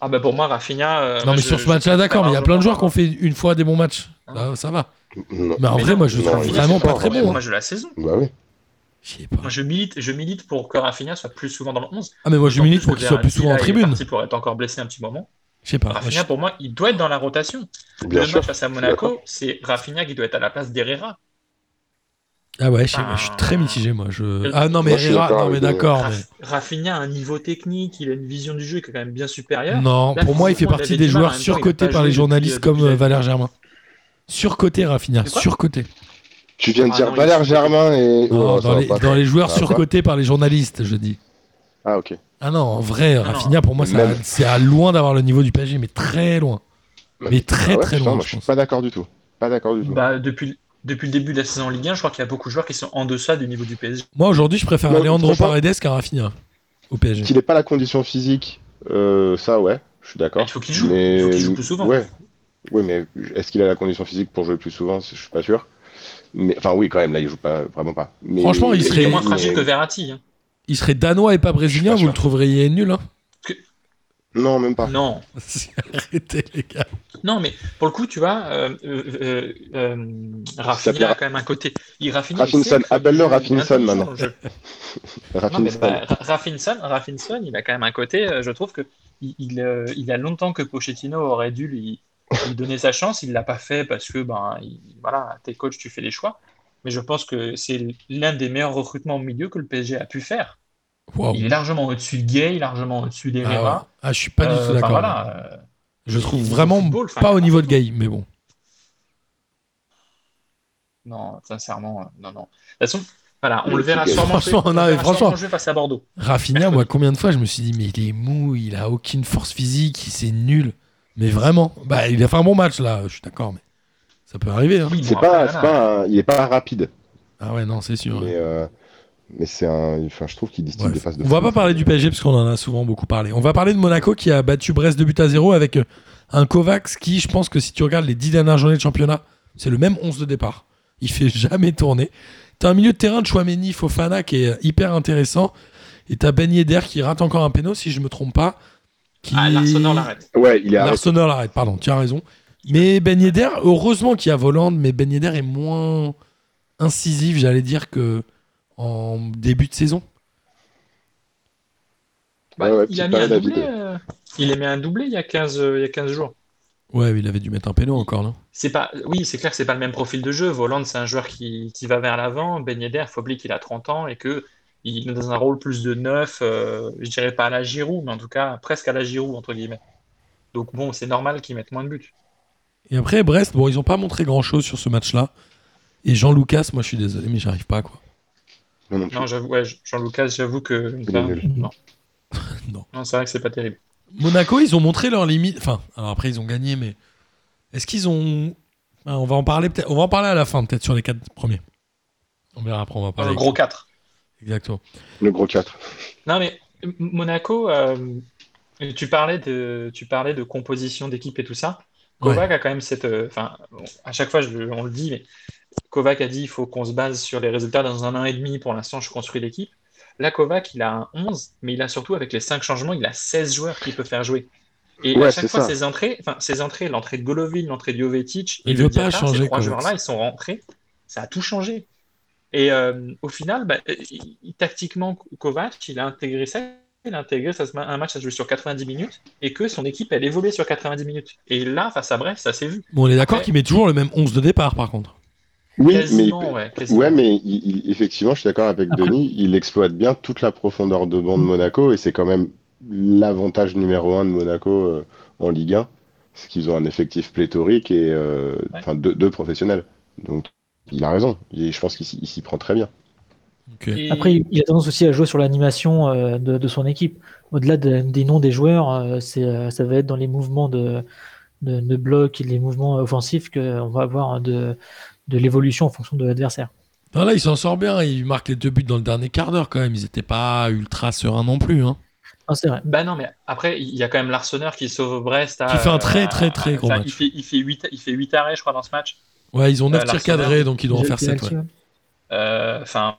Speaker 5: Ah bah pour moi, Rafinha. euh,
Speaker 4: non,
Speaker 5: moi,
Speaker 4: mais
Speaker 5: je-
Speaker 4: sur ce
Speaker 5: je-
Speaker 4: match-là, d'accord, mais il y a plein de joueurs qui ont fait une fois des bons matchs.
Speaker 5: Hein.
Speaker 4: Là, ça va.
Speaker 3: Non.
Speaker 4: Mais en
Speaker 5: Mais
Speaker 4: vrai,
Speaker 5: non,
Speaker 4: moi, je le
Speaker 3: non,
Speaker 4: trouve
Speaker 3: il est
Speaker 4: vraiment pas
Speaker 3: fort,
Speaker 4: très
Speaker 3: ouais.
Speaker 4: bon.
Speaker 5: Moi,
Speaker 4: hein.
Speaker 5: je la saison.
Speaker 3: Bah oui.
Speaker 4: Je sais pas.
Speaker 5: Moi, je milite, je milite pour que Rafinha soit plus souvent dans le 11.
Speaker 4: Ah, mais moi, je
Speaker 5: En
Speaker 4: milite
Speaker 5: plus,
Speaker 4: pour
Speaker 5: le
Speaker 4: qu'il soit plus
Speaker 5: Verratti,
Speaker 4: souvent en
Speaker 5: là, il est
Speaker 4: tribune.
Speaker 5: parti pour être encore blessé un petit moment.
Speaker 4: Je sais pas. Moi, je-
Speaker 5: Rafinha, pour moi, il doit être dans la rotation.
Speaker 3: Bien
Speaker 5: le
Speaker 3: sûr.
Speaker 5: match face à Monaco, c'est Rafinha qui doit être à la place d'Herrera.
Speaker 4: Ah ouais, je sais pas, je suis très mitigé, moi. Je...
Speaker 5: Euh,
Speaker 4: Ah non, mais
Speaker 3: moi, je suis
Speaker 4: Herrera,
Speaker 3: d'accord
Speaker 4: non, mais
Speaker 3: avec lui.
Speaker 4: d'accord.
Speaker 5: Raf- Rafinha a un niveau technique, il a une vision du jeu qui est quand même bien
Speaker 4: mais-
Speaker 5: supérieure.
Speaker 4: Non,
Speaker 5: Là,
Speaker 4: pour moi, il fait
Speaker 5: physiquement, il
Speaker 4: partie
Speaker 5: avait
Speaker 4: des
Speaker 5: du mal, en
Speaker 4: joueurs
Speaker 5: même temps,
Speaker 4: surcotés
Speaker 5: il a pas
Speaker 4: par les
Speaker 5: joué
Speaker 4: journalistes
Speaker 5: depuis, euh,
Speaker 4: comme
Speaker 5: depuis
Speaker 4: euh, Valère Germain. Surcoté, Rafinha,
Speaker 5: C'est quoi
Speaker 4: surcoté.
Speaker 3: Tu viens de
Speaker 5: Ah
Speaker 3: dire
Speaker 5: non, il-
Speaker 3: Valère Germain et.
Speaker 4: Non,
Speaker 3: Oh, ça
Speaker 4: dans
Speaker 3: va
Speaker 4: les-
Speaker 3: pas.
Speaker 4: dans les joueurs
Speaker 3: Ça va pas.
Speaker 4: surcotés par les journalistes, je dis.
Speaker 3: Ah, ok.
Speaker 4: Ah non, en vrai,
Speaker 5: non.
Speaker 4: Rafinha, pour moi, ça-
Speaker 3: Même.
Speaker 4: c'est à loin d'avoir le niveau du PSG, mais très loin.
Speaker 3: Bah,
Speaker 4: Mais très
Speaker 3: Ah ouais,
Speaker 4: très
Speaker 3: putain,
Speaker 4: loin,
Speaker 3: moi,
Speaker 4: je
Speaker 3: je suis
Speaker 4: pense.
Speaker 3: pas d'accord du tout. Pas d'accord du tout.
Speaker 5: Bah, depuis, depuis le début de la saison en Ligue 1, je crois qu'il y a beaucoup de joueurs qui sont en deçà du niveau du PSG.
Speaker 4: Moi, aujourd'hui, je préfère
Speaker 3: Non,
Speaker 4: Leandro
Speaker 3: franchement-
Speaker 4: Paredes qu'à Rafinha au PSG.
Speaker 3: Qu'il ait pas la condition physique, euh, ça, ouais, je suis d'accord.
Speaker 5: Il faut qu'il joue.
Speaker 3: Mais-
Speaker 5: Il faut qu'il joue plus souvent.
Speaker 3: Ouais. Oui, mais est-ce qu'il a la condition physique pour jouer plus souvent Je suis pas sûr. Mais enfin, oui, quand même, là, il joue pas vraiment pas. Mais-
Speaker 4: Franchement, il
Speaker 5: Il
Speaker 4: serait-
Speaker 5: est
Speaker 3: mais-
Speaker 5: moins fragile que Verratti. hein.
Speaker 4: Il serait danois et pas brésilien,
Speaker 3: Je suis
Speaker 4: vous
Speaker 3: pas
Speaker 4: le trouveriez nul. Hein
Speaker 3: Non, même pas.
Speaker 5: Non.
Speaker 4: Arrêtez, les gars.
Speaker 5: Non, mais pour le coup, tu vois, euh, euh, euh, euh,
Speaker 3: s'appelait
Speaker 5: Rafinha a
Speaker 3: Ra-
Speaker 5: quand même un côté. Il Rafinha, il
Speaker 3: Rafinson,
Speaker 5: sait que-
Speaker 3: appelle-le
Speaker 5: il a une
Speaker 3: Rafinson
Speaker 5: intelligence
Speaker 3: maintenant.
Speaker 5: dans le jeu. Non, mais
Speaker 3: Rafinha,
Speaker 5: bah, Ra- Rafinson, Rafinson, il a quand même un côté, euh, je trouve que il, il, euh, il a longtemps que Pochettino aurait dû lui, lui donner sa chance. Il l'a pas fait parce que ben il- voilà, t'es coach, tu fais des choix. Mais je pense que c'est l'un des meilleurs recrutements au milieu que le PSG a pu faire.
Speaker 4: Waouh.
Speaker 5: Il est largement au-dessus de Gay, largement au-dessus
Speaker 4: Oh. Ah, ouais.
Speaker 5: d'Herrera.
Speaker 4: Ah, je suis pas du
Speaker 5: Euh,
Speaker 4: tout
Speaker 5: enfin,
Speaker 4: d'accord.
Speaker 5: voilà, euh,
Speaker 4: je trouve
Speaker 5: il joue au
Speaker 4: vraiment
Speaker 5: football, enfin,
Speaker 4: pas au niveau de Gaï, mais bon.
Speaker 5: Non, sincèrement, euh, non, non. De toute façon, voilà, on le
Speaker 3: Oui,
Speaker 5: verra
Speaker 3: c'est que-
Speaker 5: sûrement
Speaker 4: Franchement,
Speaker 5: jouer- on
Speaker 4: on
Speaker 5: le
Speaker 4: a-
Speaker 5: verra
Speaker 4: franchement.
Speaker 5: sûrement jouer face à Bordeaux.
Speaker 4: Rafinha, moi, combien de fois je me suis dit, mais il est mou, il a aucune force physique, il- c'est nul. Mais vraiment, bah, il a fait un bon match là, je suis d'accord, mais ça peut arriver. hein.
Speaker 5: Oui, bon,
Speaker 3: C'est
Speaker 5: après,
Speaker 3: pas,
Speaker 5: voilà.
Speaker 3: c'est pas un- il est pas rapide,
Speaker 4: Ah ouais, non, c'est sûr. ouais.
Speaker 3: mais, euh, mais c'est un. Enfin, je trouve qu'il distille
Speaker 4: Bref.
Speaker 3: des passes de.
Speaker 4: On va
Speaker 3: fou.
Speaker 4: pas parler du PSG parce qu'on en a souvent beaucoup parlé. On va parler de Monaco qui a battu Brest de but à zéro avec euh, un Kovacs qui, je pense que si tu regardes les dix dernières journées de championnat, c'est le même 11 de départ. Il fait jamais tourner. T'as un milieu de terrain de Chouameni, Fofana qui est euh, hyper intéressant. Et t'as Ben Yedder qui rate encore un péno si je me trompe pas. Qui...
Speaker 5: Ah, l'Arsenal l'arrête.
Speaker 3: Ouais, il est arrêté.
Speaker 4: L'arsenal l'arrête, pardon, tu as raison. Mais Ben Yedder, heureusement qu'il y a Voland, mais Ben Yedder est moins incisif, j'allais dire, que en début de saison.
Speaker 5: Bah,
Speaker 3: Ouais, ouais,
Speaker 5: il a
Speaker 3: petit
Speaker 5: mis un
Speaker 3: parallèle à
Speaker 5: doublé.
Speaker 3: David.
Speaker 5: euh, Il a mis un doublé il y a 15, euh, il y a 15 jours.
Speaker 4: Ouais, mais il avait dû mettre un péno encore, non
Speaker 5: C'est pas, oui, c'est clair que c'est pas le même profil de jeu. Voland, c'est un joueur qui, qui va vers l'avant. Ben Yedder, faut oublier qu'il a 30 ans et que il est dans un rôle plus de neuf, euh, je dirais pas à la Giroud, mais en tout cas presque à la Giroud entre guillemets. Donc bon, c'est normal qu'il mette moins de buts.
Speaker 4: Et après, Brest, bon, ils ont pas montré grand chose sur ce match-là. Et Jean-Lucas, moi je suis désolé, mais j'arrive pas, quoi.
Speaker 3: Non, non, plus.
Speaker 5: Non, j'avoue, ouais, Jean-Lucas, j'avoue que
Speaker 3: Il est nul.
Speaker 5: non,
Speaker 4: Non.
Speaker 5: non, c'est vrai que c'est pas terrible.
Speaker 4: Monaco, ils ont montré leurs limites. Enfin, alors après, ils ont gagné, mais est-ce qu'ils ont. Ah, on va en parler peut-être. On va en parler à la fin, peut-être sur les quatre premiers. On verra après, on va parler.
Speaker 5: Le gros 4.
Speaker 4: Exactement.
Speaker 3: Le gros 4.
Speaker 5: Non, mais M- Monaco, euh, tu parlais de, tu parlais de composition d'équipe et tout ça. Kovac a quand même cette. euh, Enfin, on- à chaque fois, je le- on le dit, mais Kovac a dit il faut qu'on se base sur les résultats dans un an et demi. Pour l'instant, je construis l'équipe. Là, Kovac, il a un 11, mais il a surtout, avec les 5 changements, il a 16 joueurs qu'il peut faire jouer. Et à
Speaker 3: Ouais,
Speaker 5: chaque
Speaker 3: c'est
Speaker 5: fois,
Speaker 3: ça.
Speaker 5: ses entrées, enfin, ses entrées, l'entrée de Golovin, l'entrée de Jovetic, et
Speaker 4: Il
Speaker 5: de
Speaker 4: veut pas
Speaker 5: Diarra,
Speaker 4: changer,
Speaker 5: ces trois
Speaker 4: Kovac.
Speaker 5: joueurs-là, ils sont rentrés. Ça a tout changé. Et euh, au final, bah, euh, il- il- tactiquement, Kovac, il a intégré ça. Il a intégré ça, se- un match à jouer sur 90 minutes et que son équipe, elle évoluait sur 90 minutes. Et là, face à Brest, ça s'est vu.
Speaker 4: Bon, on est d'accord
Speaker 5: Ouais.
Speaker 4: qu'il met toujours le même 11 de départ, par contre.
Speaker 3: Oui, mais
Speaker 5: quasiment, ouais. quasiment.
Speaker 3: Ouais, mais il- il- effectivement, je suis d'accord avec Denis. Il exploite bien toute la profondeur de banc de Monaco et c'est quand même l'avantage numéro un de Monaco euh, en Ligue 1. C'est qu'ils ont un effectif pléthorique et euh,
Speaker 5: Ouais.
Speaker 3: enfin deux, deux professionnels. Donc il a raison. Et je pense qu'il s'y il s'y prend très bien.
Speaker 4: Ok.
Speaker 5: Et-
Speaker 2: Après, il- il a tendance aussi à jouer sur l'animation euh, de, de son équipe. Au-delà de- des noms des joueurs, euh, c'est, euh, ça va être dans les mouvements de, de, de bloc et les mouvements offensifs qu'on va avoir de, de l'évolution en fonction de l'adversaire.
Speaker 4: Non, là, il s'en sort bien. Il marque les deux buts dans le dernier quart d'heure quand même. Ils étaient pas ultra sereins non plus. Hein.
Speaker 2: Ah, c'est vrai.
Speaker 5: Bah non, mais après, il y a quand même l'Arseneur qui sauve Brest. à-
Speaker 4: Qui fait un très,
Speaker 5: à-
Speaker 4: très, très gros
Speaker 5: enfin,
Speaker 4: match.
Speaker 5: Il fait, il, fait 8, il fait huit arrêts, je crois, dans ce match.
Speaker 4: Ouais, ils ont 9
Speaker 5: Euh,
Speaker 4: tirs
Speaker 5: l'Arsenal,
Speaker 4: cadrés, donc ils doivent en
Speaker 2: J'ai-
Speaker 4: faire
Speaker 2: j'ai
Speaker 4: 7.
Speaker 2: là-dessus,
Speaker 5: Euh, Enfin,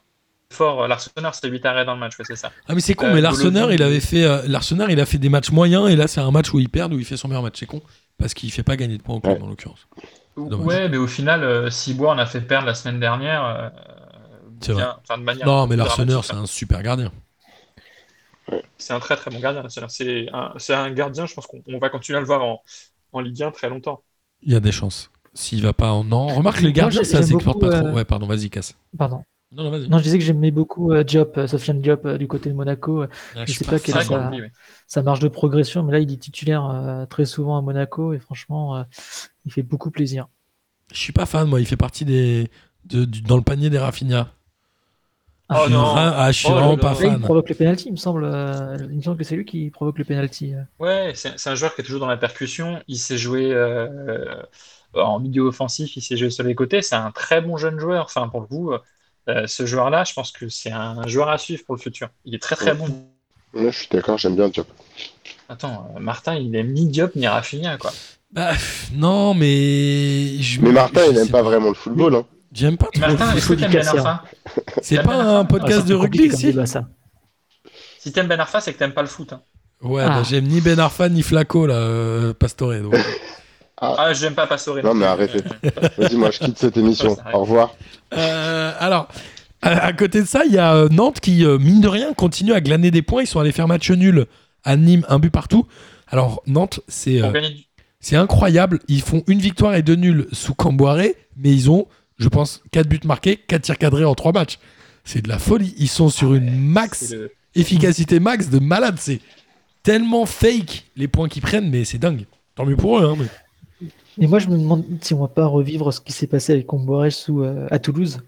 Speaker 5: fort, l'Arseneur, c'est 8 arrêts dans le match, ouais, c'est ça.
Speaker 4: Ah mais c'est con,
Speaker 5: Euh,
Speaker 4: mais l'Arsenal
Speaker 5: Golovin.
Speaker 4: il avait fait euh, l'Arsenal il a fait des matchs moyens et là c'est un match où il perd où il fait son meilleur match, c'est con parce qu'il fait pas gagner de points au club
Speaker 3: Ouais.
Speaker 4: en l'occurrence. Dommage.
Speaker 5: Ouais, mais au final, euh, Ciboire, on a fait perdre la semaine dernière. euh,
Speaker 4: C'est
Speaker 5: bien- enfin, de manière
Speaker 4: Non mais
Speaker 5: dramatique,
Speaker 4: l'Arsenal
Speaker 5: hein.
Speaker 4: c'est un super gardien.
Speaker 5: C'est un très très bon gardien l'Arseneur. C'est un, c'est un gardien, je pense qu'on on va continuer à le voir en, en Ligue 1 très longtemps.
Speaker 4: Il y a des chances. S'il va pas en non, remarque les
Speaker 2: Moi,
Speaker 4: gardiens
Speaker 2: j'ai-
Speaker 4: ça
Speaker 2: j'aime
Speaker 4: s'exporte pas
Speaker 2: beaucoup,
Speaker 4: trop.
Speaker 2: euh,
Speaker 4: Ouais pardon, vas-y casse.
Speaker 2: Pardon.
Speaker 4: Non non vas-y.
Speaker 2: Non, je disais que j'aimais beaucoup euh, Diop, euh, Sofiane Diop euh, du côté de Monaco. euh,
Speaker 4: Ah,
Speaker 2: je
Speaker 4: suis
Speaker 2: sais
Speaker 4: pas
Speaker 2: pas
Speaker 5: C'est
Speaker 2: quel
Speaker 4: fan.
Speaker 5: vrai
Speaker 2: ça-
Speaker 5: qu'on l'oublie, mais-
Speaker 2: Sa marge de progression, mais là, il est titulaire euh, très souvent à Monaco et franchement, euh, il fait beaucoup plaisir.
Speaker 4: Je suis pas fan moi, il fait partie des de- du- dans le panier des Rafinha.
Speaker 5: Oh,
Speaker 4: je suis,
Speaker 5: non.
Speaker 4: vra- ah, je suis
Speaker 5: Oh là
Speaker 4: vraiment
Speaker 5: là.
Speaker 4: pas
Speaker 5: Là,
Speaker 2: Là, il
Speaker 4: fan.
Speaker 2: provoque le penalty, il me semble. euh, il me semble que c'est lui qui provoque le penalty. euh.
Speaker 5: Ouais, c'est c'est un joueur qui est toujours dans la percussion. Il s'est joué euh, en milieu offensif, il s'est joué sur les côtés. C'est un très bon jeune joueur. Enfin, pour le coup, euh, ce joueur-là, je pense que c'est un joueur à suivre pour le futur. Il est très très bon.
Speaker 3: Ouais, je suis d'accord, j'aime bien Diop.
Speaker 5: Attends, euh, Martin, il est ni Diop ni Rafinha, quoi.
Speaker 4: Bah, pff, non mais je-
Speaker 3: Mais Martin,
Speaker 4: je
Speaker 3: il n'aime
Speaker 4: sais
Speaker 3: pas vraiment le football. Hein.
Speaker 4: J'aime pas trop.
Speaker 5: Martin, est-ce que t'aimes Ben Arfa?
Speaker 4: C'est
Speaker 5: t'aimes
Speaker 4: pas
Speaker 5: bien.
Speaker 4: un
Speaker 2: Ah, c'est
Speaker 4: podcast de
Speaker 2: un peu compliqué
Speaker 4: rugby
Speaker 2: comme
Speaker 4: si.
Speaker 2: débat, ça.
Speaker 5: Si t'aimes Ben Arfa, c'est que t'aimes pas le foot. hein.
Speaker 4: Ouais,
Speaker 2: Ah.
Speaker 4: bah, j'aime ni Ben Arfa ni Flaco là, euh, Pastore. donc.
Speaker 5: Ah, j'aime pas Pastore.
Speaker 3: Non, mais arrêtez. Vas-y, moi je quitte cette émission.
Speaker 5: Ça, ça
Speaker 3: Au revoir.
Speaker 4: Euh, alors, à, à côté de ça, il y a euh, Nantes qui, euh, mine de rien, continue à glaner des points. Ils sont allés faire match nul à Nîmes, un but partout. Alors, Nantes, c'est
Speaker 5: Pour
Speaker 4: euh,
Speaker 5: gagner du-
Speaker 4: C'est incroyable. Ils font une victoire et deux nuls sous Camboire, mais ils ont, je pense, quatre buts marqués, quatre tirs cadrés en trois matchs. C'est de la folie. Ils sont sur une max,
Speaker 5: C'est le-
Speaker 4: efficacité max de malade. C'est tellement fake les points qu'ils prennent, mais c'est dingue. Tant mieux pour eux. Hein, mais-
Speaker 2: Et moi, je me demande si on va pas revivre ce qui s'est passé avec Comboirel sous euh, à Toulouse,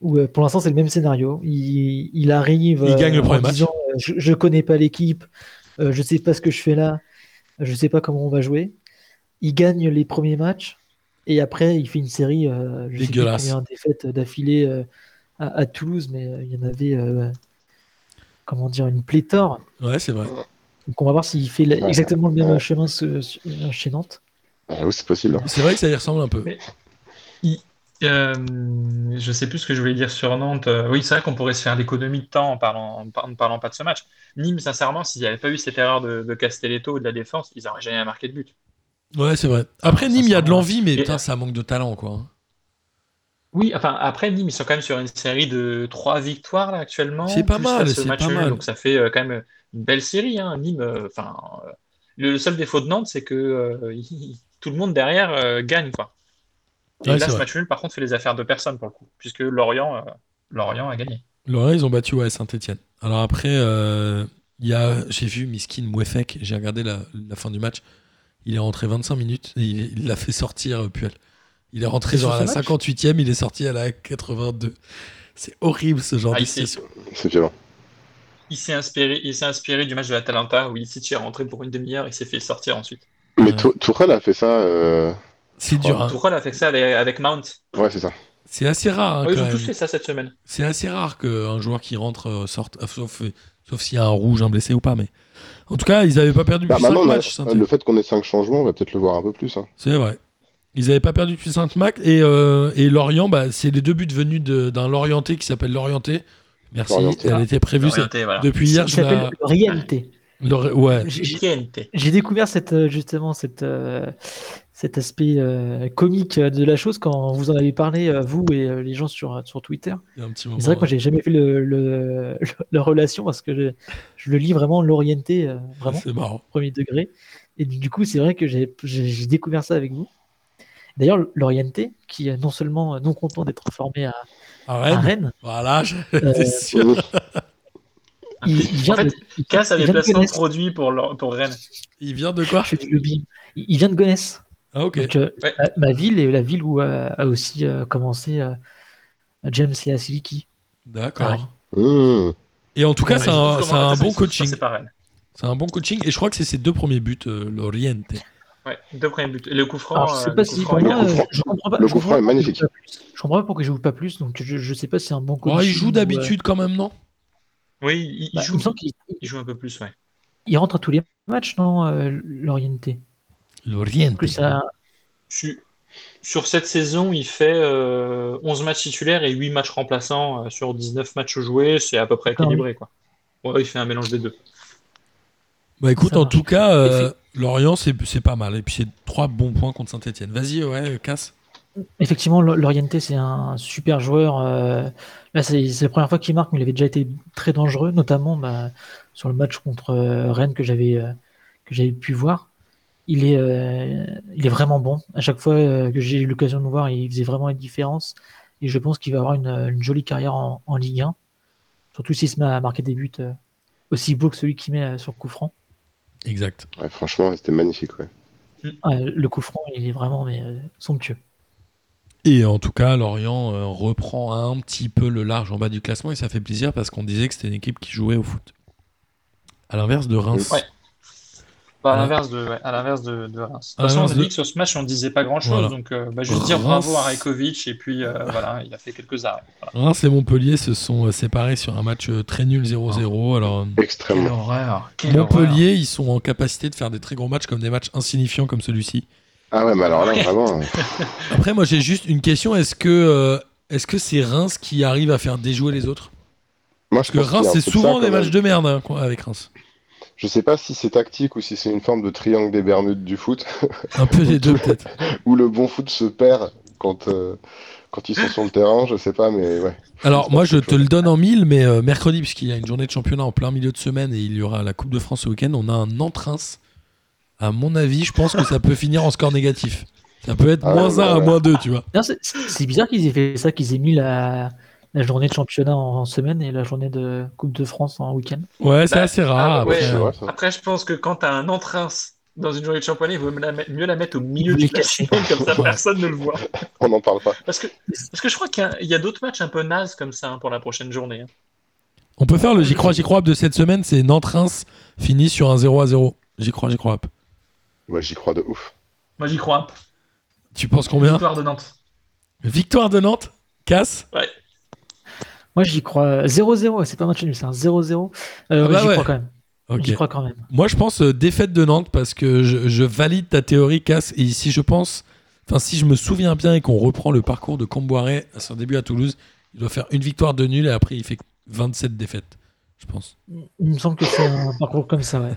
Speaker 2: où euh, pour l'instant c'est le même scénario. Il, il arrive,
Speaker 4: Il gagne le
Speaker 2: en
Speaker 4: premier match.
Speaker 2: disant, euh, je, je connais pas l'équipe, euh, je sais pas ce que je fais là, je sais pas comment on va jouer. Il gagne les premiers matchs et après il fait une série euh, je sais plus
Speaker 4: Dégueulasse.
Speaker 2: combien de défaites d'affilée euh, à, à Toulouse, mais euh, il y en avait euh, comment dire une pléthore.
Speaker 4: Ouais, c'est vrai.
Speaker 2: Donc on va voir s'il fait la-
Speaker 3: Ouais.
Speaker 2: exactement le même
Speaker 3: Ouais.
Speaker 2: chemin ce- ce- euh, chez Nantes.
Speaker 3: Ah oui, c'est possible. hein.
Speaker 4: C'est vrai que ça y ressemble un peu.
Speaker 5: Mais- Euh, je sais plus ce que je voulais dire sur Nantes. Euh, oui, c'est vrai qu'on pourrait se faire l'économie de temps en parlant, en par- en ne parlant pas de ce match. Nîmes, sincèrement, s'il n'y avait pas eu cette erreur de, de Castelletto ou de la défense, ils n'auraient jamais marqué de but.
Speaker 4: Ouais, c'est vrai. Après, Nîmes, il y a de l'envie, mais
Speaker 5: Et-
Speaker 4: putain, ça manque de talent, quoi. hein.
Speaker 5: Oui, enfin, après, Nîmes, ils sont quand même sur une série de trois victoires là, actuellement.
Speaker 4: C'est pas
Speaker 5: plus
Speaker 4: mal,
Speaker 5: là, ce
Speaker 4: c'est
Speaker 5: match
Speaker 4: pas
Speaker 5: nul.
Speaker 4: mal.
Speaker 5: Donc ça fait euh, quand même une belle série. Hein. Nîmes, euh, enfin, euh, le seul défaut de Nantes, c'est que euh, tout le monde derrière euh, gagne, quoi. Et
Speaker 4: Ouais, c'est
Speaker 5: là, ce
Speaker 4: vrai.
Speaker 5: match nul, par contre, fait les affaires de personne pour le coup, puisque Lorient, euh, Lorient a gagné.
Speaker 4: Lorient, ils ont battu ouais, Saint-Etienne. Alors après, euh, il y a, j'ai vu Miskin Mouefek, j'ai regardé la, la fin du match. Il est rentré 25 minutes et il il l'a fait sortir, euh, Puel. Il est rentré
Speaker 2: C'est
Speaker 4: genre
Speaker 2: sur
Speaker 4: à
Speaker 2: ce
Speaker 4: la
Speaker 2: match
Speaker 4: 58e, il est sorti à la 82. C'est horrible ce genre
Speaker 5: Ah,
Speaker 4: de
Speaker 5: il s'est-
Speaker 4: situation.
Speaker 3: C'est violent.
Speaker 5: Il s'est inspiré, il s'est inspiré du match de l'Atalanta où Ilicic est rentré pour une demi-heure et s'est fait sortir ensuite.
Speaker 3: Mais
Speaker 4: Ouais.
Speaker 3: Tou- Tourelle a fait ça. euh,
Speaker 4: C'est dur. hein.
Speaker 5: Tourelle a fait ça avec, avec Mount.
Speaker 3: Ouais, c'est ça.
Speaker 4: C'est assez rare. hein,
Speaker 5: Oh, ils
Speaker 4: quand
Speaker 5: ont
Speaker 4: même.
Speaker 5: tous fait ça cette semaine.
Speaker 4: C'est assez rare qu'un joueur qui rentre euh, sorte, euh, sauf, euh, sauf s'il y a un rouge, un blessé ou pas. Mais en tout cas, ils n'avaient pas perdu
Speaker 3: Bah,
Speaker 4: depuis 5
Speaker 3: maintenant, on a-
Speaker 4: matchs. Saint-Étienne.
Speaker 3: le fait qu'on ait 5 changements, on va peut-être le voir un peu plus. hein.
Speaker 4: C'est vrai. Ils n'avaient pas perdu depuis Sainte-Mac. Et, euh, et Lorient, bah, c'est les deux buts venus de- d'un Lorienté qui s'appelle Lorienté. Merci,
Speaker 3: Lorienté.
Speaker 4: elle était prévue. ça.
Speaker 5: Orienté, voilà.
Speaker 4: Depuis hier,
Speaker 2: Il
Speaker 4: je
Speaker 2: s'appelle
Speaker 4: la...
Speaker 2: Réalité.
Speaker 4: Lori- Ouais,
Speaker 2: J'ai-
Speaker 5: Orienté.
Speaker 2: J'ai découvert cette, euh, justement cette, euh, cet aspect euh, comique euh, de la chose quand vous en avez parlé, euh, vous et euh, les gens sur, euh, sur Twitter.
Speaker 4: il y a un petit
Speaker 2: Mais
Speaker 4: moment.
Speaker 2: C'est vrai que moi, j'ai jamais fait le, le- la relation parce que je, je le lis vraiment l'orienté, euh, vraiment,
Speaker 4: C'est marrant.
Speaker 2: premier degré. Et du du coup, c'est vrai que j'ai j'ai- j'ai découvert ça avec vous. D'ailleurs, l'orienté, qui est non seulement euh, non content d'être formé à,
Speaker 4: À
Speaker 2: à
Speaker 4: Rennes,
Speaker 2: Rennes,
Speaker 4: Voilà, j'étais
Speaker 2: Euh,
Speaker 4: sûr.
Speaker 2: il, il vient
Speaker 5: En fait,
Speaker 2: de, il-
Speaker 5: Casse à
Speaker 2: il vient de
Speaker 5: déplacement
Speaker 2: Gonesse.
Speaker 5: produit pour, Lor- pour Rennes.
Speaker 4: Il vient de quoi
Speaker 2: Je fais du lobbying. Il- il vient de Gonesse.
Speaker 4: Ah, ok.
Speaker 2: Donc, euh,
Speaker 5: Ouais.
Speaker 2: ma, ma ville est la ville où euh, a aussi euh, commencé euh, James et Asiliki.
Speaker 4: D'accord.
Speaker 2: pareil.
Speaker 3: Mmh.
Speaker 4: Et en tout cas,
Speaker 5: Ouais,
Speaker 4: c'est
Speaker 5: je sais
Speaker 4: un,
Speaker 5: plus
Speaker 4: c'est
Speaker 5: comment on
Speaker 4: un
Speaker 5: appelle ça,
Speaker 4: bon
Speaker 5: ils sont passés
Speaker 4: coaching.
Speaker 5: par Rennes.
Speaker 4: C'est un bon coaching. Et je crois que c'est ses deux premiers buts, euh, Lorienté.
Speaker 5: Ouais, deux premiers buts. Et le coup franc.
Speaker 2: Alors, je
Speaker 5: euh,
Speaker 2: sais pas
Speaker 5: le coup
Speaker 2: si
Speaker 5: franc,
Speaker 2: pour
Speaker 5: il est-
Speaker 2: moi,
Speaker 3: le coup
Speaker 2: euh,
Speaker 3: franc-
Speaker 2: je comprends pas.
Speaker 3: le
Speaker 2: je
Speaker 3: coup
Speaker 2: comprends
Speaker 3: franc est
Speaker 2: pas pourquoi il
Speaker 3: magnifique.
Speaker 2: joue pas plus. Je comprends pas pourquoi il joue pas plus, donc je, je sais pas si c'est un bon coach. euh,
Speaker 4: Oh, il joue d'habitude quand même, non
Speaker 5: Oui, il- il,
Speaker 2: Bah, il
Speaker 5: joue,
Speaker 2: me semble qu'il
Speaker 5: il joue un peu plus, ouais.
Speaker 2: il rentre à tous les matchs, non, euh, l'Orienté.
Speaker 4: Lorienté.
Speaker 2: Que ça...
Speaker 5: Su- Sur cette saison, il fait euh, 11 matchs titulaires et 8 matchs remplaçants euh, sur 19 matchs joués. C'est à peu près
Speaker 2: D'accord, oui.
Speaker 5: équilibré, quoi. Ouais, il fait un mélange des deux.
Speaker 4: Bah écoute,
Speaker 2: Ça
Speaker 4: en
Speaker 2: marche.
Speaker 4: tout cas, euh, Lorient, c'est c'est pas mal. Et puis c'est trois bons points contre Saint-Etienne. Vas-y, ouais, casse.
Speaker 2: Effectivement, l'O- l'Orienté, c'est un super joueur. euh, Là, c'est c'est la première fois qu'il marque, mais il avait déjà été très dangereux, notamment bah, sur le match contre euh, Rennes que j'avais euh, que j'avais pu voir. Il est, euh, il est vraiment bon. À chaque fois euh, que j'ai eu l'occasion de le voir, il faisait vraiment une différence. Et je pense qu'il va avoir une, euh, une jolie carrière en, en Ligue 1. Surtout s'il se met à marquer des buts euh, aussi beaux que celui qu'il met euh, sur coup franc.
Speaker 4: Exact.
Speaker 3: Ouais, franchement, c'était magnifique. Ouais.
Speaker 2: Ouais, Ah, le coup franc, il est vraiment mais, euh, somptueux.
Speaker 4: Et en tout cas, Lorient euh, reprend un petit peu le large en bas du classement et ça fait plaisir parce qu'on disait que c'était une équipe qui jouait au foot. À l'inverse de Reims.
Speaker 5: Ouais. Bah, à
Speaker 4: Ouais.
Speaker 5: l'inverse de, ouais, à l'inverse de, de Reims.
Speaker 4: À
Speaker 5: De toute façon, on
Speaker 4: l'inverse
Speaker 5: a
Speaker 4: de-
Speaker 5: dit que sur ce match, on disait pas grand chose.
Speaker 4: Voilà.
Speaker 5: Donc, euh, bah, juste dire bravo à
Speaker 4: Reims.
Speaker 5: Rajkovic. Et puis, euh, voilà, il a fait quelques arrêts. Voilà.
Speaker 4: Reims et Montpellier se sont euh, séparés sur un match euh, très nul
Speaker 3: Ah.
Speaker 4: 0-0. Alors euh,
Speaker 3: Extrêmement.
Speaker 5: horreur.
Speaker 4: Montpellier, ils sont en capacité de faire des très gros matchs comme des matchs insignifiants comme celui-ci.
Speaker 3: Ah ouais, mais alors là, vraiment. euh,
Speaker 4: Après, moi j'ai juste une question. Est-ce que euh, est-ce que c'est Reims qui arrive à faire déjouer les autres
Speaker 3: Moi,
Speaker 4: Parce
Speaker 3: je
Speaker 4: que
Speaker 3: pense qu'il y a
Speaker 4: Reims, c'est
Speaker 3: un peu de ça,
Speaker 4: souvent
Speaker 3: quand
Speaker 4: des
Speaker 3: même.
Speaker 4: matchs de merde hein, quoi, avec Reims.
Speaker 3: Je sais pas si c'est tactique ou si c'est une forme de triangle des Bermudes du foot,
Speaker 4: Un peu des deux peut-être.
Speaker 3: où le bon foot se perd quand, euh, quand ils sont sur le terrain, je sais pas, mais ouais.
Speaker 4: Alors moi je
Speaker 3: quelque
Speaker 4: te le donne en mille, mais euh, mercredi, puisqu'il y a une journée de championnat en plein milieu de semaine et il y aura la Coupe de France ce week-end, on a un Nantes-Reims à mon avis, je pense que ça peut finir en score négatif. Ça peut être
Speaker 3: Ah ouais,
Speaker 4: moins 1
Speaker 3: ouais,
Speaker 4: à
Speaker 3: ouais.
Speaker 4: moins 2, tu vois.
Speaker 2: D'ailleurs, C'est c'est bizarre qu'ils aient fait ça, qu'ils aient mis la, la journée de championnat en, en semaine et la journée de Coupe de France en week-end.
Speaker 4: Ouais, c'est
Speaker 5: Bah,
Speaker 4: assez rare.
Speaker 5: ah ouais,
Speaker 4: après,
Speaker 3: c'est
Speaker 4: euh,
Speaker 3: vrai, ça.
Speaker 5: Après, je pense que quand t'as un entrain dans une journée de championnat, il vaut mieux la mettre- mieux la mettre au milieu
Speaker 2: Vous
Speaker 5: du
Speaker 2: les cachez.
Speaker 5: classement, comme ça
Speaker 4: Ouais.
Speaker 5: personne ne le voit.
Speaker 3: On n'en parle pas.
Speaker 5: Parce que, parce que je crois qu'il y a- il y a, d'autres matchs un peu nazes comme ça hein, pour la prochaine journée. hein.
Speaker 4: On peut faire le J'y crois, J'y crois de cette semaine, c'est Nantes-Reims fini sur un 0 à 0. J'y crois, J'y crois.
Speaker 3: Ouais, j'y crois de ouf.
Speaker 5: Moi, j'y crois.
Speaker 4: Tu penses combien
Speaker 5: Victoire de Nantes.
Speaker 4: Victoire de Nantes Casse
Speaker 2: Moi, j'y crois. euh, 0-0, c'est pas un match nul, c'est un 0-0. Euh,
Speaker 4: Ah bah
Speaker 2: j'y
Speaker 4: ouais.
Speaker 2: crois quand même.
Speaker 4: Ok.
Speaker 2: J'y crois quand même.
Speaker 4: Moi, je pense euh, défaite de Nantes parce que je, je valide ta théorie, Cass. Et si je pense, enfin, si je me souviens bien et qu'on reprend le parcours de Comboiré à son début à Toulouse, il doit faire une victoire de nul et après il fait 27 défaites, je pense.
Speaker 2: Il me semble que c'est un parcours comme ça, ouais.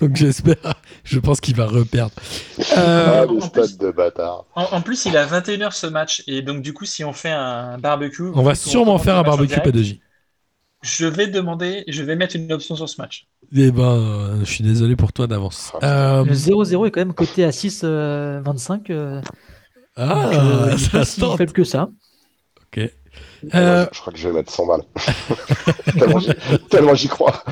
Speaker 4: Donc j'espère, je pense qu'il va reperdre.
Speaker 3: Ah,
Speaker 4: Euh,
Speaker 5: en
Speaker 3: le
Speaker 5: plus-
Speaker 3: stade de bâtard.
Speaker 5: En, en plus, il a 21h ce match. Et donc, du coup, si on fait un barbecue.
Speaker 4: on va
Speaker 5: vu qu'on
Speaker 4: sûrement
Speaker 5: commence
Speaker 4: faire
Speaker 5: le
Speaker 4: un
Speaker 5: match en
Speaker 4: barbecue
Speaker 5: direct,
Speaker 4: P2J.
Speaker 5: Je vais demander, je vais mettre une option sur ce match.
Speaker 4: Eh ben, euh, je suis désolé pour toi d'avance.
Speaker 5: Ah,
Speaker 4: Euh,
Speaker 2: Le 0-0 est quand même coté à euh, 6-25. euh,
Speaker 4: ah, ça se tente.
Speaker 2: faible que ça.
Speaker 4: Ok.
Speaker 3: Moi,
Speaker 4: Euh,
Speaker 3: je- je crois que je vais mettre 100 balles. tellement, j'y, tellement j'y crois.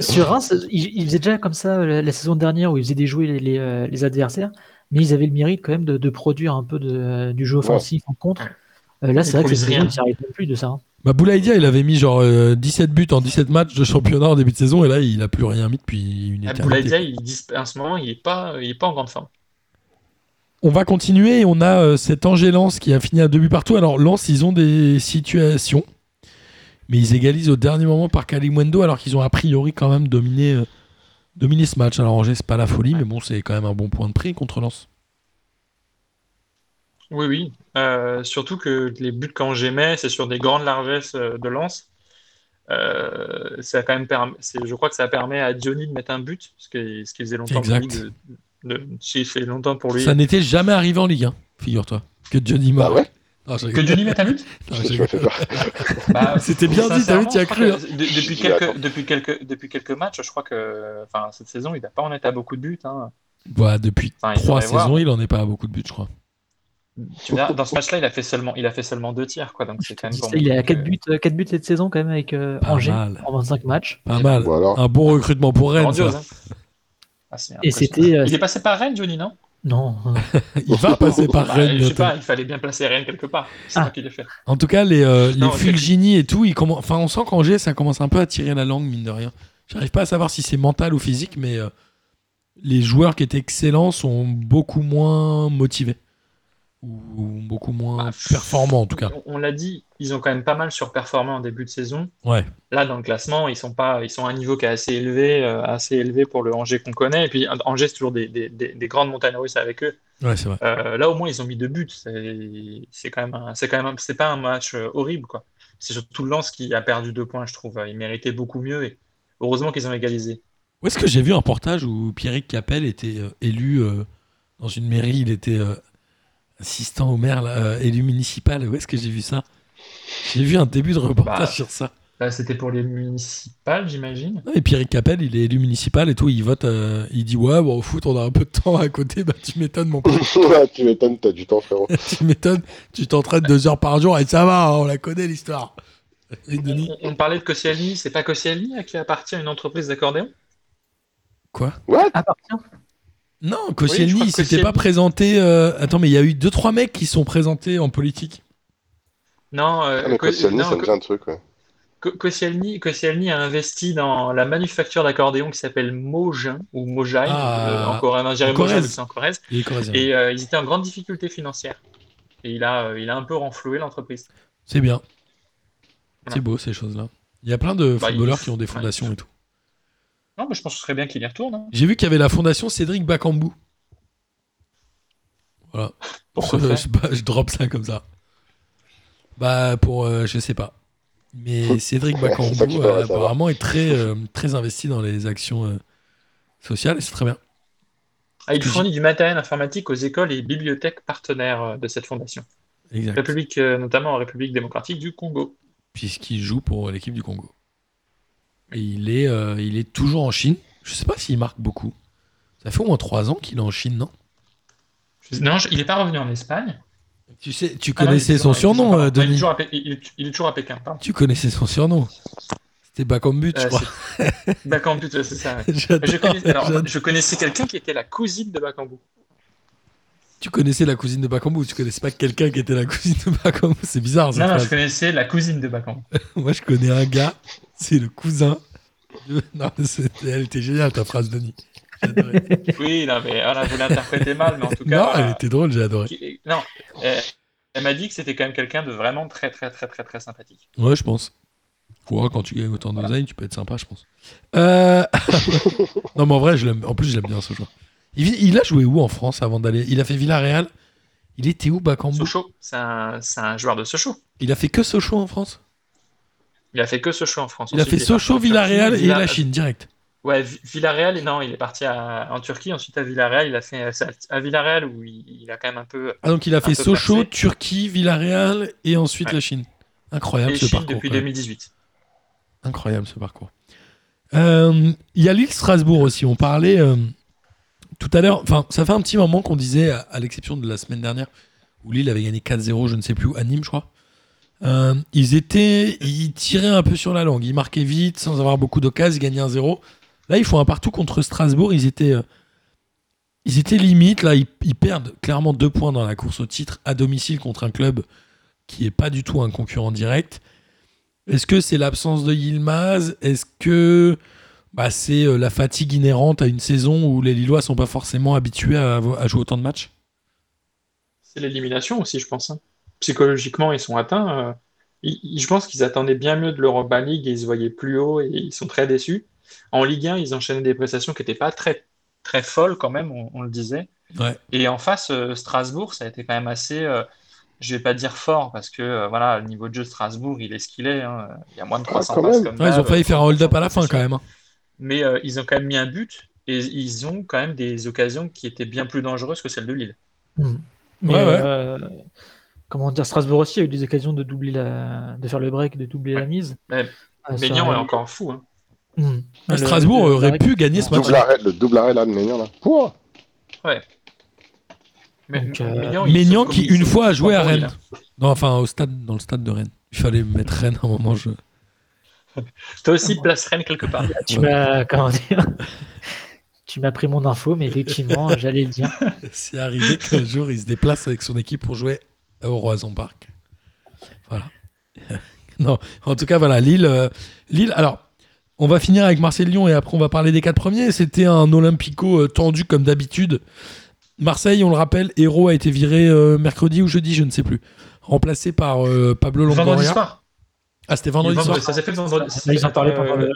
Speaker 2: Sur Reims, ils, ils faisaient déjà comme ça euh, la, la saison dernière où ils faisaient déjouer les, les, euh, les adversaires, mais ils avaient le mérite quand même de, de produire un peu de, du jeu offensif en contre. Euh, là,
Speaker 5: Ils
Speaker 2: c'est vrai que
Speaker 5: produisent
Speaker 2: c'est
Speaker 5: rien.
Speaker 2: ils n'y arrivent plus de ça. hein.
Speaker 4: Bah Boulaïdia, il avait mis genre euh, 17 buts en 17 matchs de championnat en début de saison et là, il a plus rien mis depuis une éternité.
Speaker 5: Ah, Boulaïdia, il dispa- en ce moment, il n'est pas, il est pas en grande forme.
Speaker 4: On va continuer et on a euh, cet Angers Lens qui a fini à deux buts partout. Alors Lens, ils ont des situations, mais ils égalisent au dernier moment par Kalimwendo alors qu'ils ont a priori quand même dominé, euh, dominé ce match. Alors Angers, c'est pas la folie, mais bon, c'est quand même un bon point de prix contre Lens.
Speaker 5: Oui, oui. Euh, surtout que les buts quand j'aimais, c'est sur des grandes largesses euh, de lance. Euh, ça a quand même perm- c'est- je crois que ça permet à Diony de mettre un but, ce qui, ce qui faisait longtemps
Speaker 4: Exact.
Speaker 5: pour lui. De, de- ce qui fait longtemps pour lui.
Speaker 4: Ça n'était jamais arrivé en Ligue 1, figure-toi. Que Johnny Ah,
Speaker 3: Bah
Speaker 4: Marr.
Speaker 3: ouais,
Speaker 4: Non, je
Speaker 5: Que
Speaker 4: rigole.
Speaker 5: Diony mette un but
Speaker 4: Non, je
Speaker 3: je
Speaker 4: rigole.
Speaker 3: me fais peur.
Speaker 5: Bah,
Speaker 4: C'était bien dit, t'as vu,
Speaker 5: sincèrement,
Speaker 4: t'y as
Speaker 5: je crois
Speaker 4: cru. hein.
Speaker 5: que de- depuis,
Speaker 3: J'y attends.
Speaker 5: quelques, depuis, quelques, depuis quelques matchs, je crois que enfin, cette saison, il n'a pas en été à beaucoup de buts. hein.
Speaker 4: Bah, depuis
Speaker 5: Enfin, il
Speaker 4: trois
Speaker 5: faudrait voir.
Speaker 4: saisons, il en est pas à beaucoup de buts, je crois.
Speaker 5: Tu verras, dans ce match-là, il a fait seulement, il a fait seulement deux tirs, quoi. Donc c'est quand même pour
Speaker 2: Il est à
Speaker 5: montrer
Speaker 2: 4
Speaker 5: que-
Speaker 2: buts, 4 buts cette saison quand même avec euh,
Speaker 4: Pas
Speaker 2: Angers
Speaker 4: mal.
Speaker 2: en 25 matchs.
Speaker 4: Pas mal.
Speaker 3: Ou alors,
Speaker 4: Un bon recrutement pour Rennes.
Speaker 5: Grandiose,
Speaker 4: ça.
Speaker 5: hein. Ah, c'est
Speaker 2: Et
Speaker 5: impressionnant.
Speaker 2: c'était, euh,
Speaker 5: Il est passé par Rennes, Johnny, non
Speaker 2: Non. euh,
Speaker 4: Il va passer par
Speaker 5: hein. Bah,
Speaker 4: Rennes.
Speaker 5: Je
Speaker 4: bientôt.
Speaker 5: sais pas, il fallait bien placer Rennes quelque part. C'est
Speaker 2: Ah.
Speaker 5: moi qui l'ai fait.
Speaker 4: En tout cas, les, euh, les
Speaker 5: Non,
Speaker 4: Fulgini et tout, ils commen- enfin, on sent qu'Angers, ça commence un peu à tirer la langue, mine de rien. J'arrive pas à savoir si c'est mental ou physique, mais euh, les joueurs qui étaient excellents sont beaucoup moins motivés. Ou, ou beaucoup moins
Speaker 5: Bah,
Speaker 4: performants, en tout cas.
Speaker 5: On, on l'a dit, ils ont quand même pas mal surperformé en début de saison.
Speaker 4: Ouais.
Speaker 5: Là, dans le classement, ils sont pas, ils sont à un niveau qui est assez élevé, euh, assez élevé pour le Angers qu'on connaît. Et puis Angers, c'est toujours des, des- des- des grandes montagnes russes avec eux.
Speaker 4: Ouais, c'est vrai.
Speaker 5: Euh, là, au moins, ils ont mis deux buts. C'est c'est quand même, un- c'est quand même, un- c'est pas un match euh, horrible, quoi. C'est surtout Lens qui a perdu deux points, je trouve. Ils méritaient beaucoup mieux. Et heureusement qu'ils ont égalisé.
Speaker 4: Où est-ce que j'ai vu un reportage où Pierrick Capel était euh, élu euh, dans une mairie, il était euh, assistant au maire, là, euh, élu municipal. Où est-ce que j'ai vu ça J'ai vu un début de reportage
Speaker 5: Bah,
Speaker 4: sur ça.
Speaker 5: Là, c'était pour les municipales, j'imagine.
Speaker 4: Non, Et Pierrick Capel, il est élu municipal et tout, il vote, euh, il dit ouais, bon, au foot, on a un peu de temps à côté, bah tu m'étonnes, mon pote,
Speaker 3: Ouais, tu m'étonnes, t'as du temps, frérot.
Speaker 4: tu m'étonnes, tu t'entraînes deux heures par jour et ça va, hein, on la connaît l'histoire. Et Denis,
Speaker 5: On, on parlait de Koscielny, c'est pas Koscielny à qui appartient une entreprise d'accordéon
Speaker 4: quoi
Speaker 2: Ah, par contre,
Speaker 4: Non,
Speaker 5: Oui, je
Speaker 4: Koscielny,
Speaker 5: crois
Speaker 4: il
Speaker 5: que
Speaker 4: s'était pas
Speaker 5: Koscielny-
Speaker 4: présenté. euh, Attends, mais il y a eu deux trois mecs qui sont présentés en politique.
Speaker 5: Non, euh,
Speaker 3: Ah, mais
Speaker 5: Ko-
Speaker 3: Koscielny,
Speaker 5: non,
Speaker 3: ça me
Speaker 5: Ko-
Speaker 3: dit un truc, ouais.
Speaker 5: Ko- Koscielny, Koscielny a investi dans la manufacture d'accordéon qui s'appelle Mogin ou Mojain,
Speaker 4: Ah,
Speaker 5: euh, en Corrèze, on dirait
Speaker 4: en
Speaker 5: Mogin,
Speaker 4: Corrèze.
Speaker 5: mais c'est en Corrèze.
Speaker 4: Il est corrézien.
Speaker 5: Et euh, ils étaient en grande difficulté financière. Et il a, euh, il a un peu renfloué l'entreprise.
Speaker 4: C'est bien.
Speaker 5: Voilà.
Speaker 4: C'est beau ces choses-là. Il y a plein de
Speaker 5: Bah, il-
Speaker 4: footballeurs qui ont des
Speaker 5: ouais.
Speaker 4: fondations et tout.
Speaker 5: Non, mais je pense que ce serait bien qu'il y retourne. hein.
Speaker 4: J'ai vu qu'il y avait la fondation Cédric Bakambu. Voilà.
Speaker 5: Pourquoi
Speaker 4: je,
Speaker 5: faire
Speaker 4: je, bah, je drop ça comme ça. Bah pour euh, je sais pas. Mais Cédric
Speaker 3: C'est ça qu'il
Speaker 4: Bakambu
Speaker 3: faudrait
Speaker 4: euh,
Speaker 3: savoir.
Speaker 4: apparemment est très euh, très investi dans les actions euh, sociales et c'est très bien.
Speaker 5: Ah, il
Speaker 4: Parce que
Speaker 5: fournit du matériel informatique aux écoles et bibliothèques partenaires euh, de cette fondation.
Speaker 4: Exact.
Speaker 5: République, euh, notamment en République démocratique du Congo.
Speaker 4: Puisqu'il joue pour l'équipe du Congo. Et il est euh, il est toujours en Chine. Je sais pas s'il marque beaucoup. Ça fait au moins 3 ans qu'il est en Chine, non
Speaker 5: Je sais- Non, je- il n'est pas revenu en Espagne.
Speaker 4: Tu sais, tu
Speaker 5: Ah non, il est
Speaker 4: connaissais son
Speaker 5: toujours-
Speaker 4: surnom,
Speaker 5: il
Speaker 4: euh,
Speaker 5: est toujours- il est
Speaker 4: Denis.
Speaker 5: toujours à Pé- Il est- il est toujours à Pékin, pardon.
Speaker 4: Tu connaissais son surnom. C'était pas comme but, je
Speaker 5: Euh,
Speaker 4: crois.
Speaker 5: c'est- Bakambu, c'est ça. ouais.
Speaker 4: J'adore,
Speaker 5: Je connaissais, alors,
Speaker 4: j'adore.
Speaker 5: je connaissais quelqu'un qui était la cousine de Bakambu.
Speaker 4: Tu connaissais la cousine de Bakambu, ou tu connaissais pas quelqu'un qui était la cousine de Bakambu. C'est bizarre, cette
Speaker 5: Non, non, je
Speaker 4: phrase.
Speaker 5: connaissais la cousine de Bakambu.
Speaker 4: Moi, je connais un gars, c'est le cousin. de- Non, mais c'était- elle était géniale, ta phrase, Denis. J'adorais.
Speaker 5: Oui, non, mais voilà, vous l'interprétez mal, mais en tout cas.
Speaker 4: non,
Speaker 5: voilà.
Speaker 4: elle était drôle, j'ai adoré.
Speaker 5: Qui- Non, euh, elle m'a dit que c'était quand même quelqu'un de vraiment très, très, très, très, très sympathique.
Speaker 4: Ouais, je pense. Ouais, quand tu gagnes autant d'oseille, tu peux être sympa, je pense. Euh, non, mais en vrai, je l'aime- en plus, je l'aime bien ce joueur. Il, vit- il a joué où en France avant d'aller Il a fait Villarreal. Il était où, Bakambu
Speaker 5: Sochaux, c'est un, c'est un joueur de Sochaux.
Speaker 4: Il a fait que Sochaux en France
Speaker 5: Il a fait que Sochaux en France.
Speaker 4: Il a
Speaker 5: Ensuite,
Speaker 4: fait
Speaker 5: est parti
Speaker 4: Sochaux,
Speaker 5: en Turquie,
Speaker 4: Villarreal et
Speaker 5: Villa-
Speaker 4: la Chine, direct.
Speaker 5: Ouais, Vi- Villarreal, et non, il est parti à- en Turquie, ensuite à Villarreal. Il a fait à, à Villarreal où il, il a quand même un peu.
Speaker 4: Ah, donc il a fait
Speaker 5: peu
Speaker 4: Sochaux,
Speaker 5: percé.
Speaker 4: Turquie, Villarreal et ensuite
Speaker 5: Ouais.
Speaker 4: la Chine. Incroyable
Speaker 5: et
Speaker 4: ce
Speaker 5: Chine
Speaker 4: parcours.
Speaker 5: depuis
Speaker 4: quand même.
Speaker 5: 2018.
Speaker 4: Incroyable ce parcours. Euh, Il y a l'île Strasbourg aussi. On parlait euh, tout à l'heure. Enfin, ça fait un petit moment qu'on disait, à, à l'exception de la semaine dernière, où Lille avait gagné 4-0, je ne sais plus où, à Nîmes, je crois. Euh, ils étaient, ils tiraient un peu sur la langue. Ils marquaient vite, sans avoir beaucoup d'occasions. Ils gagnaient 1-0. Là, ils font un partout contre Strasbourg. Ils étaient, euh, ils étaient limite. Là, ils, ils perdent clairement deux points dans la course au titre à domicile contre un club qui est pas du tout un concurrent direct. Est-ce que c'est l'absence de Yilmaz Est-ce que bah, c'est euh, la fatigue inhérente à une saison où les Lillois sont pas forcément habitués à, avo- à jouer autant de matchs
Speaker 5: C'est l'élimination aussi, je pense. hein. Psychologiquement, ils sont atteints. euh, ils- ils- je pense qu'ils attendaient bien mieux de l'Europa League et ils se voyaient plus haut et ils sont très déçus. En Ligue 1, ils enchaînaient des prestations qui n'étaient pas très, très folles quand même, on, on le disait.
Speaker 4: Ouais.
Speaker 5: Et en face, euh, Strasbourg, ça a été quand même assez, euh, je vais pas dire fort, parce que euh, voilà, le niveau de jeu de Strasbourg, il est ce qu'il est. hein. Il y a moins de
Speaker 3: Ah,
Speaker 5: 300
Speaker 3: quand
Speaker 5: passes
Speaker 3: même.
Speaker 5: comme
Speaker 4: Ouais, Ils
Speaker 2: Bah,
Speaker 4: ont
Speaker 5: d'hab.
Speaker 4: failli faire un hold-up à la fin quand même. hein.
Speaker 5: Mais euh, ils ont quand même mis un but et ils ont quand même des occasions qui étaient bien plus dangereuses que celles de Lille.
Speaker 4: Ouais,
Speaker 2: Mais,
Speaker 4: ouais.
Speaker 2: euh, comment dire, Strasbourg aussi a eu des occasions de doubler la, de faire le break, de doubler la mise.
Speaker 5: Ouais.
Speaker 4: Ah,
Speaker 2: Euh, sur
Speaker 5: Maignan
Speaker 2: un-
Speaker 5: est encore fou. hein.
Speaker 2: Mm. Le-
Speaker 4: Strasbourg
Speaker 2: le-
Speaker 4: aurait
Speaker 2: le-
Speaker 4: pu gagner ce match.
Speaker 3: Double arrêt, le double arrêt là de Ménian là. Pouah
Speaker 5: Mais-
Speaker 2: Donc, euh,
Speaker 5: Maignan, il
Speaker 4: Maignan
Speaker 5: se-
Speaker 4: qui
Speaker 5: il
Speaker 4: une
Speaker 5: se-
Speaker 4: fois a joué à
Speaker 5: il a-
Speaker 4: Rennes. Non, enfin au stade, dans le stade de Rennes. Il fallait mettre Rennes à un moment. Je...
Speaker 5: Toi aussi, place Rennes quelque part.
Speaker 2: Tu m'as, comment dire, tu m'as pris mon info, mais effectivement, j'allais le dire.
Speaker 4: C'est arrivé qu'un jour il se déplace avec son équipe pour jouer au Roison Park. Voilà. non, en tout cas, voilà, Lille. euh, Lille, alors, on va finir avec Marseille-Lyon et après on va parler des quatre premiers. C'était un Olympico euh, tendu comme d'habitude. Marseille, on le rappelle, Héros a été viré euh, mercredi ou jeudi, je ne sais plus. Remplacé par euh, Pablo
Speaker 5: Vendredi
Speaker 4: Longoria.
Speaker 5: soir. Ah,
Speaker 4: Ah, c'était vendredi soir.
Speaker 5: Ça s'est fait le vendredi.
Speaker 2: Mais ils en parlaient pendant le.
Speaker 5: Euh,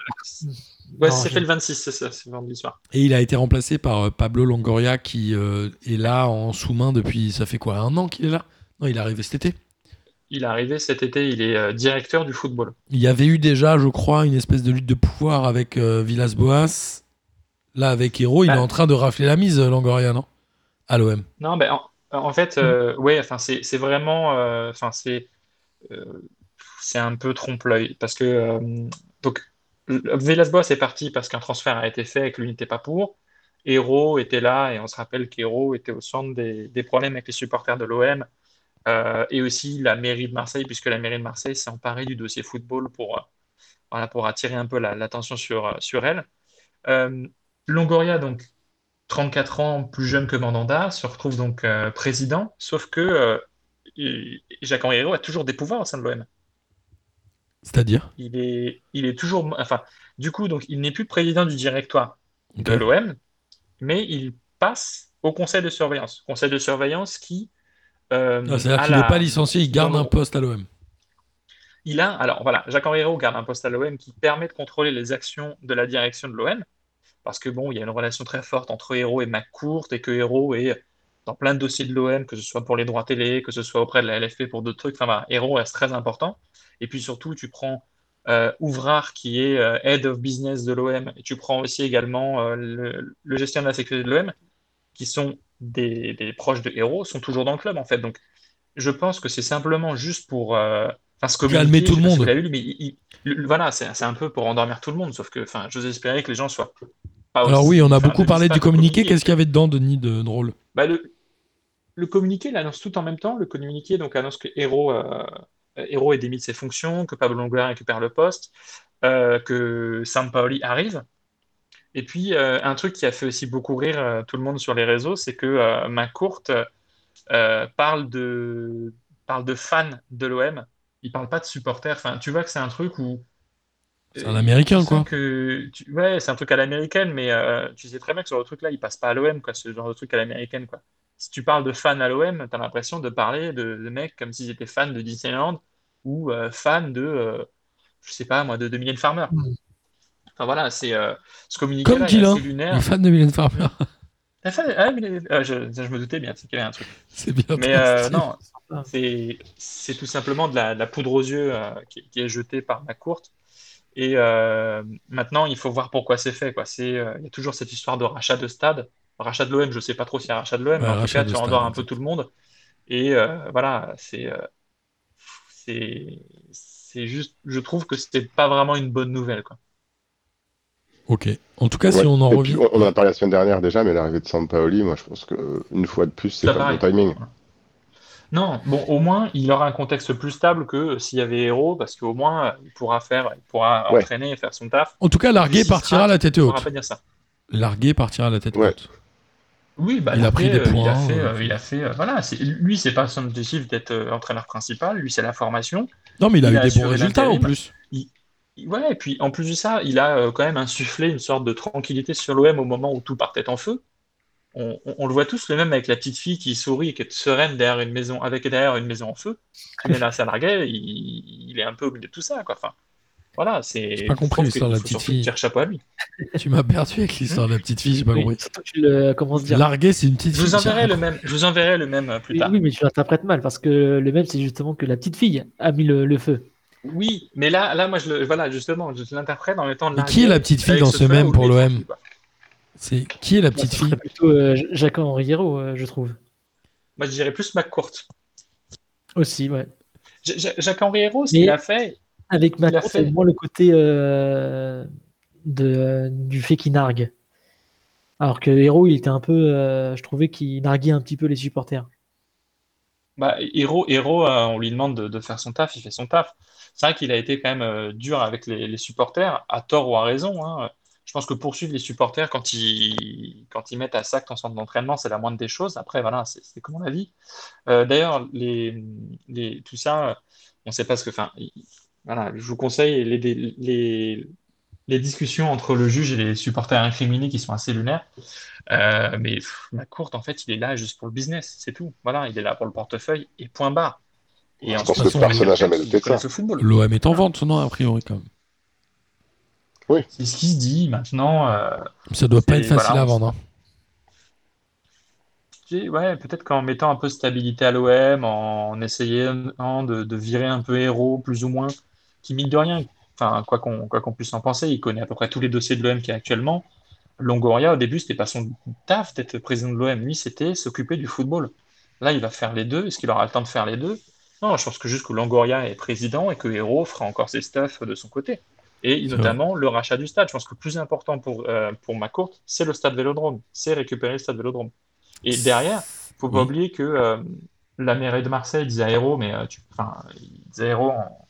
Speaker 5: Ouais,
Speaker 2: Non,
Speaker 5: ça s'est
Speaker 2: je-
Speaker 5: fait le 26, c'est ça, c'est vendredi soir.
Speaker 4: Et il a été remplacé par euh, Pablo Longoria qui euh, est là en sous-main depuis, ça fait quoi, un an qu'il est là Non, il est arrivé cet été.
Speaker 5: Il est arrivé cet été, il est euh, directeur du football.
Speaker 4: Il y avait eu déjà, je crois, une espèce de lutte de pouvoir avec euh, Villas-Boas. Là, avec Hero, il
Speaker 5: Bah.
Speaker 4: est en train de rafler la mise, euh, Longoria, non À l'OM.
Speaker 5: Non, ben, en, en fait, euh, ouais, enfin, c'est c'est vraiment. euh, Enfin, c'est. euh, c'est un peu trompe-l'œil. Parce que. euh, donc, le- Villas-Boas est parti parce qu'un transfert a été fait et que lui n'était pas pour. Hero était là et on se rappelle qu'Hero était au centre des, des problèmes avec les supporters de l'OM euh, et aussi la mairie de Marseille, puisque la mairie de Marseille s'est emparée du dossier football pour, euh, voilà, pour attirer un peu la- l'attention sur, euh, sur elle. Euh, Longoria, donc 34 ans, plus jeune que Mandanda, se retrouve donc euh, président, sauf que euh, il- Jacques Henri Hérault a toujours des pouvoirs au sein de l'OM.
Speaker 4: C'est-à-dire
Speaker 5: Il est, il est toujours, enfin, du coup, donc il n'est plus président du directoire de
Speaker 4: Ok.
Speaker 5: l'OM, mais il passe au conseil de surveillance. Conseil de surveillance qui euh,
Speaker 4: Ah, C'est-à-dire
Speaker 5: a
Speaker 4: qu'il n'est
Speaker 5: la-
Speaker 4: pas licencié, il garde
Speaker 5: Non,
Speaker 4: un
Speaker 5: non.
Speaker 4: poste à l'OM.
Speaker 5: il a, alors voilà, Jacques Henri Hérault garde un poste à l'OM qui permet de contrôler les actions de la direction de l'OM, parce que bon, il y a une relation très forte entre Hérault et McCourt, et que Hérault est dans plein de dossiers de l'OM, que ce soit pour les droits télé, que ce soit auprès de la LFP pour d'autres trucs, enfin voilà, Hérault reste très important. Et puis surtout, tu prends euh, Ouvrard, qui est euh, Head of Business de l'OM, et tu prends aussi également euh, le, le gestionnaire de la sécurité de l'OM, qui sont des, des proches de Hérault, sont toujours dans le club en fait. Donc je pense que c'est simplement juste pour... euh, Enfin, se
Speaker 4: Calmer
Speaker 5: communiquer,
Speaker 4: tout
Speaker 5: je
Speaker 4: le
Speaker 5: sais pas
Speaker 4: monde.
Speaker 5: si vous l'avez lu, mais il- il- le- le- voilà, c'est c'est un peu pour endormir tout le monde, sauf que enfin, j'ose espérer que les gens soient pas
Speaker 4: Alors
Speaker 5: aussi-
Speaker 4: oui, on a
Speaker 5: enfin,
Speaker 4: beaucoup
Speaker 5: ne
Speaker 4: parlé
Speaker 5: disent pas
Speaker 4: du
Speaker 5: le
Speaker 4: communiqué. Qu'est-ce qu'il y avait dedans, Denis, de drôle
Speaker 5: Bah, le, le communiqué l'annonce tout en même temps. Le communiqué donc annonce que Hero, euh, Hero est démis de ses fonctions, que Pablo Longoria récupère le poste, euh, que Sampaoli arrive. Et puis, euh, un truc qui a fait aussi beaucoup rire euh, tout le monde sur les réseaux, c'est que euh, Macourt euh, parle de, parle de fans de l'OM. Il parle pas de supporters. Enfin, tu vois que c'est un truc où.
Speaker 4: C'est un
Speaker 5: Euh,
Speaker 4: américain,
Speaker 5: tu sens
Speaker 4: quoi.
Speaker 5: que tu- Ouais, c'est un truc à l'américaine, mais euh, tu sais très bien que sur le truc-là, il passe pas à l'OM, quoi, ce genre de truc à l'américaine, quoi. Si tu parles de fans à l'OM, t'as l'impression de parler de, de mecs comme s'ils étaient fans de Disneyland ou euh, fans de, euh, je sais pas moi, de, de Mylène Farmer.
Speaker 2: Mm.
Speaker 5: Enfin voilà, c'est euh, ce
Speaker 4: Hmm. Comme
Speaker 5: communiqué-là est
Speaker 4: Dylan.
Speaker 5: assez lunaire.
Speaker 4: Les fans de Mylène Farmer,
Speaker 5: T'as fait- ah, mais- euh, je, je me doutais bien qu'il y avait un truc.
Speaker 4: c'est bien.
Speaker 5: Mais
Speaker 4: pensé.
Speaker 5: euh, non, c'est c'est tout simplement de la, de la poudre aux yeux euh, qui, qui est jetée par la courte. Et euh, maintenant, il faut voir pourquoi c'est fait. Quoi. C'est, euh, il y a toujours cette histoire de rachat de stade. Rachat de l'OM, je ne sais pas trop s'il y a rachat de l'OM, mais
Speaker 4: Ouais,
Speaker 5: en tout
Speaker 4: rachat
Speaker 5: cas,
Speaker 4: de
Speaker 5: tu
Speaker 4: stade,
Speaker 5: endors un peu
Speaker 4: exact.
Speaker 5: tout le monde. Et euh, voilà, c'est, euh, c'est, c'est juste, je trouve que c'est pas vraiment une bonne nouvelle. Quoi.
Speaker 4: Ok. En tout cas,
Speaker 3: Ouais.
Speaker 4: si on en
Speaker 3: Et
Speaker 4: revient.
Speaker 3: puis, on on en a parlé la semaine dernière déjà, mais l'arrivée de Sampaoli, moi je pense que euh, une fois de plus, c'est
Speaker 5: Ça
Speaker 3: pas le bon
Speaker 5: pareil.
Speaker 3: timing.
Speaker 5: Non, bon, au moins, il aura un contexte plus stable que s'il y avait héros, parce qu'au moins, euh, il pourra faire, il pourra
Speaker 3: Ouais.
Speaker 5: entraîner et faire son taf.
Speaker 4: En tout cas,
Speaker 5: Lui,
Speaker 4: Largué
Speaker 5: s'il se
Speaker 4: partira
Speaker 5: rate,
Speaker 4: la tête
Speaker 5: Il pourra
Speaker 4: haute.
Speaker 5: pas dire ça.
Speaker 4: Largué partira la tête
Speaker 3: Ouais.
Speaker 4: haute.
Speaker 5: Oui, bah,
Speaker 4: Il a pris
Speaker 5: Larguet,
Speaker 4: des
Speaker 5: euh, Il a
Speaker 4: points,
Speaker 5: fait,
Speaker 4: euh,
Speaker 5: euh, il a fait, euh, voilà, c'est- lui, c'est pas son objectif d'être euh, entraîneur principal, lui, c'est la formation.
Speaker 4: Non, mais il a
Speaker 5: Il
Speaker 4: eu
Speaker 5: a
Speaker 4: des bons
Speaker 5: assuré
Speaker 4: résultats en
Speaker 5: l'intérim.
Speaker 4: plus.
Speaker 5: Et Voilà, et puis en plus de ça, il a euh, quand même insufflé une sorte de tranquillité sur l'OM au moment où tout partait en feu. On, on- on le voit tous, le même avec la petite fille qui sourit et qui est sereine derrière une maison, avec et derrière une maison en feu. Il est là, ça larguait, il, il est un peu au milieu de tout ça, quoi. Enfin, voilà, c'est.
Speaker 4: J'ai pas
Speaker 5: je
Speaker 4: compris
Speaker 5: trouve
Speaker 4: l'histoire de la
Speaker 5: qu'il faut
Speaker 4: petite
Speaker 5: surtout
Speaker 4: fille.
Speaker 5: Dire chapeau à lui.
Speaker 4: Tu m'as perdu avec l'histoire de la petite fille, j'ai pas
Speaker 2: Oui,
Speaker 4: compris.
Speaker 2: surtout que tu le, comment se dire
Speaker 4: Largué, c'est une petite
Speaker 5: Je
Speaker 4: fille.
Speaker 5: vous enverrai
Speaker 4: tiens.
Speaker 5: le même, je vous enverrai le même euh, plus
Speaker 2: Oui,
Speaker 5: tard.
Speaker 2: oui, mais tu l'interprètes mal parce que le même, c'est justement que la petite fille a mis le, le feu.
Speaker 5: Oui, mais là, là, moi, je le, voilà, justement, je l'interprète en étant.
Speaker 4: Mais qui est la petite fille dans ce même pour l'OM C'est qui est la petite
Speaker 2: Ce
Speaker 4: fille
Speaker 2: serait plutôt euh, Jacques Henri Hérault, euh, je trouve.
Speaker 5: Moi, je dirais plus McCourt.
Speaker 2: Aussi, ouais.
Speaker 5: J- J- Jacques-Henri Hérault, ce
Speaker 2: Mais-
Speaker 5: qu'il a fait,
Speaker 2: Avec
Speaker 5: Il a
Speaker 2: Macron,
Speaker 5: fait.
Speaker 2: c'est moins le côté euh, de, euh, du fait qu'il nargue. Alors que Hérault, il était un peu. euh, je trouvais qu'il narguait un petit peu les supporters.
Speaker 5: bah, Hérault, Hérault, euh, on lui demande de, de faire son taf, il fait son taf. C'est vrai qu'il a été quand même euh, dur avec les, les supporters, à tort ou à raison. hein. Je pense que poursuivre les supporters quand ils, quand ils mettent à sac ton centre d'entraînement, c'est la moindre des choses. Après, voilà, c'est c'est comme on l'a dit. Euh, D'ailleurs, les, les, tout ça, euh, on ne sait pas ce que. Enfin, il- voilà, je vous conseille les, les, les, les discussions entre le juge et les supporters incriminés qui sont assez lunaires. Euh, mais pff, la courte, en fait, il est là juste pour le business, c'est tout. Voilà, il est là pour le portefeuille et point barre. Et
Speaker 3: Je
Speaker 5: ensuite,
Speaker 3: pense
Speaker 4: que
Speaker 5: il faut
Speaker 4: personne
Speaker 5: quelqu'un
Speaker 3: n'a jamais
Speaker 5: qui
Speaker 3: douté de
Speaker 5: connaisse
Speaker 3: ça.
Speaker 5: le football.
Speaker 4: L'OM est en vente, non, a priori, quand même.
Speaker 5: C'est ce qui se dit maintenant. euh,
Speaker 4: Ça doit pas
Speaker 5: Et
Speaker 4: être facile
Speaker 5: voilà,
Speaker 4: à
Speaker 5: on-
Speaker 4: vendre. hein.
Speaker 5: tu sais, ouais, peut-être qu'en mettant un peu de stabilité à l'OM, en essayant hein, de, de virer un peu héros, plus ou moins, qui mine de rien, enfin, quoi qu'on quoi qu'on puisse en penser, il connaît à peu près tous les dossiers de l'OM qu'il y a actuellement. Longoria, au début, c'était pas son taf d'être président de l'OM. Lui, c'était s'occuper du football. Là, il va faire les deux. Est-ce qu'il aura le temps de faire les deux? Non, je pense que juste que Longoria est président et que Hero fera encore ses staffs de son côté. Et
Speaker 4: C'est
Speaker 5: notamment le rachat du stade. Je pense que le plus important pour, euh, pour Macourt, c'est le stade Vélodrome. C'est récupérer le stade Vélodrome. Et derrière, faut pas
Speaker 4: Oui.
Speaker 5: oublier que euh, la mairie de Marseille disait à Hero, mais euh, tu, enfin, il disait à Hero en,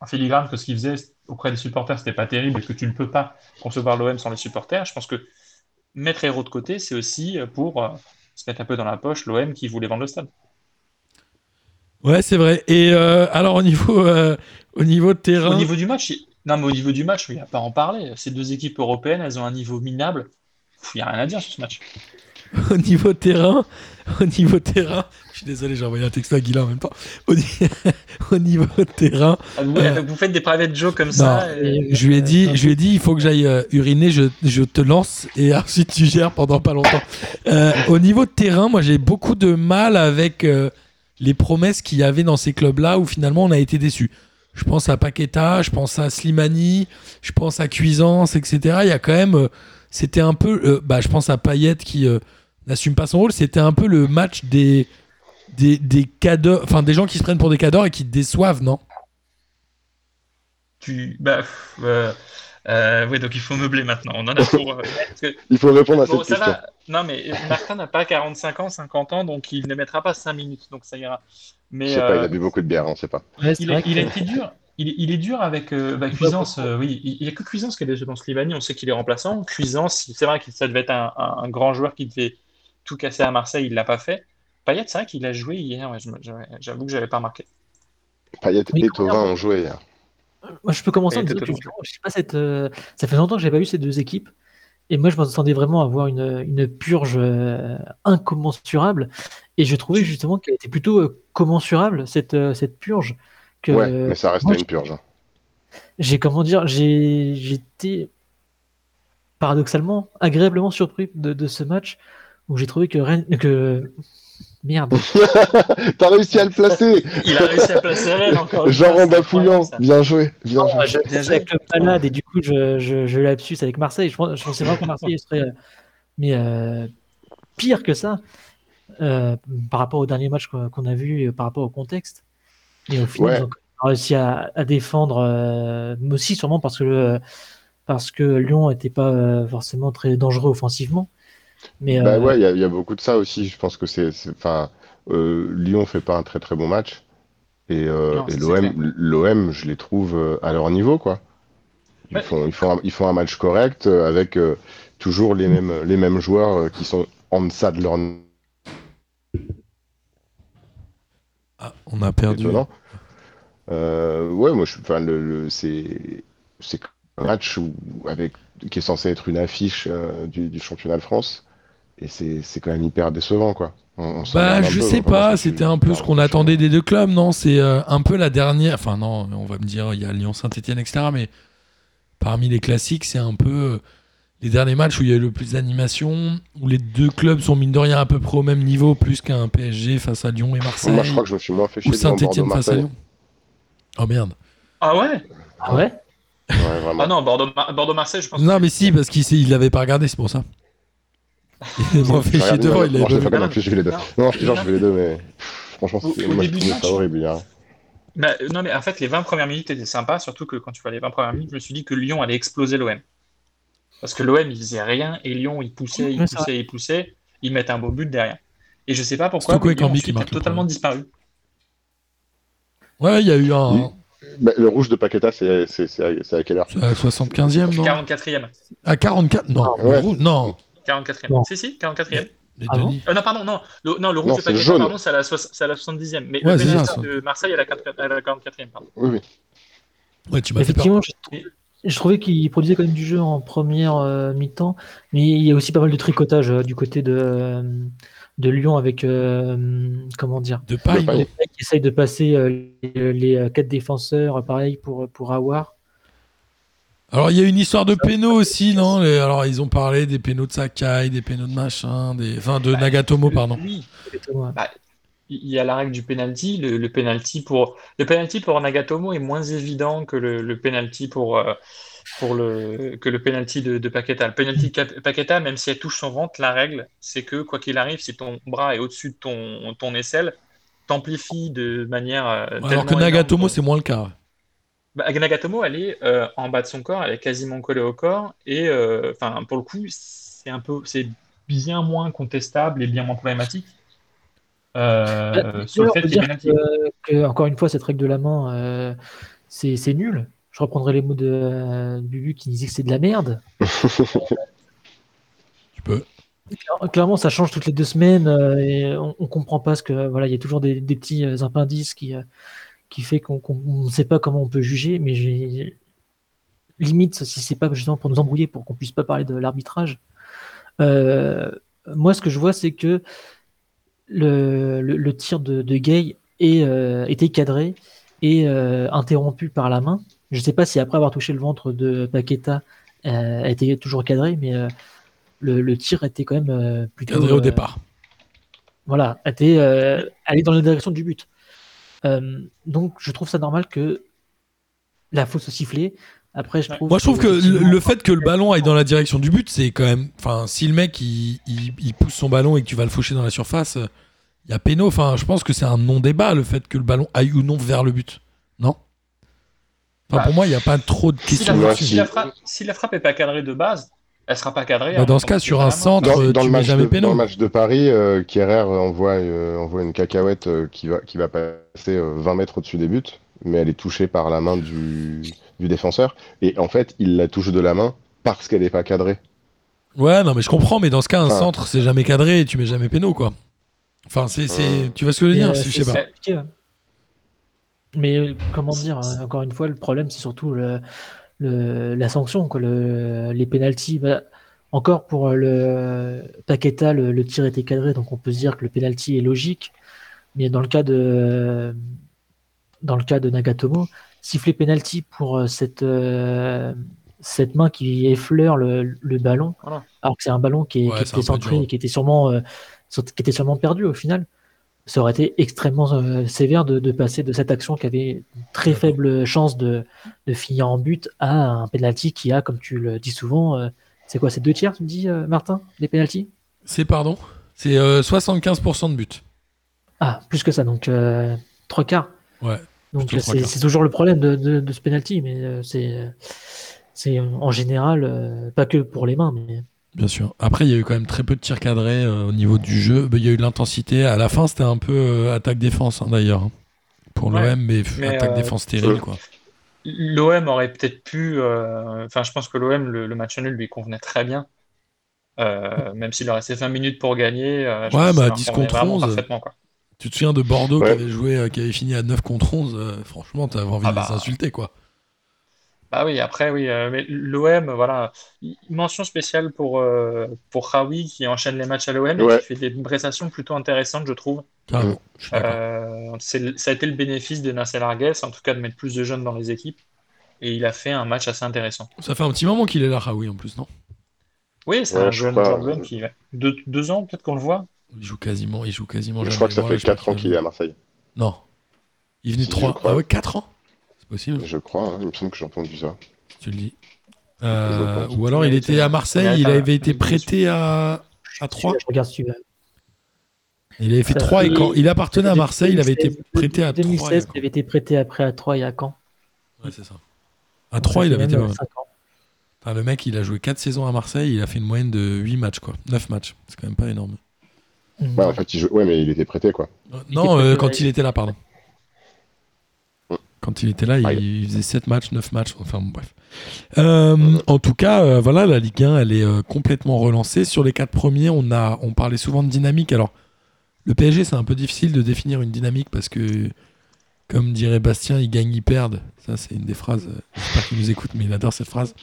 Speaker 5: en filigrane que ce qu'il faisait auprès des supporters, c'était pas terrible et que tu ne peux pas concevoir l'OM sans les supporters. Je pense que mettre Hero de côté, c'est aussi euh, pour euh, se mettre un peu dans la poche l'OM qui voulait vendre le stade.
Speaker 4: Ouais, c'est vrai. Et euh, alors, au niveau, euh, au niveau de terrain.
Speaker 5: Au niveau du match, il- non, mais au niveau du match, il n'y a pas à en parler. Ces deux équipes européennes, elles ont un niveau minable. Pff, Il n'y a rien à dire sur ce match.
Speaker 4: au niveau terrain, au niveau terrain, je suis désolé, j'ai envoyé un texto à Guilla en même temps. Au, ni- au niveau terrain,
Speaker 5: Ah, Vous,
Speaker 4: Euh,
Speaker 5: vous faites des private jokes comme ça. et-
Speaker 2: Et-
Speaker 4: je lui ai dit,
Speaker 2: euh,
Speaker 4: je lui ai dit, il faut que j'aille euh, uriner, je, je te lance et ensuite tu gères pendant pas longtemps. Euh, au niveau de terrain, moi j'ai beaucoup de mal avec euh, les promesses qu'il y avait dans ces clubs-là où finalement on a été déçus. Je pense à Paqueta, je pense à Slimani, je pense à Cuisance, etc. Il y a quand même, euh, c'était un peu, euh, bah, je pense à Payet qui euh, n'assume pas son rôle. C'était un peu le match des des, des cadors, enfin des gens qui se prennent pour des cadors et qui déçoivent, non
Speaker 5: tu bah, pff, euh, Euh, oui, donc il faut meubler maintenant. On en a pour. euh, parce que-
Speaker 3: Il faut répondre à
Speaker 5: bon,
Speaker 3: cette
Speaker 5: ça
Speaker 3: question.
Speaker 5: va. Non, mais Martin n'a pas 45 ans, 50 ans, donc il ne mettra pas 5 minutes, donc ça ira.
Speaker 3: Je
Speaker 5: Mais
Speaker 3: sais pas, il
Speaker 5: euh,
Speaker 3: a bu beaucoup de bière, on sait pas.
Speaker 2: Ouais, c'est
Speaker 5: il, est,
Speaker 2: vrai que-
Speaker 5: il a été dur. Il, il est dur avec euh, bah, Cuisance. euh, oui, il n'y a que Cuisance qui est déjà dans ce Libani. On sait qu'il est remplaçant. Cuisance, c'est vrai que ça devait être un, un- un grand joueur qui devait tout casser à Marseille. Il l'a pas fait. Payet, c'est vrai qu'il a joué hier. ouais, je me- j'avais- J'avoue que j'avais pas marqué.
Speaker 3: Payet
Speaker 2: Oui,
Speaker 3: et
Speaker 2: clairement.
Speaker 3: Thauvin ont joué hein. hier.
Speaker 2: Moi, je peux commencer en
Speaker 5: Et
Speaker 2: disant que
Speaker 5: totalement.
Speaker 2: justement, je sais pas cette, euh, ça fait longtemps que j'ai pas vu ces deux équipes. Et moi, je m'attendais vraiment à avoir une, une purge euh, incommensurable. Et je trouvais justement qu'elle était plutôt euh, commensurable, cette, euh, cette purge. Que
Speaker 3: Ouais,
Speaker 5: bah,
Speaker 3: mais ça restait
Speaker 2: moi,
Speaker 3: une purge. hein.
Speaker 2: j'ai, comment dire, j'ai, j'étais paradoxalement agréablement surpris de, de ce match où j'ai trouvé que Rennes- que merde,
Speaker 3: T'as réussi à le placer
Speaker 5: Il a réussi à placer Rennes encore. une
Speaker 3: Genre
Speaker 5: fois,
Speaker 3: en
Speaker 5: c'est incroyable,
Speaker 3: bafouillant.
Speaker 5: ça. Oh,
Speaker 3: Bien joué, bien joué.
Speaker 2: je
Speaker 5: Bien
Speaker 2: pensais
Speaker 5: joué.
Speaker 2: à Club Malade et du coup je, je, je lapsus avec Marseille. Je, pense- je pensais vraiment que Marseille serait euh, mais, euh, pire que ça euh, par rapport au dernier match qu'on qu'on a vu, et par rapport au contexte. Et au final,
Speaker 3: Ouais.
Speaker 2: ils ont quand même réussi à, à défendre, euh, mais aussi sûrement parce que, le- parce que Lyon n'était pas euh, forcément très dangereux offensivement. Mais
Speaker 3: Bah
Speaker 2: euh,
Speaker 3: ouais, il y a- il y, a beaucoup de ça aussi. Je pense que c'est, c'est- enfin, euh, Lyon fait pas un très très bon match et, euh,
Speaker 5: Non,
Speaker 3: et
Speaker 5: c'est
Speaker 3: l'OM,
Speaker 5: clair.
Speaker 3: l'OM, je les trouve euh, à leur niveau quoi. Ils
Speaker 5: Ouais.
Speaker 3: font, ils font, un, ils font un match correct euh, avec euh, toujours les mêmes les mêmes joueurs euh, qui sont en deçà de leur niveau
Speaker 4: Ah, on a perdu.
Speaker 3: étonnant. Euh, ouais, moi je, enfin le, le- c'est c'est un match où, avec qui est censé être une affiche euh, du, du championnat de France et c'est c'est quand même hyper décevant quoi. On- on
Speaker 4: Bah,
Speaker 3: s'emmerde un
Speaker 4: je
Speaker 3: peu, hein,
Speaker 4: sais
Speaker 3: donc, voilà,
Speaker 4: pas,
Speaker 3: c'est-
Speaker 4: c'était un peu ce qu'on
Speaker 3: Alors,
Speaker 4: attendait des deux clubs, non C'est euh, un peu la dernière. Enfin, non, on va me dire, il y a Lyon, Saint-Etienne, etc. Mais parmi les classiques, c'est un peu euh, les derniers matchs où il y a eu le plus d'animation, où les deux clubs sont mine de rien à peu près au même niveau, plus qu'un PSG face à Lyon et Marseille,
Speaker 3: Moi, je crois que je me suis moins fait chier
Speaker 4: ou
Speaker 3: devant
Speaker 4: Saint-Etienne face à
Speaker 3: Bordeaux-Marseille.
Speaker 4: Lyon. Oh merde.
Speaker 5: Ah ouais
Speaker 2: ah ouais,
Speaker 3: Ouais, vraiment.
Speaker 5: Ah non, Bordeaux- Mar- Bordeaux-Marseille, je pense.
Speaker 4: Non, mais si, parce qu'il s'est- il l'avait pas regardé, c'est pour ça. Il m'a fait
Speaker 3: J'ai
Speaker 4: chier
Speaker 3: regardé,
Speaker 4: devant,
Speaker 3: mais
Speaker 4: il
Speaker 3: non, je
Speaker 4: l'avait
Speaker 3: l'ai
Speaker 4: pas vu.
Speaker 3: pas
Speaker 5: vu.
Speaker 3: compris, j'ai vu les deux.
Speaker 5: Non.
Speaker 3: Non, je te jure, j'ai vu les deux, mais pff, franchement,
Speaker 5: Au-
Speaker 3: c'était-
Speaker 5: au
Speaker 3: moi, je
Speaker 5: début du
Speaker 3: trouvais
Speaker 5: match.
Speaker 3: ça horrible hein. hier.
Speaker 5: Bah, euh, non, mais en fait, les 20 premières minutes étaient sympas, surtout que quand tu vois les 20 premières minutes, je me suis dit que Lyon allait exploser l'OM. Parce que l'OM, il faisait rien, et Lyon, il poussait, il
Speaker 2: Ouais, c'est
Speaker 5: poussait, il poussait, ils mettent un beau but derrière. Et je sais pas pourquoi,
Speaker 4: Surtout
Speaker 5: mais
Speaker 4: avec
Speaker 5: Lyon
Speaker 4: Cambi qui
Speaker 5: ensuite a
Speaker 4: marque le
Speaker 5: totalement disparu.
Speaker 4: Ouais, il y a eu un.
Speaker 3: Bah, le rouge de Paqueta, c'est c'est- c'est à c'est à quelle heure
Speaker 4: c'est À 75e, euh, non
Speaker 5: 44e.
Speaker 4: À 44 Non,
Speaker 3: Ah, ouais.
Speaker 4: le rouge- non.
Speaker 5: 44e.
Speaker 2: Bon.
Speaker 5: Si, si, 44e.
Speaker 4: Les
Speaker 2: Ah bon
Speaker 4: Denis.
Speaker 5: Euh, non, pardon, non. Le, non, le rouge
Speaker 3: Non,
Speaker 5: de
Speaker 3: c'est
Speaker 5: Paqueta,
Speaker 3: jaune.
Speaker 5: pardon, c'est à la, soix- c'est à la 70e. Mais
Speaker 4: Ouais,
Speaker 5: le
Speaker 4: c'est
Speaker 5: pénalty
Speaker 4: ça.
Speaker 5: de Marseille à la, quatre- à la 44e. Pardon.
Speaker 3: Oui, oui.
Speaker 4: Ouais, tu m'as fait peur.
Speaker 2: Effectivement, je, trou- je trouvais qu'il produisait quand même du jeu en première euh, mi-temps, mais il y a aussi pas mal de tricotage euh, du côté de, euh, de Lyon avec, euh, comment dire,
Speaker 4: De paille,
Speaker 3: De paille.
Speaker 4: non.
Speaker 2: les mecs qui essayent de passer euh, les, les, euh, quatre défenseurs, euh, pareil pour, pour Awar.
Speaker 4: Alors il y a une histoire de pénaux aussi, non Les- Alors ils ont parlé des pénaux de Sakai, des pénaux de machin, des... enfin
Speaker 3: Bah,
Speaker 4: de Nagatomo, Oh, pardon.
Speaker 5: Oui,
Speaker 2: Ouais.
Speaker 5: il y a la règle du penalty. Le, le penalty pour le penalty pour Nagatomo est moins évident que le, le penalty pour euh, pour le que le penalty de, de Paqueta. Le penalty de Cap- Paqueta, même si elle touche son ventre, la règle c'est que quoi qu'il arrive, si ton bras est au-dessus de ton ton aisselle, t'amplifies de manière euh, tellement
Speaker 4: Alors que
Speaker 5: énorme.
Speaker 4: Nagatomo, c'est moins le cas.
Speaker 5: Bah, Nagatomo, elle est euh, en bas de son corps, elle est quasiment collée au corps, et euh, enfin pour le coup, c'est un peu, c'est bien moins contestable et bien moins problématique euh,
Speaker 2: Bah, D'ailleurs,
Speaker 5: sur le
Speaker 2: on
Speaker 5: fait
Speaker 2: peut
Speaker 5: qu'il y ait
Speaker 2: dire
Speaker 5: pénalty.
Speaker 2: que- que, encore une fois, cette règle de la main, euh, c'est c'est nul. Je reprendrai les mots de euh, Bubu qui disait que c'est de la merde.
Speaker 4: Tu peux.
Speaker 2: Cla- Clairement, ça change toutes les deux semaines euh, et on, on comprend pas ce que voilà, il y a toujours des, des petits euh, appendices qui euh, qui fait qu'on qu'on- on ne sait pas comment on peut juger. Mais j'ai limite si c'est pas justement pour nous embrouiller pour qu'on puisse pas parler de l'arbitrage. euh, moi, ce que je vois, c'est que le, le- le tir de, de Gay est, euh, était cadré et euh, interrompu par la main. Je sais pas si après avoir touché le ventre de Paqueta, euh, était toujours cadré, mais euh, le, le tir était quand même euh, plutôt.
Speaker 4: Cadré au
Speaker 2: euh,
Speaker 4: départ.
Speaker 2: voilà, était euh, allé dans la direction du but. Euh, donc je trouve ça normal que la fausse au sifflet. Après, je
Speaker 5: Ouais.
Speaker 2: trouve.
Speaker 4: Moi je trouve que le,
Speaker 2: effectivement,
Speaker 4: le fait que le ballon aille dans la direction du but, c'est quand même. Enfin, si le mec il, il- il pousse son ballon et que tu vas le faucher dans la surface, euh, il y a péno. Enfin, je pense que c'est un non-débat le fait que le ballon aille ou non vers le but. Non Enfin,
Speaker 3: Bah,
Speaker 4: pour moi, il n'y a pas trop de
Speaker 5: Si la,
Speaker 4: questions
Speaker 3: Ouais,
Speaker 5: frappe,
Speaker 4: là-dessus.
Speaker 5: si la frappe, si la frappe est pas cadrée de base, elle sera pas cadrée.
Speaker 4: Bah,
Speaker 5: hein,
Speaker 4: dans ce
Speaker 5: donc,
Speaker 4: cas, sur un
Speaker 5: vraiment,
Speaker 4: centre,
Speaker 3: Dans,
Speaker 4: euh,
Speaker 3: dans
Speaker 4: tu
Speaker 3: le
Speaker 4: mets
Speaker 3: match
Speaker 4: jamais
Speaker 3: de, dans
Speaker 4: péno.
Speaker 3: le match de Paris, euh, Kerrer envoie, euh, envoie une cacahuète euh, qui, va, qui va passer euh, 20 mètres au-dessus des buts, mais elle est touchée par la main du, du défenseur. Et en fait, il la touche de la main parce qu'elle n'est pas cadrée.
Speaker 4: Ouais, non, mais je comprends, mais dans ce cas, un
Speaker 3: Enfin.
Speaker 4: centre, c'est jamais cadré et tu mets jamais péno, quoi. Enfin, c'est, c'est- tu vois ce que je veux
Speaker 2: Mais,
Speaker 4: dire
Speaker 2: euh,
Speaker 4: c'est- Je sais
Speaker 2: c'est-
Speaker 4: pas.
Speaker 2: c'est compliqué, ouais. Mais euh, comment dire, euh, encore une fois, le problème, c'est surtout le, le- la sanction, quoi, le- les pénalties. Bah, encore pour euh, le Paqueta, le, le tir était cadré, donc on peut se dire que le pénalty est logique. Mais dans le cas de, dans le cas de Nagatomo, siffler pénalty pour euh, cette, euh, cette main qui effleure le, le ballon,
Speaker 5: Voilà.
Speaker 2: alors que c'est un ballon qui, est-
Speaker 4: Ouais,
Speaker 2: qui
Speaker 4: c'est un peu
Speaker 2: était centré
Speaker 4: dur.
Speaker 2: et qui était sûrement, euh, sur- qui était sûrement perdu au final. Ça aurait été extrêmement euh, sévère de, de passer de cette action qui avait une très
Speaker 4: D'accord.
Speaker 2: faible chance de, de finir en but à un penalty qui a, comme tu le dis souvent, euh, c'est quoi, c'est deux tiers, tu me dis, euh, Martin, des pénalties
Speaker 4: C'est, pardon C'est euh, 75% de but.
Speaker 2: Ah, plus que ça, donc euh, trois quarts.
Speaker 4: Ouais.
Speaker 2: Donc
Speaker 4: Plutôt
Speaker 2: euh,
Speaker 4: trois
Speaker 2: c'est
Speaker 4: quarts.
Speaker 2: c'est toujours le problème de, de- de ce penalty, mais euh, c'est euh, c'est euh, en général euh, pas que pour les mains, mais
Speaker 4: Bien sûr. Après, il y a eu quand même très peu de tirs cadrés euh, au niveau du jeu. Mais Il y a eu de l'intensité. À la fin, c'était un peu euh, attaque-défense, hein, d'ailleurs. hein, Pour
Speaker 5: Ouais.
Speaker 4: l'OM, mais,
Speaker 5: Mais, euh,
Speaker 4: attaque-défense stérile,
Speaker 3: je-
Speaker 4: quoi.
Speaker 5: L'OM aurait peut-être pu. euh, Enfin, je pense que l'OM, le, le match nul lui convenait très bien. Euh, même s'il aurait restait 20 minutes pour gagner. euh, je
Speaker 4: Ouais,
Speaker 5: pense que
Speaker 4: bah,
Speaker 5: ça leur
Speaker 4: 10
Speaker 5: convenait
Speaker 4: contre
Speaker 5: vraiment
Speaker 4: 11.
Speaker 5: Parfaitement, quoi.
Speaker 4: Tu te souviens de Bordeaux
Speaker 3: Ouais.
Speaker 4: qui avait joué, euh, qui avait fini à 9 contre 11. euh, franchement, t'avais envie
Speaker 5: Ah
Speaker 4: de
Speaker 5: bah.
Speaker 4: les insulter, quoi.
Speaker 5: Bah oui, après, oui. euh, mais l'OM, voilà. Mention spéciale pour, euh, pour Raoui qui enchaîne les matchs à l'OM et
Speaker 3: Ouais.
Speaker 5: qui fait des prestations plutôt intéressantes, je trouve.
Speaker 4: Carrément. Je suis d'accord.
Speaker 5: Euh, c'est- ça a été le bénéfice de Nasser Largues, en tout cas de mettre plus de jeunes dans les équipes. Et il a fait un match assez intéressant.
Speaker 4: Ça fait un petit moment qu'il est là, Raoui, en plus, non
Speaker 5: Oui, c'est
Speaker 3: Ouais,
Speaker 5: un
Speaker 3: je
Speaker 5: jeune
Speaker 3: crois,
Speaker 5: joueur de l'OM
Speaker 3: euh,
Speaker 5: qui. Deux, deux ans, peut-être qu'on le voit.
Speaker 4: Il joue quasiment, il joue quasiment
Speaker 3: je
Speaker 4: jamais.
Speaker 3: crois que ça
Speaker 4: Moi,
Speaker 3: fait
Speaker 4: je sais pas
Speaker 3: 4 ans
Speaker 4: qui-
Speaker 3: qu'il est à Marseille.
Speaker 4: Non. Il venait
Speaker 3: Si, je
Speaker 4: 3.
Speaker 3: crois.
Speaker 4: Ah ouais, 4 ans C'est possible,
Speaker 3: Je crois, hein, il me semble que j'ai entendu ça.
Speaker 4: tu le dis. Euh,
Speaker 3: Je pense.
Speaker 4: ou alors il
Speaker 5: Mais
Speaker 4: était
Speaker 5: c'est-
Speaker 4: à Marseille,
Speaker 5: mais
Speaker 4: il
Speaker 5: attends,
Speaker 4: avait été
Speaker 5: mais-
Speaker 4: prêté à, à 3.
Speaker 2: je regarde euh, si tu veux.
Speaker 4: Il avait fait
Speaker 2: Ça
Speaker 4: 3 et
Speaker 2: fait-
Speaker 4: quand il appartenait à Marseille, il avait été
Speaker 2: 2016,
Speaker 4: prêté à 3.
Speaker 2: 2016, il avait été prêté après à 3 et à Caen.
Speaker 4: Ouais, c'est ça. À 3, il avait été.
Speaker 2: même,
Speaker 4: ouais.
Speaker 2: euh, cinq ans.
Speaker 4: Enfin, le mec, il a joué 4 saisons à Marseille, il a fait une moyenne de 8 matchs, quoi. 9 matchs. C'est quand même pas énorme.
Speaker 2: Mm.
Speaker 3: Ouais, en fait, il joue- ouais, mais il était prêté, quoi.
Speaker 4: Euh, Non,
Speaker 2: était
Speaker 4: euh,
Speaker 2: prêté,
Speaker 4: quand
Speaker 2: ouais.
Speaker 4: il était là, pardon.
Speaker 3: Ouais.
Speaker 4: Quand il était là, il,
Speaker 3: Ah,
Speaker 4: il faisait 7 matchs, 9 matchs, enfin bon, bref. Euh, en tout cas, euh, voilà, la Ligue 1, elle est euh, complètement relancée. Sur les 4 premiers, on, a, on parlait souvent de dynamique. Alors, le PSG, c'est un peu difficile de définir une dynamique parce que, comme dirait Bastien, ils gagnent, ils perdent. Ça, c'est une des phrases. euh, J'espère qu'il nous écoute, mais il adore cette phrase.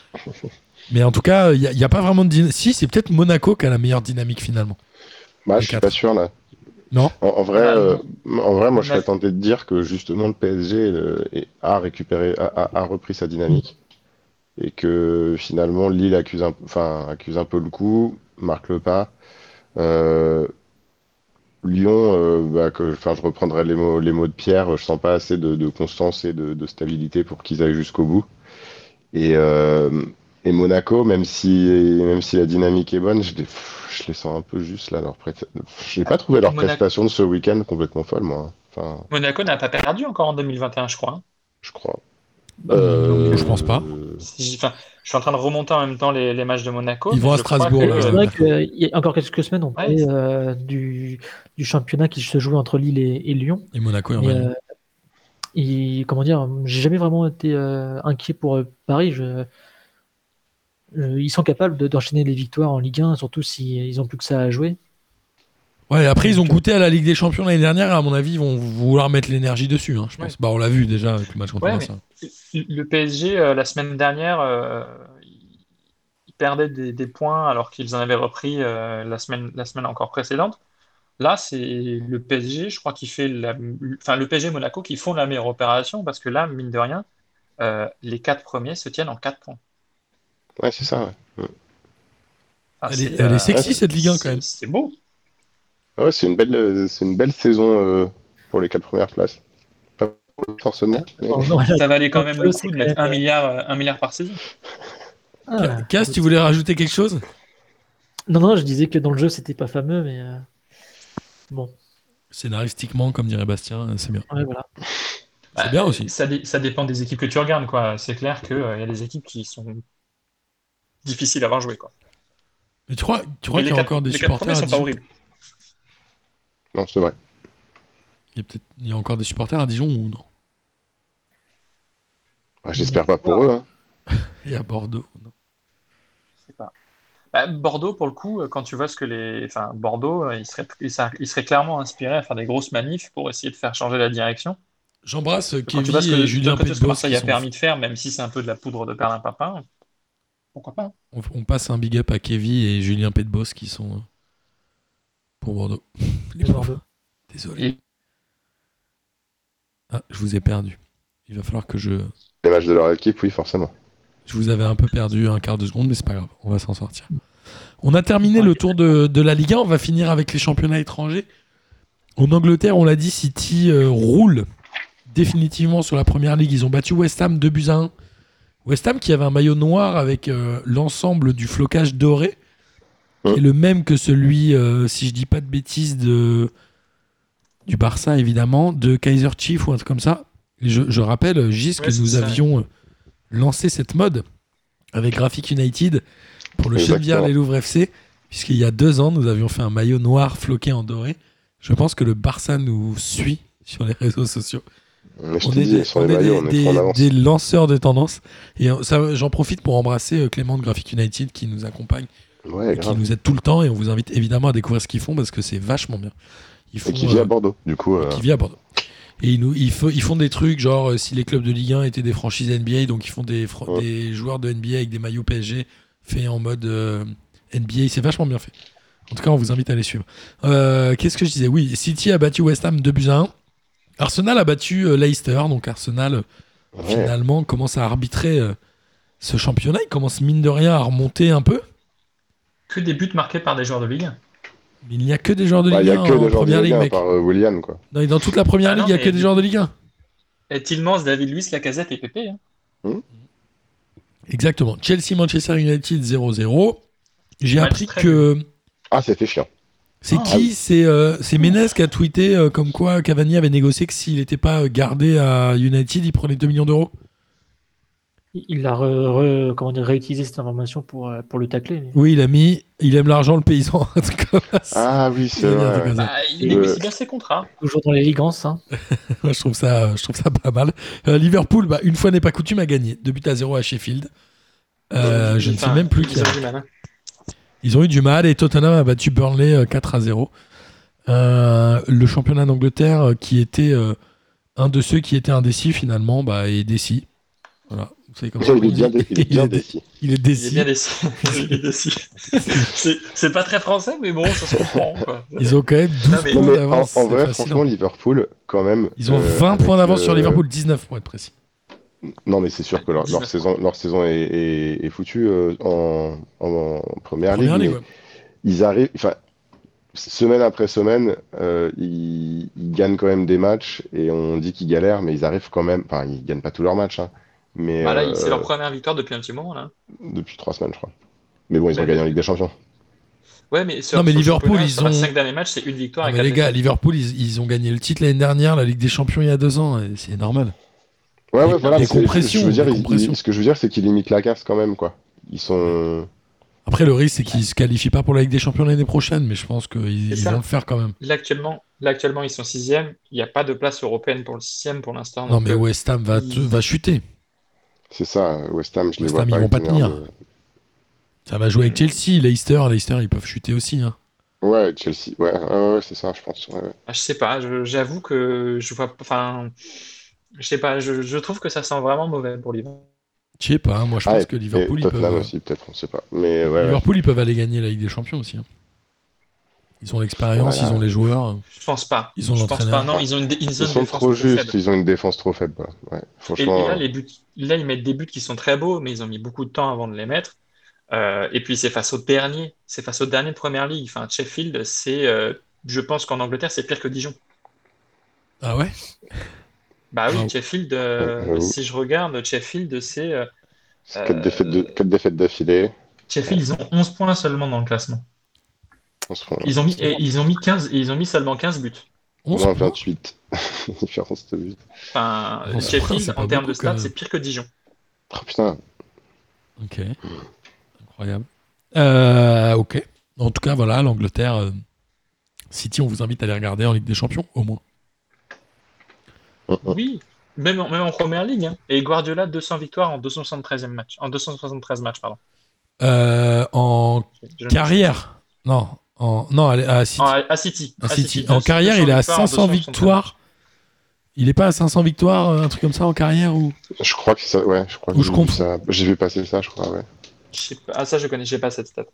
Speaker 4: Mais en tout cas, il n'y a, il y a pas vraiment de dynamique. Si, c'est peut-être Monaco qui a la meilleure dynamique finalement.
Speaker 3: Bah,
Speaker 4: Les
Speaker 3: je suis
Speaker 4: quatre.
Speaker 3: pas sûr, là.
Speaker 4: Non
Speaker 3: En, en vrai,
Speaker 5: Ah,
Speaker 3: euh, en vrai, moi, je
Speaker 5: On a-
Speaker 3: serais tenté de dire que justement le PSG euh, est- a récupéré, a, a- a repris sa dynamique et que finalement Lille accuse un, enfin, accuse un peu le coup, marque le pas. Euh, Lyon, euh, bah, que, enfin, je reprendrai les mots, les mots de Pierre. Je sens pas assez de, de constance et de, de stabilité pour qu'ils aillent jusqu'au bout. Et, euh, et Monaco, même si, même si la dynamique est bonne, je les, je les sens un peu juste là. Leur presta- Je
Speaker 4: Ah,
Speaker 3: n'ai pas trouvé leur
Speaker 5: Monaco-
Speaker 3: prestation de ce week-end complètement folle, moi. hein. Enfin,
Speaker 5: Monaco n'a pas perdu encore en 2021, je crois. hein.
Speaker 3: je crois.
Speaker 4: Bah, Non, je pense pas.
Speaker 3: euh,
Speaker 5: Si- enfin, je suis en train de remonter en même temps les, les matchs de Monaco.
Speaker 4: Ils
Speaker 5: mais
Speaker 4: vont à
Speaker 5: je crois
Speaker 4: Strasbourg, hein.
Speaker 5: que-
Speaker 4: là.
Speaker 2: C'est
Speaker 4: Ouais.
Speaker 2: vrai qu'il y a encore quelques semaines, on parlait
Speaker 5: Ouais.
Speaker 2: euh, du, du championnat qui se jouait entre Lille et, et Lyon.
Speaker 4: Et Monaco, est en
Speaker 2: Mais,
Speaker 4: Allemagne.
Speaker 2: euh, il- comment dire, j'ai jamais vraiment été euh, inquiet pour euh, Paris. Je, euh, ils sont capables de- d'enchaîner les victoires en Ligue 1, surtout s'ils ont plus que ça à jouer.
Speaker 4: Ouais, après, ils ont
Speaker 5: euh,
Speaker 4: goûté à la Ligue des Champions l'année dernière. À mon avis, ils vont vouloir mettre l'énergie dessus, hein, je pense.
Speaker 5: Ouais.
Speaker 4: Bah, on l'a vu déjà avec le match contre hein.
Speaker 5: Ouais,
Speaker 4: Marseille.
Speaker 5: Le PSG, euh, la semaine dernière, euh, ils perdaient des, des points alors qu'ils en avaient repris euh, la semaine, la semaine encore précédente. Là, c'est le PSG, je crois, qui fait la, enfin, le PSG et Monaco qui font la meilleure opération parce que là, mine de rien, euh, les quatre premiers se tiennent en quatre points.
Speaker 3: Ouais, c'est ça. Ouais,
Speaker 4: Elle
Speaker 5: Enfin,
Speaker 4: est-
Speaker 5: c'est, euh,
Speaker 4: elle est sexy, cette Ligue un, quand
Speaker 5: c'est-
Speaker 4: même.
Speaker 5: C'est beau.
Speaker 3: Ouais, c'est une belle, euh, c'est une belle saison euh, pour les quatre premières places. Pas forcément. mais-
Speaker 2: Oh,
Speaker 5: Ça valait quand même le
Speaker 2: C'est
Speaker 5: coup de mettre
Speaker 2: clair.
Speaker 5: un milliard, euh, un milliard par saison.
Speaker 2: Ah.
Speaker 4: Cass, tu voulais rajouter quelque chose
Speaker 2: Non, non, je disais que dans le jeu, c'était pas fameux, mais euh, bon,
Speaker 4: Scénaristiquement, comme dirait Bastien, euh, c'est bien.
Speaker 2: ouais, voilà.
Speaker 4: C'est bien aussi.
Speaker 5: Bah, Ça, dé- ça dépend des équipes que tu regardes, quoi. C'est clair qu'il y a des équipes qui sont difficiles à avoir joué, quoi.
Speaker 4: Mais tu crois, tu crois qu'il
Speaker 5: Mais les
Speaker 4: y a
Speaker 5: quatre-
Speaker 4: encore des
Speaker 5: les quatre
Speaker 4: supporters
Speaker 5: premiers
Speaker 4: à
Speaker 5: sont
Speaker 4: 18
Speaker 5: pas horribles.
Speaker 3: Non, c'est vrai.
Speaker 4: Il y a peut-être il y a encore des supporters à Dijon ou non
Speaker 3: Ah, J'espère pas pour eux. hein.
Speaker 4: Et à Bordeaux ou non
Speaker 5: Je sais pas. Bah, Bordeaux, pour le coup, euh, quand tu vois ce que les. Enfin, Bordeaux, euh, il serait, il serait, il serait clairement inspiré à faire des grosses manifs pour essayer de faire changer la direction.
Speaker 4: J'embrasse euh,
Speaker 5: Quand tu
Speaker 4: Kevin
Speaker 5: vois ce
Speaker 4: et
Speaker 5: que,
Speaker 4: Julien
Speaker 5: d'après tout ce que
Speaker 4: Pédbos.
Speaker 5: Marseille a permis de faire, même si c'est un peu de la poudre de perlin papin, pourquoi pas hein.
Speaker 4: On, on passe un big up à Kevin et Julien Pédbos qui sont euh, pour Bordeaux. Les
Speaker 2: Les
Speaker 4: pauvres.
Speaker 2: Bordeaux.
Speaker 4: Désolé. Ah, je vous ai perdu. Il va falloir que je.
Speaker 3: Les matchs de leur équipe, oui, forcément.
Speaker 4: Je vous avais un peu perdu un quart de seconde, mais c'est pas grave, on va s'en sortir. On a terminé le tour de, de la Ligue 1, on va finir avec les championnats étrangers. En Angleterre, on l'a dit, City euh, roule définitivement sur la première ligue. Ils ont battu West Ham 2 buts à 1. West Ham qui avait un maillot noir avec euh, l'ensemble du flocage doré, qui est le même que celui, euh, si je dis pas de bêtises, de, du Barça évidemment, de Kaiser Chief ou un truc comme ça. Et je, je rappelle, Gis,
Speaker 5: Ouais,
Speaker 4: que
Speaker 5: c'est
Speaker 4: nous
Speaker 5: ça, ouais.
Speaker 4: avions euh, lancé cette mode avec Graphic United pour le
Speaker 3: Exactement.
Speaker 4: Chenevière les Louvres FC, puisqu'il y a deux ans, nous avions fait un maillot noir floqué en doré. Je pense que le Barça nous suit sur les réseaux sociaux
Speaker 3: Mais je
Speaker 4: on
Speaker 3: te
Speaker 4: est
Speaker 3: dis,
Speaker 4: des,
Speaker 3: sur
Speaker 4: on
Speaker 3: les
Speaker 4: est des-
Speaker 3: maillots, on est trop en
Speaker 4: des-
Speaker 3: avance.
Speaker 4: des lanceurs de tendance. Et euh, ça, j'en profite pour embrasser euh, Clément de Graphic United qui nous accompagne, et
Speaker 3: Ouais,
Speaker 4: qui
Speaker 3: grave.
Speaker 4: nous aide tout le temps. Et on vous invite évidemment à découvrir ce qu'ils font parce que c'est vachement bien. Ils font,
Speaker 3: Et qui vit
Speaker 4: euh,
Speaker 3: à Bordeaux. Du coup, euh,
Speaker 4: qui vit à Bordeaux. Et ils, nous, ils, fe- ils font des trucs genre euh, si les clubs de Ligue 1 étaient des franchises NBA, donc ils font des, fr-
Speaker 3: Ouais.
Speaker 4: des joueurs de NBA avec des maillots PSG faits en mode euh, NBA. C'est vachement bien fait. En tout cas, on vous invite à les suivre. Euh, Qu'est-ce que je disais Oui, City a battu West Ham 2 buts à 1. Arsenal a battu euh, Leicester, donc Arsenal
Speaker 3: ouais.
Speaker 4: finalement commence à arbitrer euh, ce championnat. Il commence mine de rien à remonter un peu.
Speaker 5: Que des buts marqués par des joueurs de Ligue 1.
Speaker 4: Mais il n'y a que des joueurs de
Speaker 3: Bah, il
Speaker 4: Ligue
Speaker 3: n'y
Speaker 4: 1
Speaker 3: a
Speaker 4: en
Speaker 3: que des joueurs de
Speaker 4: première
Speaker 3: Ligue
Speaker 4: ligue,
Speaker 3: 1 à
Speaker 4: mec.
Speaker 3: part euh, William, quoi.
Speaker 4: Non, et dans toute la première
Speaker 5: Ah
Speaker 4: ligue,
Speaker 5: non,
Speaker 4: il n'y a
Speaker 5: mais-
Speaker 4: que des joueurs de Ligue 1.
Speaker 5: Est immense David Luiz, Lacazette et Pépé. hein.
Speaker 4: Exactement. Chelsea Manchester United 0-0. J'ai
Speaker 5: Match
Speaker 4: appris
Speaker 5: très
Speaker 4: que
Speaker 3: Ah, c'était chiant.
Speaker 4: c'est
Speaker 5: Ah,
Speaker 4: qui C'est euh, c'est Ménez qui a tweeté euh, comme quoi Cavani avait négocié que s'il n'était pas euh, gardé à United, il prenait 2 millions d'euros.
Speaker 2: Il il a re- re- comment dire, réutilisé cette information pour, euh, pour le tacler. mais-
Speaker 4: Oui, il a mis il aime l'argent le paysan. un truc comme ça.
Speaker 3: Ah
Speaker 4: Il
Speaker 3: oui,
Speaker 4: a
Speaker 3: c'est
Speaker 4: mis un truc
Speaker 3: vrai.
Speaker 4: comme ça.
Speaker 5: Bah, il
Speaker 3: Euh,
Speaker 5: négocie bien ses contrats.
Speaker 2: Toujours dans l'élégance. Hein.
Speaker 4: Moi, je trouve ça, je trouve ça pas mal. Euh, Liverpool, bah, une fois n'est pas coutume, a gagné. 2 buts à 0 à Sheffield. Euh, je ne sais
Speaker 5: Enfin,
Speaker 4: même plus qui
Speaker 5: ils
Speaker 4: a-
Speaker 5: ont du mal, hein.
Speaker 4: Ils ont eu du mal et Tottenham a battu Burnley euh, 4 à 0. Euh, le championnat d'Angleterre, euh, qui était euh, un de ceux qui était indécis finalement, bah, est décis. Voilà. Vous savez comment
Speaker 3: Il est bien, dé- il est
Speaker 4: Il
Speaker 3: bien
Speaker 4: est
Speaker 3: décis.
Speaker 4: il est
Speaker 5: Il est
Speaker 4: décis.
Speaker 5: bien déçu. Il est déçu. C'est- C'est pas très français, mais bon, ça se comprend. quoi.
Speaker 4: Ils ont quand même 12
Speaker 5: Non, mais-
Speaker 4: points
Speaker 3: Non, mais en,
Speaker 4: d'avance.
Speaker 3: en
Speaker 4: c'est
Speaker 3: vrai,
Speaker 4: fascinant.
Speaker 3: franchement, Liverpool, quand même.
Speaker 4: Ils ont
Speaker 3: euh,
Speaker 4: 20 points
Speaker 3: avec,
Speaker 4: d'avance sur
Speaker 3: euh,
Speaker 4: Liverpool, 19 pour être précis.
Speaker 3: Non, mais c'est sûr que leur, leur
Speaker 5: 19.
Speaker 3: saison, leur saison est, est- est foutue euh, en, en- en première ligue.
Speaker 4: Première ligue,
Speaker 3: mais
Speaker 4: ouais.
Speaker 3: Ils arrivent, enfin, semaine après semaine, euh, ils, ils gagnent quand même des matchs et on dit qu'ils galèrent, mais ils arrivent quand même. Enfin, ils gagnent pas tous leurs matchs, hein, mais
Speaker 5: Bah là,
Speaker 3: euh,
Speaker 5: c'est leur première victoire depuis un petit moment. Là.
Speaker 3: depuis trois semaines, je crois. Mais bon, ils ont
Speaker 5: Mais-
Speaker 3: gagné en Ligue des Champions.
Speaker 5: Ouais, mais sur,
Speaker 4: Non, mais
Speaker 5: sur le
Speaker 4: Liverpool,
Speaker 5: championnat,
Speaker 4: ils
Speaker 5: sur les
Speaker 4: ont-
Speaker 5: cinq derniers matchs, c'est une victoire.
Speaker 4: Ah,
Speaker 5: et
Speaker 4: mais
Speaker 5: quatre
Speaker 4: les gars,
Speaker 5: défaites.
Speaker 4: Liverpool, ils, ils ont gagné le titre l'année dernière, la Ligue des Champions il y a deux ans, et c'est normal.
Speaker 3: Ouais,
Speaker 4: Des-
Speaker 3: ouais, voilà.
Speaker 4: des
Speaker 3: mais c'est-
Speaker 4: compressions,
Speaker 3: je veux dire,
Speaker 4: des
Speaker 3: ils- ils-
Speaker 4: compressions.
Speaker 3: ce que je veux dire, c'est qu'ils limitent la casse quand même, quoi. Ils sont.
Speaker 4: Après, le risque, c'est qu'ils se qualifient pas pour la Ligue des Champions l'année prochaine, mais je pense qu'ils
Speaker 5: C'est
Speaker 4: ils
Speaker 5: ça.
Speaker 4: vont le faire quand même.
Speaker 5: Là, actuellement, là, actuellement, ils sont sixième. Il n'y a pas de place européenne pour le sixième pour l'instant.
Speaker 4: Non,
Speaker 5: donc,
Speaker 4: mais
Speaker 5: euh,
Speaker 4: West Ham va,
Speaker 5: ils-
Speaker 4: va chuter.
Speaker 3: C'est ça, West Ham, je les
Speaker 4: West
Speaker 3: vois
Speaker 4: Ham, ils
Speaker 3: pas.
Speaker 4: vont pas
Speaker 3: tenir
Speaker 4: tenir. Ça va jouer avec Chelsea, Leicester. Leicester, ils peuvent chuter aussi. hein.
Speaker 3: de- Ouais, Chelsea, ouais, ouais, ouais, c'est ça, je pense. ouais, ouais.
Speaker 5: ah, Je sais pas, je- j'avoue que je vois, enfin, je sais pas, je, je trouve que ça sent vraiment mauvais pour Liverpool.
Speaker 4: Je sais pas, hein, moi je
Speaker 3: Ah,
Speaker 4: pense
Speaker 3: et-
Speaker 4: que Liverpool,
Speaker 3: et
Speaker 4: ils
Speaker 3: Tottenham
Speaker 4: peuvent, euh,
Speaker 3: aussi, peut-être, on sait pas. Mais ouais, ouais.
Speaker 4: Liverpool, ils peuvent aller gagner la Ligue des Champions aussi. hein. Ils ont l'expérience,
Speaker 3: Voilà.
Speaker 4: ils ont les joueurs.
Speaker 5: Je pense pas.
Speaker 4: Ils ont
Speaker 5: je pense
Speaker 4: l'entraîneur.
Speaker 5: pas. Non, ils ont une, dé- une
Speaker 3: Ils
Speaker 5: zone
Speaker 3: sont
Speaker 5: de défense
Speaker 3: trop
Speaker 5: très
Speaker 3: justes,
Speaker 5: faible.
Speaker 3: ils ont une défense trop faible. voilà. Ouais,
Speaker 5: Et, et
Speaker 3: franchement,
Speaker 5: là, les buts, là, ils mettent des buts qui sont très beaux, mais ils ont mis beaucoup de temps avant de les mettre. Euh, et puis c'est face au dernier, c'est face au dernier de première ligue. Enfin, Sheffield, c'est, euh, je pense qu'en Angleterre, c'est pire que Dijon.
Speaker 4: Ah ouais
Speaker 5: Bah oui,
Speaker 4: Wow.
Speaker 5: Sheffield, euh,
Speaker 3: Ouais, j'avoue.
Speaker 5: si je regarde, Sheffield, c'est euh,
Speaker 3: c'est quatre
Speaker 5: euh,
Speaker 3: défaites de- quatre défaites d'affilée.
Speaker 5: Sheffield, ils ont 11 points seulement dans le classement.
Speaker 3: On se rend-
Speaker 5: Ils ont mis, et ils ont mis 15, et ils ont mis seulement 15 buts.
Speaker 4: On se
Speaker 3: Moins
Speaker 4: prend.
Speaker 3: 28. Différence de but.
Speaker 5: Enfin,
Speaker 4: Bon, Ah, c'est vrai, c'est
Speaker 5: Sheffield,
Speaker 4: pas
Speaker 5: en termes de
Speaker 4: beaucoup,
Speaker 5: stats,
Speaker 4: quand
Speaker 5: c'est
Speaker 4: même.
Speaker 5: pire que Dijon.
Speaker 3: Oh putain,
Speaker 4: Ok. Incroyable. Euh, ok. En tout cas, voilà, l'Angleterre. euh, City, on vous invite à les regarder en Ligue des Champions, au moins.
Speaker 5: Oui, même en, même en première ligne. hein. Et Guardiola, 200 victoires en 273 match. En 273 matchs, pardon.
Speaker 4: Euh, en
Speaker 5: Je-
Speaker 4: carrière. Non. En, non, à, à City.
Speaker 5: En- Ah, à City.
Speaker 4: à
Speaker 5: À
Speaker 4: Ah, City.
Speaker 5: City,
Speaker 4: En
Speaker 5: 200
Speaker 4: carrière, il est à
Speaker 5: victoires en
Speaker 4: 500 victoires. Il est pas à 500 victoires, euh, un truc comme ça en carrière ou
Speaker 3: je crois que ça. Ouais, je crois
Speaker 4: Ou
Speaker 3: que
Speaker 4: je comprends.
Speaker 3: ça- J'ai vu passer ça, je crois, ouais.
Speaker 5: Je sais pas. Ah, ça, je connais, j'ai pas cette stat.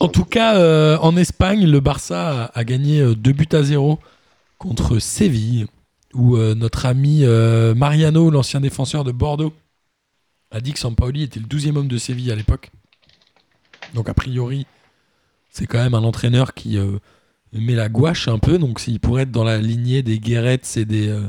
Speaker 4: En tout cas, euh, en Espagne, le Barça a, a gagné 2 buts à 0 contre Séville, où euh, notre ami euh, Mariano, l'ancien défenseur de Bordeaux, a dit que Sampaoli était le 12e homme de Séville à l'époque. Donc, a priori, c'est quand même un entraîneur qui euh, met la gouache un peu. Donc, il pourrait être dans la lignée des Guérettes et des. euh,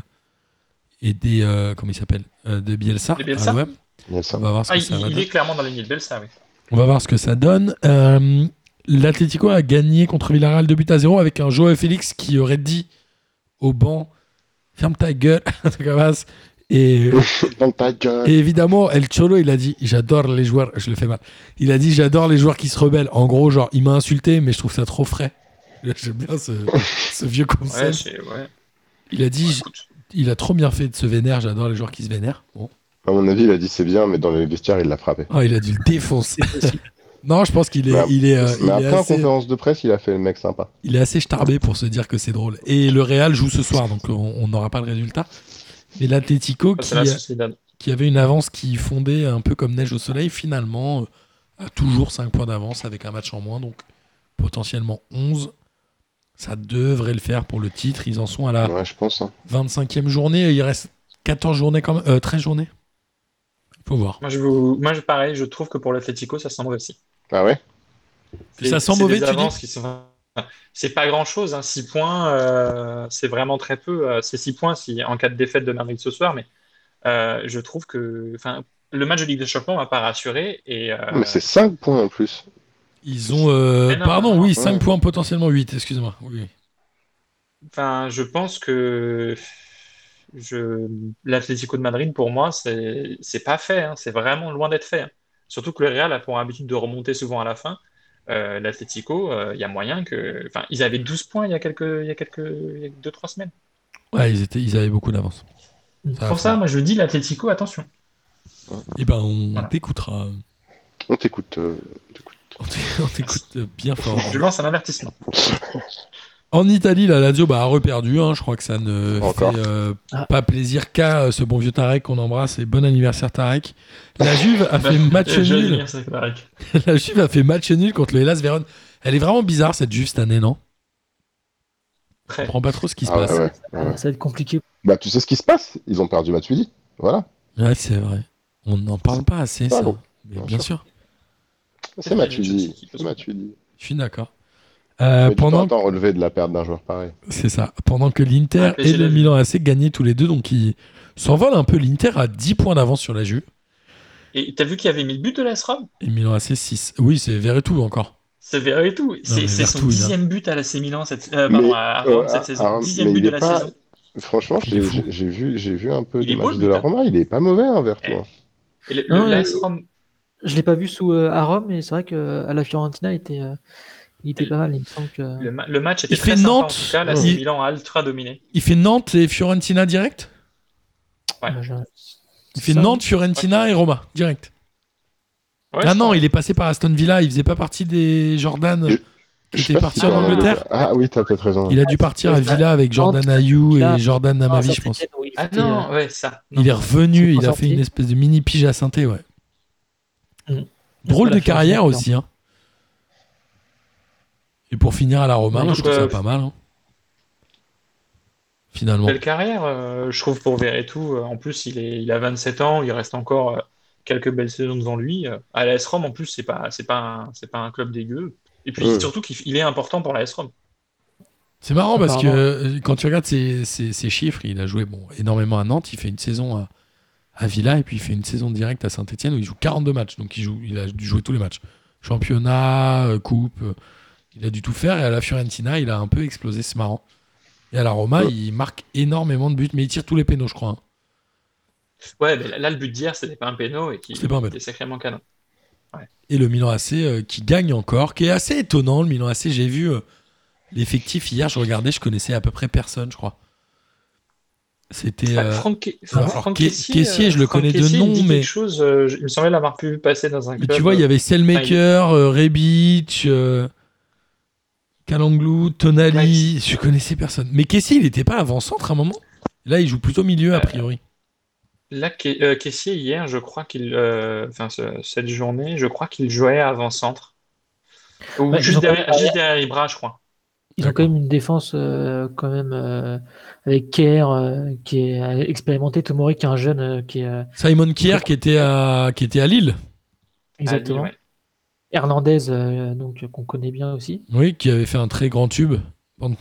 Speaker 4: et des. euh, comment il s'appelle Euh, De Bielsa.
Speaker 5: De Bielsa.
Speaker 4: à l'OM.
Speaker 3: Il y a ça.
Speaker 4: On va voir ce
Speaker 5: Ah,
Speaker 4: que
Speaker 5: il,
Speaker 4: ça va
Speaker 5: il
Speaker 4: donner.
Speaker 5: est clairement dans la lignée de Belsa, oui.
Speaker 4: On va voir ce que ça donne. Euh, L'Atlético a gagné contre Villarreal 2 buts à 0 avec un Joao Félix qui aurait dit au banc Ferme ta gueule, un truc comme ça. Et,
Speaker 3: Dans ta gueule.
Speaker 4: et évidemment, El Cholo, il a dit J'adore les joueurs. Je le fais mal. Il a dit J'adore les joueurs qui se rebellent. En gros, genre, il m'a insulté, mais je trouve ça trop frais. J'aime bien ce, ce vieux
Speaker 5: Ouais,
Speaker 4: concept.
Speaker 5: c'est- ouais.
Speaker 4: il a dit
Speaker 5: Écoute,
Speaker 4: Il a trop bien fait de se vénère. J'adore les joueurs qui se vénèrent. Bon.
Speaker 3: À mon avis, il a dit c'est bien, mais dans les vestiaires, il l'a frappé.
Speaker 4: Ah, il a dû le défoncer. non, je pense qu'il est,
Speaker 3: Bah,
Speaker 4: il est, euh, il
Speaker 3: mais
Speaker 4: est
Speaker 3: après, en
Speaker 4: assez-
Speaker 3: conférence de presse, il a fait le mec sympa.
Speaker 4: Il est assez starbé pour se dire que c'est drôle. Et le Real joue ce soir, donc on- on n'aura pas le résultat. Mais l'Atlético,
Speaker 5: face
Speaker 4: qui,
Speaker 5: à la Sociedad.
Speaker 4: qui avait une avance qui fondait un peu comme neige au soleil, finalement euh, a toujours 5 points d'avance avec un match en moins, donc potentiellement 11. Ça devrait le faire pour le titre. Ils en sont à la
Speaker 3: Ouais, je pense. hein.
Speaker 4: 25e journée. Il reste 14 journées quand même, euh, 13 journées. Faut voir.
Speaker 5: Moi, je vous... Moi, je- pareil, je trouve que pour l'Atlético, ça sent mauvais aussi.
Speaker 3: Ah ouais
Speaker 5: C'est-
Speaker 4: Ça sent
Speaker 5: c'est
Speaker 4: mauvais,
Speaker 5: des
Speaker 4: tu
Speaker 5: avances qui sont- C'est pas grand chose, 6 points, euh, c'est vraiment très peu. euh, c'est 6 points si, en cas de défaite de Madrid ce soir, mais euh, je trouve que enfin, le match de Ligue des Champions m'a pas rassuré. Et, euh,
Speaker 3: Ah, Mais c'est 5 points en plus.
Speaker 4: Ils ont. euh,
Speaker 5: Mais non,
Speaker 4: pardon, oui,
Speaker 5: ouais.
Speaker 4: 5 points, potentiellement 8, excuse-moi. Oui.
Speaker 5: enfin, je pense que je... l'Atlético de Madrid, pour moi, c'est c'est pas fait, hein, c'est vraiment loin d'être fait. hein. Surtout que le Real a pour habitude de remonter souvent à la fin. Euh, L'Atlético, euh, il y a moyen que. Enfin, ils avaient 12 points il y a quelques, il y a quelques, il y a 2-3 semaines.
Speaker 4: Ouais, Ah, ils, étaient, ils avaient beaucoup d'avance.
Speaker 5: C'est
Speaker 4: va
Speaker 5: pour
Speaker 4: faire.
Speaker 5: ça, moi je dis l'Atlético, attention.
Speaker 4: Eh ben, on
Speaker 5: Voilà.
Speaker 4: t'écoutera.
Speaker 3: On t'écoute. euh,
Speaker 4: On t'é- on t'écoute euh, bien fort.
Speaker 5: Je lance un avertissement.
Speaker 4: En Italie, la Lazio bah, a reperdu. hein. Je crois que ça ne
Speaker 3: Encore.
Speaker 4: fait euh,
Speaker 2: Ah.
Speaker 4: pas plaisir qu'à euh, ce bon vieux Tarek qu'on embrasse. Et bon anniversaire Tarek. La Juve a fait match
Speaker 5: Je vais
Speaker 4: Ah, nul.
Speaker 5: lire ça, Marek.
Speaker 4: La Juve a fait match nul contre le Hellas Vérone. Elle est vraiment bizarre cette Juve cette année, non Je
Speaker 5: Très.
Speaker 4: comprends pas trop ce qui se
Speaker 3: Ah ouais,
Speaker 4: passe.
Speaker 3: ouais, ouais, ouais.
Speaker 2: Ça va être compliqué.
Speaker 3: Bah, tu sais ce qui se passe Ils ont perdu Matuidi. Voilà.
Speaker 4: Ouais, c'est vrai. On n'en parle pas assez,
Speaker 3: Pas
Speaker 4: ça.
Speaker 3: bon.
Speaker 4: Mais
Speaker 3: Bien
Speaker 4: bien sûr,
Speaker 3: C'est Matuidi. C'est Matuidi.
Speaker 4: je suis d'accord. Euh,
Speaker 3: Mais tu
Speaker 4: pendant
Speaker 3: t'entends relever de la perte d'un joueur pareil.
Speaker 4: C'est ça. Pendant que l'Inter
Speaker 5: Ah,
Speaker 4: et
Speaker 5: PSG
Speaker 4: le
Speaker 5: l'a vu.
Speaker 4: Milan AC gagnaient tous les deux, donc ils s'envolent un peu. L'Inter a 10 points d'avance sur la Juve
Speaker 5: Et t'as vu qu'il y avait mis le but de l'AS Rome
Speaker 4: et Milan AC 6. Oui, c'est Veretout encore.
Speaker 5: C'est vrai et tout.
Speaker 4: mais
Speaker 5: C'est c'est son
Speaker 4: Vertou, il a-
Speaker 5: dixième but à l'AC Milan cette, euh,
Speaker 3: hein.
Speaker 5: pardon,
Speaker 3: Mais,
Speaker 5: à Rome
Speaker 3: euh,
Speaker 5: cette
Speaker 3: à-
Speaker 5: saison.
Speaker 3: à Rome,
Speaker 5: dixième
Speaker 3: mais
Speaker 5: but
Speaker 3: il
Speaker 5: de
Speaker 3: est
Speaker 5: la
Speaker 3: pas-
Speaker 5: saison.
Speaker 3: Franchement,
Speaker 4: Il est
Speaker 3: j'ai
Speaker 4: fou.
Speaker 3: j'ai vu, j'ai vu un peu
Speaker 5: Il
Speaker 3: des
Speaker 5: est beau,
Speaker 3: matchs
Speaker 5: le
Speaker 3: de
Speaker 5: but,
Speaker 3: la
Speaker 5: hein.
Speaker 3: Roma. Il est pas mauvais, hein, Vertu.
Speaker 5: Eh. Et le-
Speaker 2: Non,
Speaker 5: le-
Speaker 2: mais-
Speaker 5: l'AS Rome,
Speaker 2: Je l'ai pas vu sous euh, à Rome, mais c'est vrai que euh, à la Fiorentina, il était, euh, il était pas mal. Il me semble que.
Speaker 5: le, ma- le match était
Speaker 4: Il fait
Speaker 5: très sympa
Speaker 4: Nantes.
Speaker 5: en tout cas. L'AC
Speaker 4: Il-
Speaker 5: Milan a ultra dominé.
Speaker 4: Il fait Nantes et Fiorentina direct.
Speaker 5: Ouais.
Speaker 2: Moi, j'ai un-
Speaker 4: Il fait
Speaker 2: Ça,
Speaker 4: Nantes, Fiorentina et Roma direct.
Speaker 5: Ouais,
Speaker 4: ah
Speaker 5: je
Speaker 4: non,
Speaker 5: crois.
Speaker 4: il est passé par Aston Villa. Il faisait pas partie des Jordan.
Speaker 3: Je-
Speaker 4: Il était parti en
Speaker 5: en
Speaker 4: Angleterre.
Speaker 3: Ah oui, t'as peut-être raison.
Speaker 4: Il a dû partir à Villa avec Jordan Ayou et
Speaker 2: Villa.
Speaker 4: Jordan
Speaker 2: Ah,
Speaker 4: Amavi,
Speaker 2: ça,
Speaker 4: je pense.
Speaker 2: c'était- oui,
Speaker 5: Ah
Speaker 2: c'était,
Speaker 5: non,
Speaker 2: euh,
Speaker 5: ouais, ça. Non.
Speaker 4: Il est revenu.
Speaker 2: Ils sont
Speaker 4: Il a fait
Speaker 2: sortis.
Speaker 4: une espèce de mini pige à synthé, ouais.
Speaker 2: Mm.
Speaker 4: Drôle
Speaker 2: Voilà,
Speaker 4: de
Speaker 2: je suis
Speaker 4: carrière
Speaker 2: d'accord.
Speaker 4: aussi. hein. Et pour finir à la Roma,
Speaker 5: Ouais,
Speaker 4: moi,
Speaker 5: donc,
Speaker 4: je trouve ça
Speaker 5: euh,
Speaker 4: pas mal. hein. Finalement.
Speaker 5: Belle carrière, euh, je trouve, pour Verretou. Euh, En plus, il, est, il a 27 ans, il reste encore euh, quelques belles saisons devant lui. Euh, À la S-Rom, en plus, c'est pas, c'est pas, un- c'est pas un club dégueu. Et puis,
Speaker 3: Ouais.
Speaker 5: surtout qu'il il est important pour la S-Rom.
Speaker 4: C'est marrant parce que
Speaker 2: Apparemment.
Speaker 4: euh, quand tu regardes ses, ses- ses chiffres, il a joué bon, énormément à Nantes, il fait une saison à, à Villa et puis il fait une saison directe à Saint-Etienne où il joue 42 matchs. Donc il, joue, il a dû jouer tous les matchs. Championnat, euh, coupe, euh, il a dû tout faire. Et à la Fiorentina, il a un peu explosé, c'est marrant. Et à la Roma,
Speaker 3: Ouais.
Speaker 4: il marque énormément de buts, mais il tire tous les pénaux, je crois. hein.
Speaker 5: Ouais, mais là, là, le but d'hier, c'était pas un péno et qui
Speaker 4: C'était pas un péno.
Speaker 5: était sacrément canon.
Speaker 4: Et le Milan AC euh, qui gagne encore, qui est assez étonnant. Le Milan AC, j'ai vu euh, l'effectif hier, je regardais, je connaissais à peu près personne, je crois. C'était.
Speaker 5: Ah,
Speaker 4: euh,
Speaker 5: Franck, Ke-
Speaker 4: alors,
Speaker 5: Franck
Speaker 4: Ke-
Speaker 5: Kessié,
Speaker 4: Kessié,
Speaker 5: euh,
Speaker 4: je le
Speaker 5: Franck
Speaker 4: connais de
Speaker 5: Kessié, il
Speaker 4: nom,
Speaker 5: dit
Speaker 4: mais-
Speaker 5: quelque chose, euh, je- il me semblait l'avoir pu passer dans un
Speaker 4: mais
Speaker 5: club,
Speaker 4: tu vois, il y
Speaker 5: euh,
Speaker 4: avait Selmaker, euh, Rebic, euh, Kalanglou, Tonali. Je connaissais personne. Mais Kessie, il n'était pas avant-centre à un moment Là, il joue plutôt milieu, a priori.
Speaker 5: Là, Ke- euh, Kessié, hier, je crois qu'il. euh, Enfin, ce- cette journée, je crois qu'il jouait avant-centre. Ou
Speaker 2: Ouais, ils
Speaker 5: juste,
Speaker 2: ont
Speaker 5: derrière,
Speaker 2: pas-
Speaker 5: juste derrière Ibra, je crois.
Speaker 2: Ils ont
Speaker 4: D'accord.
Speaker 2: quand même une défense euh, quand même euh, avec Kerr euh, qui est euh, expérimenté, Tomori qui est un jeune euh, qui est euh,
Speaker 4: Simon Kier qui était à, qui était à Lille.
Speaker 2: exactement
Speaker 5: Ah, lui, ouais.
Speaker 2: Hernandez euh, donc euh, qu'on connaît bien aussi.
Speaker 4: Oui, qui avait fait un très grand tube. Pardon,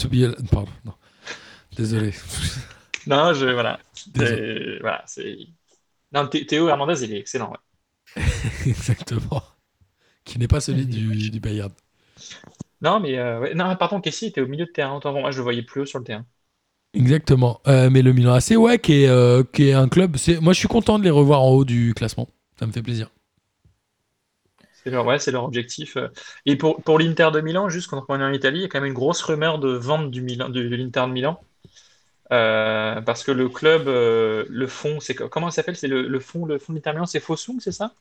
Speaker 4: pardon, non. Désolé.
Speaker 5: Non, je. Voilà.
Speaker 4: Désolé.
Speaker 5: Euh, voilà, c'est. Non, Thé- Théo Hernandez, il est excellent. ouais.
Speaker 4: Exactement. Qui n'est pas celui du, du Bayern.
Speaker 5: Non, mais. euh, ouais. Non, pardon, Kessie était au milieu de terrain. Autant pour moi, je le voyais plus haut sur le terrain.
Speaker 4: Exactement. Euh, mais le Milan AC, ouais, qui est, euh, qui est un club. c'est- Moi, je suis content de les revoir en haut du classement. Ça me fait plaisir.
Speaker 5: C'est leur, ouais, c'est leur objectif. euh. Et pour, pour l'Inter de Milan, juste quand on est en Italie, il y a quand même une grosse rumeur de vente du Milan, de, de l'Inter de Milan. Euh, parce que le club, euh, le fond, c'est co- comment ça s'appelle? C'est le, le fond, le fond de l'Inter Milan, c'est Fosun, c'est ça?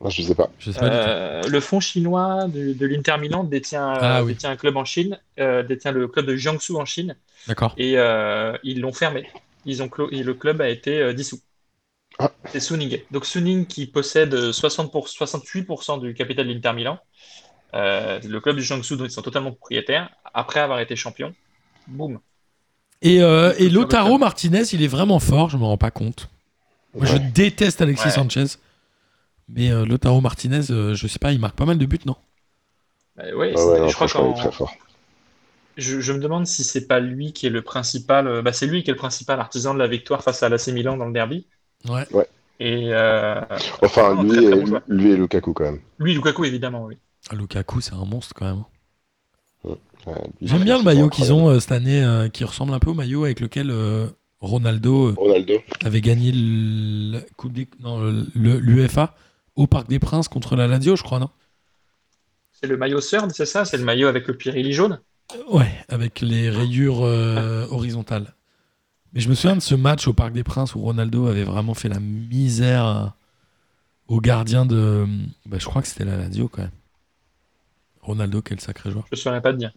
Speaker 3: Moi, je sais pas.
Speaker 4: Je sais pas du tout.
Speaker 5: Euh, le fonds chinois du- de l'Inter Milan détient, euh,
Speaker 4: Ah oui.
Speaker 5: détient un club en Chine, euh, détient le club de Jiangsu en Chine,
Speaker 4: D'accord.
Speaker 5: et euh, ils l'ont fermé. Ils ont clo- et le club a été euh, dissous.
Speaker 3: Ah.
Speaker 5: C'est Suning. Donc Suning qui possède 60 pour- 68% du capital de l'Inter Milan, euh, le club du Jiangsu dont ils sont totalement propriétaires, après avoir été champion. Boum.
Speaker 4: Et, euh, et
Speaker 5: Ils sont
Speaker 4: Lotaro
Speaker 5: capables.
Speaker 4: Martinez, il est vraiment fort. Je me rends pas compte. Moi, je
Speaker 3: Ouais.
Speaker 4: déteste Alexis
Speaker 5: Ouais.
Speaker 4: Sanchez. Mais euh, Lotaro Martinez, euh, je sais pas, il marque pas mal de buts, non
Speaker 5: Bah ouais,
Speaker 3: Ah
Speaker 5: c'est-
Speaker 3: ouais, non,
Speaker 5: je crois
Speaker 3: franchement, il est
Speaker 5: qu'en-
Speaker 3: très fort.
Speaker 5: Je, je me demande si c'est pas lui qui est le principal, euh, bah c'est lui qui est le principal artisan de la victoire face à l'AC Milan dans le derby.
Speaker 4: Ouais.
Speaker 5: Et euh,
Speaker 3: Enfin,
Speaker 5: non,
Speaker 3: lui,
Speaker 5: très, très
Speaker 3: et,
Speaker 5: bon joueur.
Speaker 3: lui et Lukaku, quand même.
Speaker 5: lui, Lukaku évidemment, oui.
Speaker 4: Ah, Lukaku, c'est un monstre quand même.
Speaker 3: Ouais, lui,
Speaker 4: J'aime
Speaker 3: c'est-
Speaker 4: bien le
Speaker 3: c'est
Speaker 4: maillot
Speaker 3: incroyable.
Speaker 4: qu'ils ont euh, cette année, euh, qui ressemble un peu au maillot avec lequel euh, Ronaldo euh,
Speaker 3: Ronaldo.
Speaker 4: avait gagné le Coupe des- non, le- l'UEFA au Parc des Princes contre la Lazio, je crois, non
Speaker 5: C'est le maillot Serd, c'est ça? C'est le maillot avec le Pirelli jaune?
Speaker 4: Ouais, avec les rayures euh, horizontales. Mais je me souviens de ce match au Parc des Princes où Ronaldo avait vraiment fait la misère euh, au gardien de. bah, je crois que c'était la Lazio quand même. Ronaldo, quel sacré joueur.
Speaker 5: Je saurais pas te dire.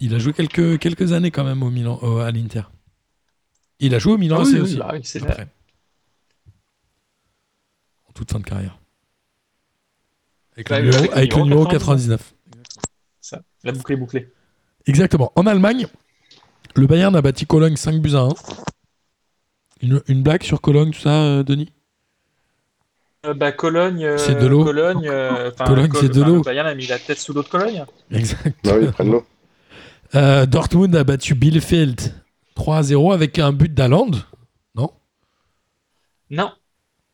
Speaker 4: Il a joué quelques, quelques années quand même au Milan, au- à l'Inter. Il a joué au Milan
Speaker 5: Ah
Speaker 4: AC
Speaker 5: oui, oui,
Speaker 4: aussi.
Speaker 5: bah oui, c'est
Speaker 4: après. En toute fin de carrière. Avec le
Speaker 5: Ouais,
Speaker 4: numéro,
Speaker 5: avec le
Speaker 4: avec le
Speaker 5: numéro
Speaker 4: numéro 99.
Speaker 5: Ça, la boucle est bouclée.
Speaker 4: Exactement. En Allemagne, le Bayern a battu Cologne 5 buts à 1. Une, une blague sur Cologne, tout ça, euh, Denis
Speaker 5: Euh, bah Cologne, euh,
Speaker 4: C'est de l'eau.
Speaker 5: Cologne, euh, enfin,
Speaker 4: Cologne,
Speaker 5: Col-
Speaker 4: c'est de
Speaker 5: enfin,
Speaker 4: l'eau.
Speaker 5: le Bayern a mis la tête sous l'eau de Cologne.
Speaker 4: Exactement.
Speaker 3: Bah oui, prennent-le.
Speaker 4: Euh, Dortmund a battu Bielefeld 3 à 0 avec un but d'Haaland.
Speaker 5: Non,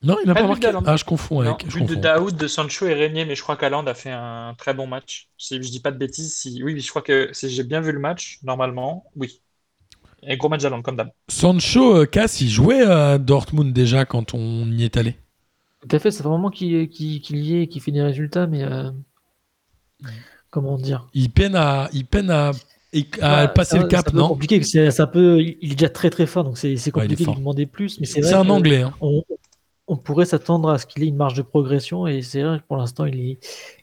Speaker 4: Non, il n'a pas,
Speaker 5: Pas de but
Speaker 4: marqué.
Speaker 5: d'Haaland.
Speaker 4: Ah, je confonds
Speaker 5: non,
Speaker 4: avec. je
Speaker 5: but de
Speaker 4: confonds.
Speaker 5: Daoud, de Sancho et Régnier, mais je crois qu'Haaland a fait un très bon match. Si je dis pas de bêtises, si oui, oui, je crois que si j'ai bien vu le match, normalement, oui. Un gros match d'Haaland, comme d'hab.
Speaker 4: Sancho euh, Cass, il jouait à Dortmund déjà quand on y est allé.
Speaker 2: Tout à fait, ça fait un moment qu'il qu'il- qu'il y est et qu'il fait des résultats, mais euh, comment dire
Speaker 4: Il peine à, il peine à, à
Speaker 2: Bah,
Speaker 4: Euh, passer
Speaker 2: c'est un-
Speaker 4: le cap,
Speaker 2: c'est un peu
Speaker 4: non
Speaker 2: compliqué, parce que c'est un peu, il est déjà très très fort, donc c'est c'est
Speaker 4: Ouais, il est
Speaker 2: compliqué de
Speaker 4: fort.
Speaker 2: lui demander plus. Mais c'est
Speaker 4: C'est
Speaker 2: vrai
Speaker 4: un
Speaker 2: que
Speaker 4: anglais. hein.
Speaker 2: on, on pourrait s'attendre à ce qu'il ait une marge de progression, et c'est vrai que pour l'instant, il y-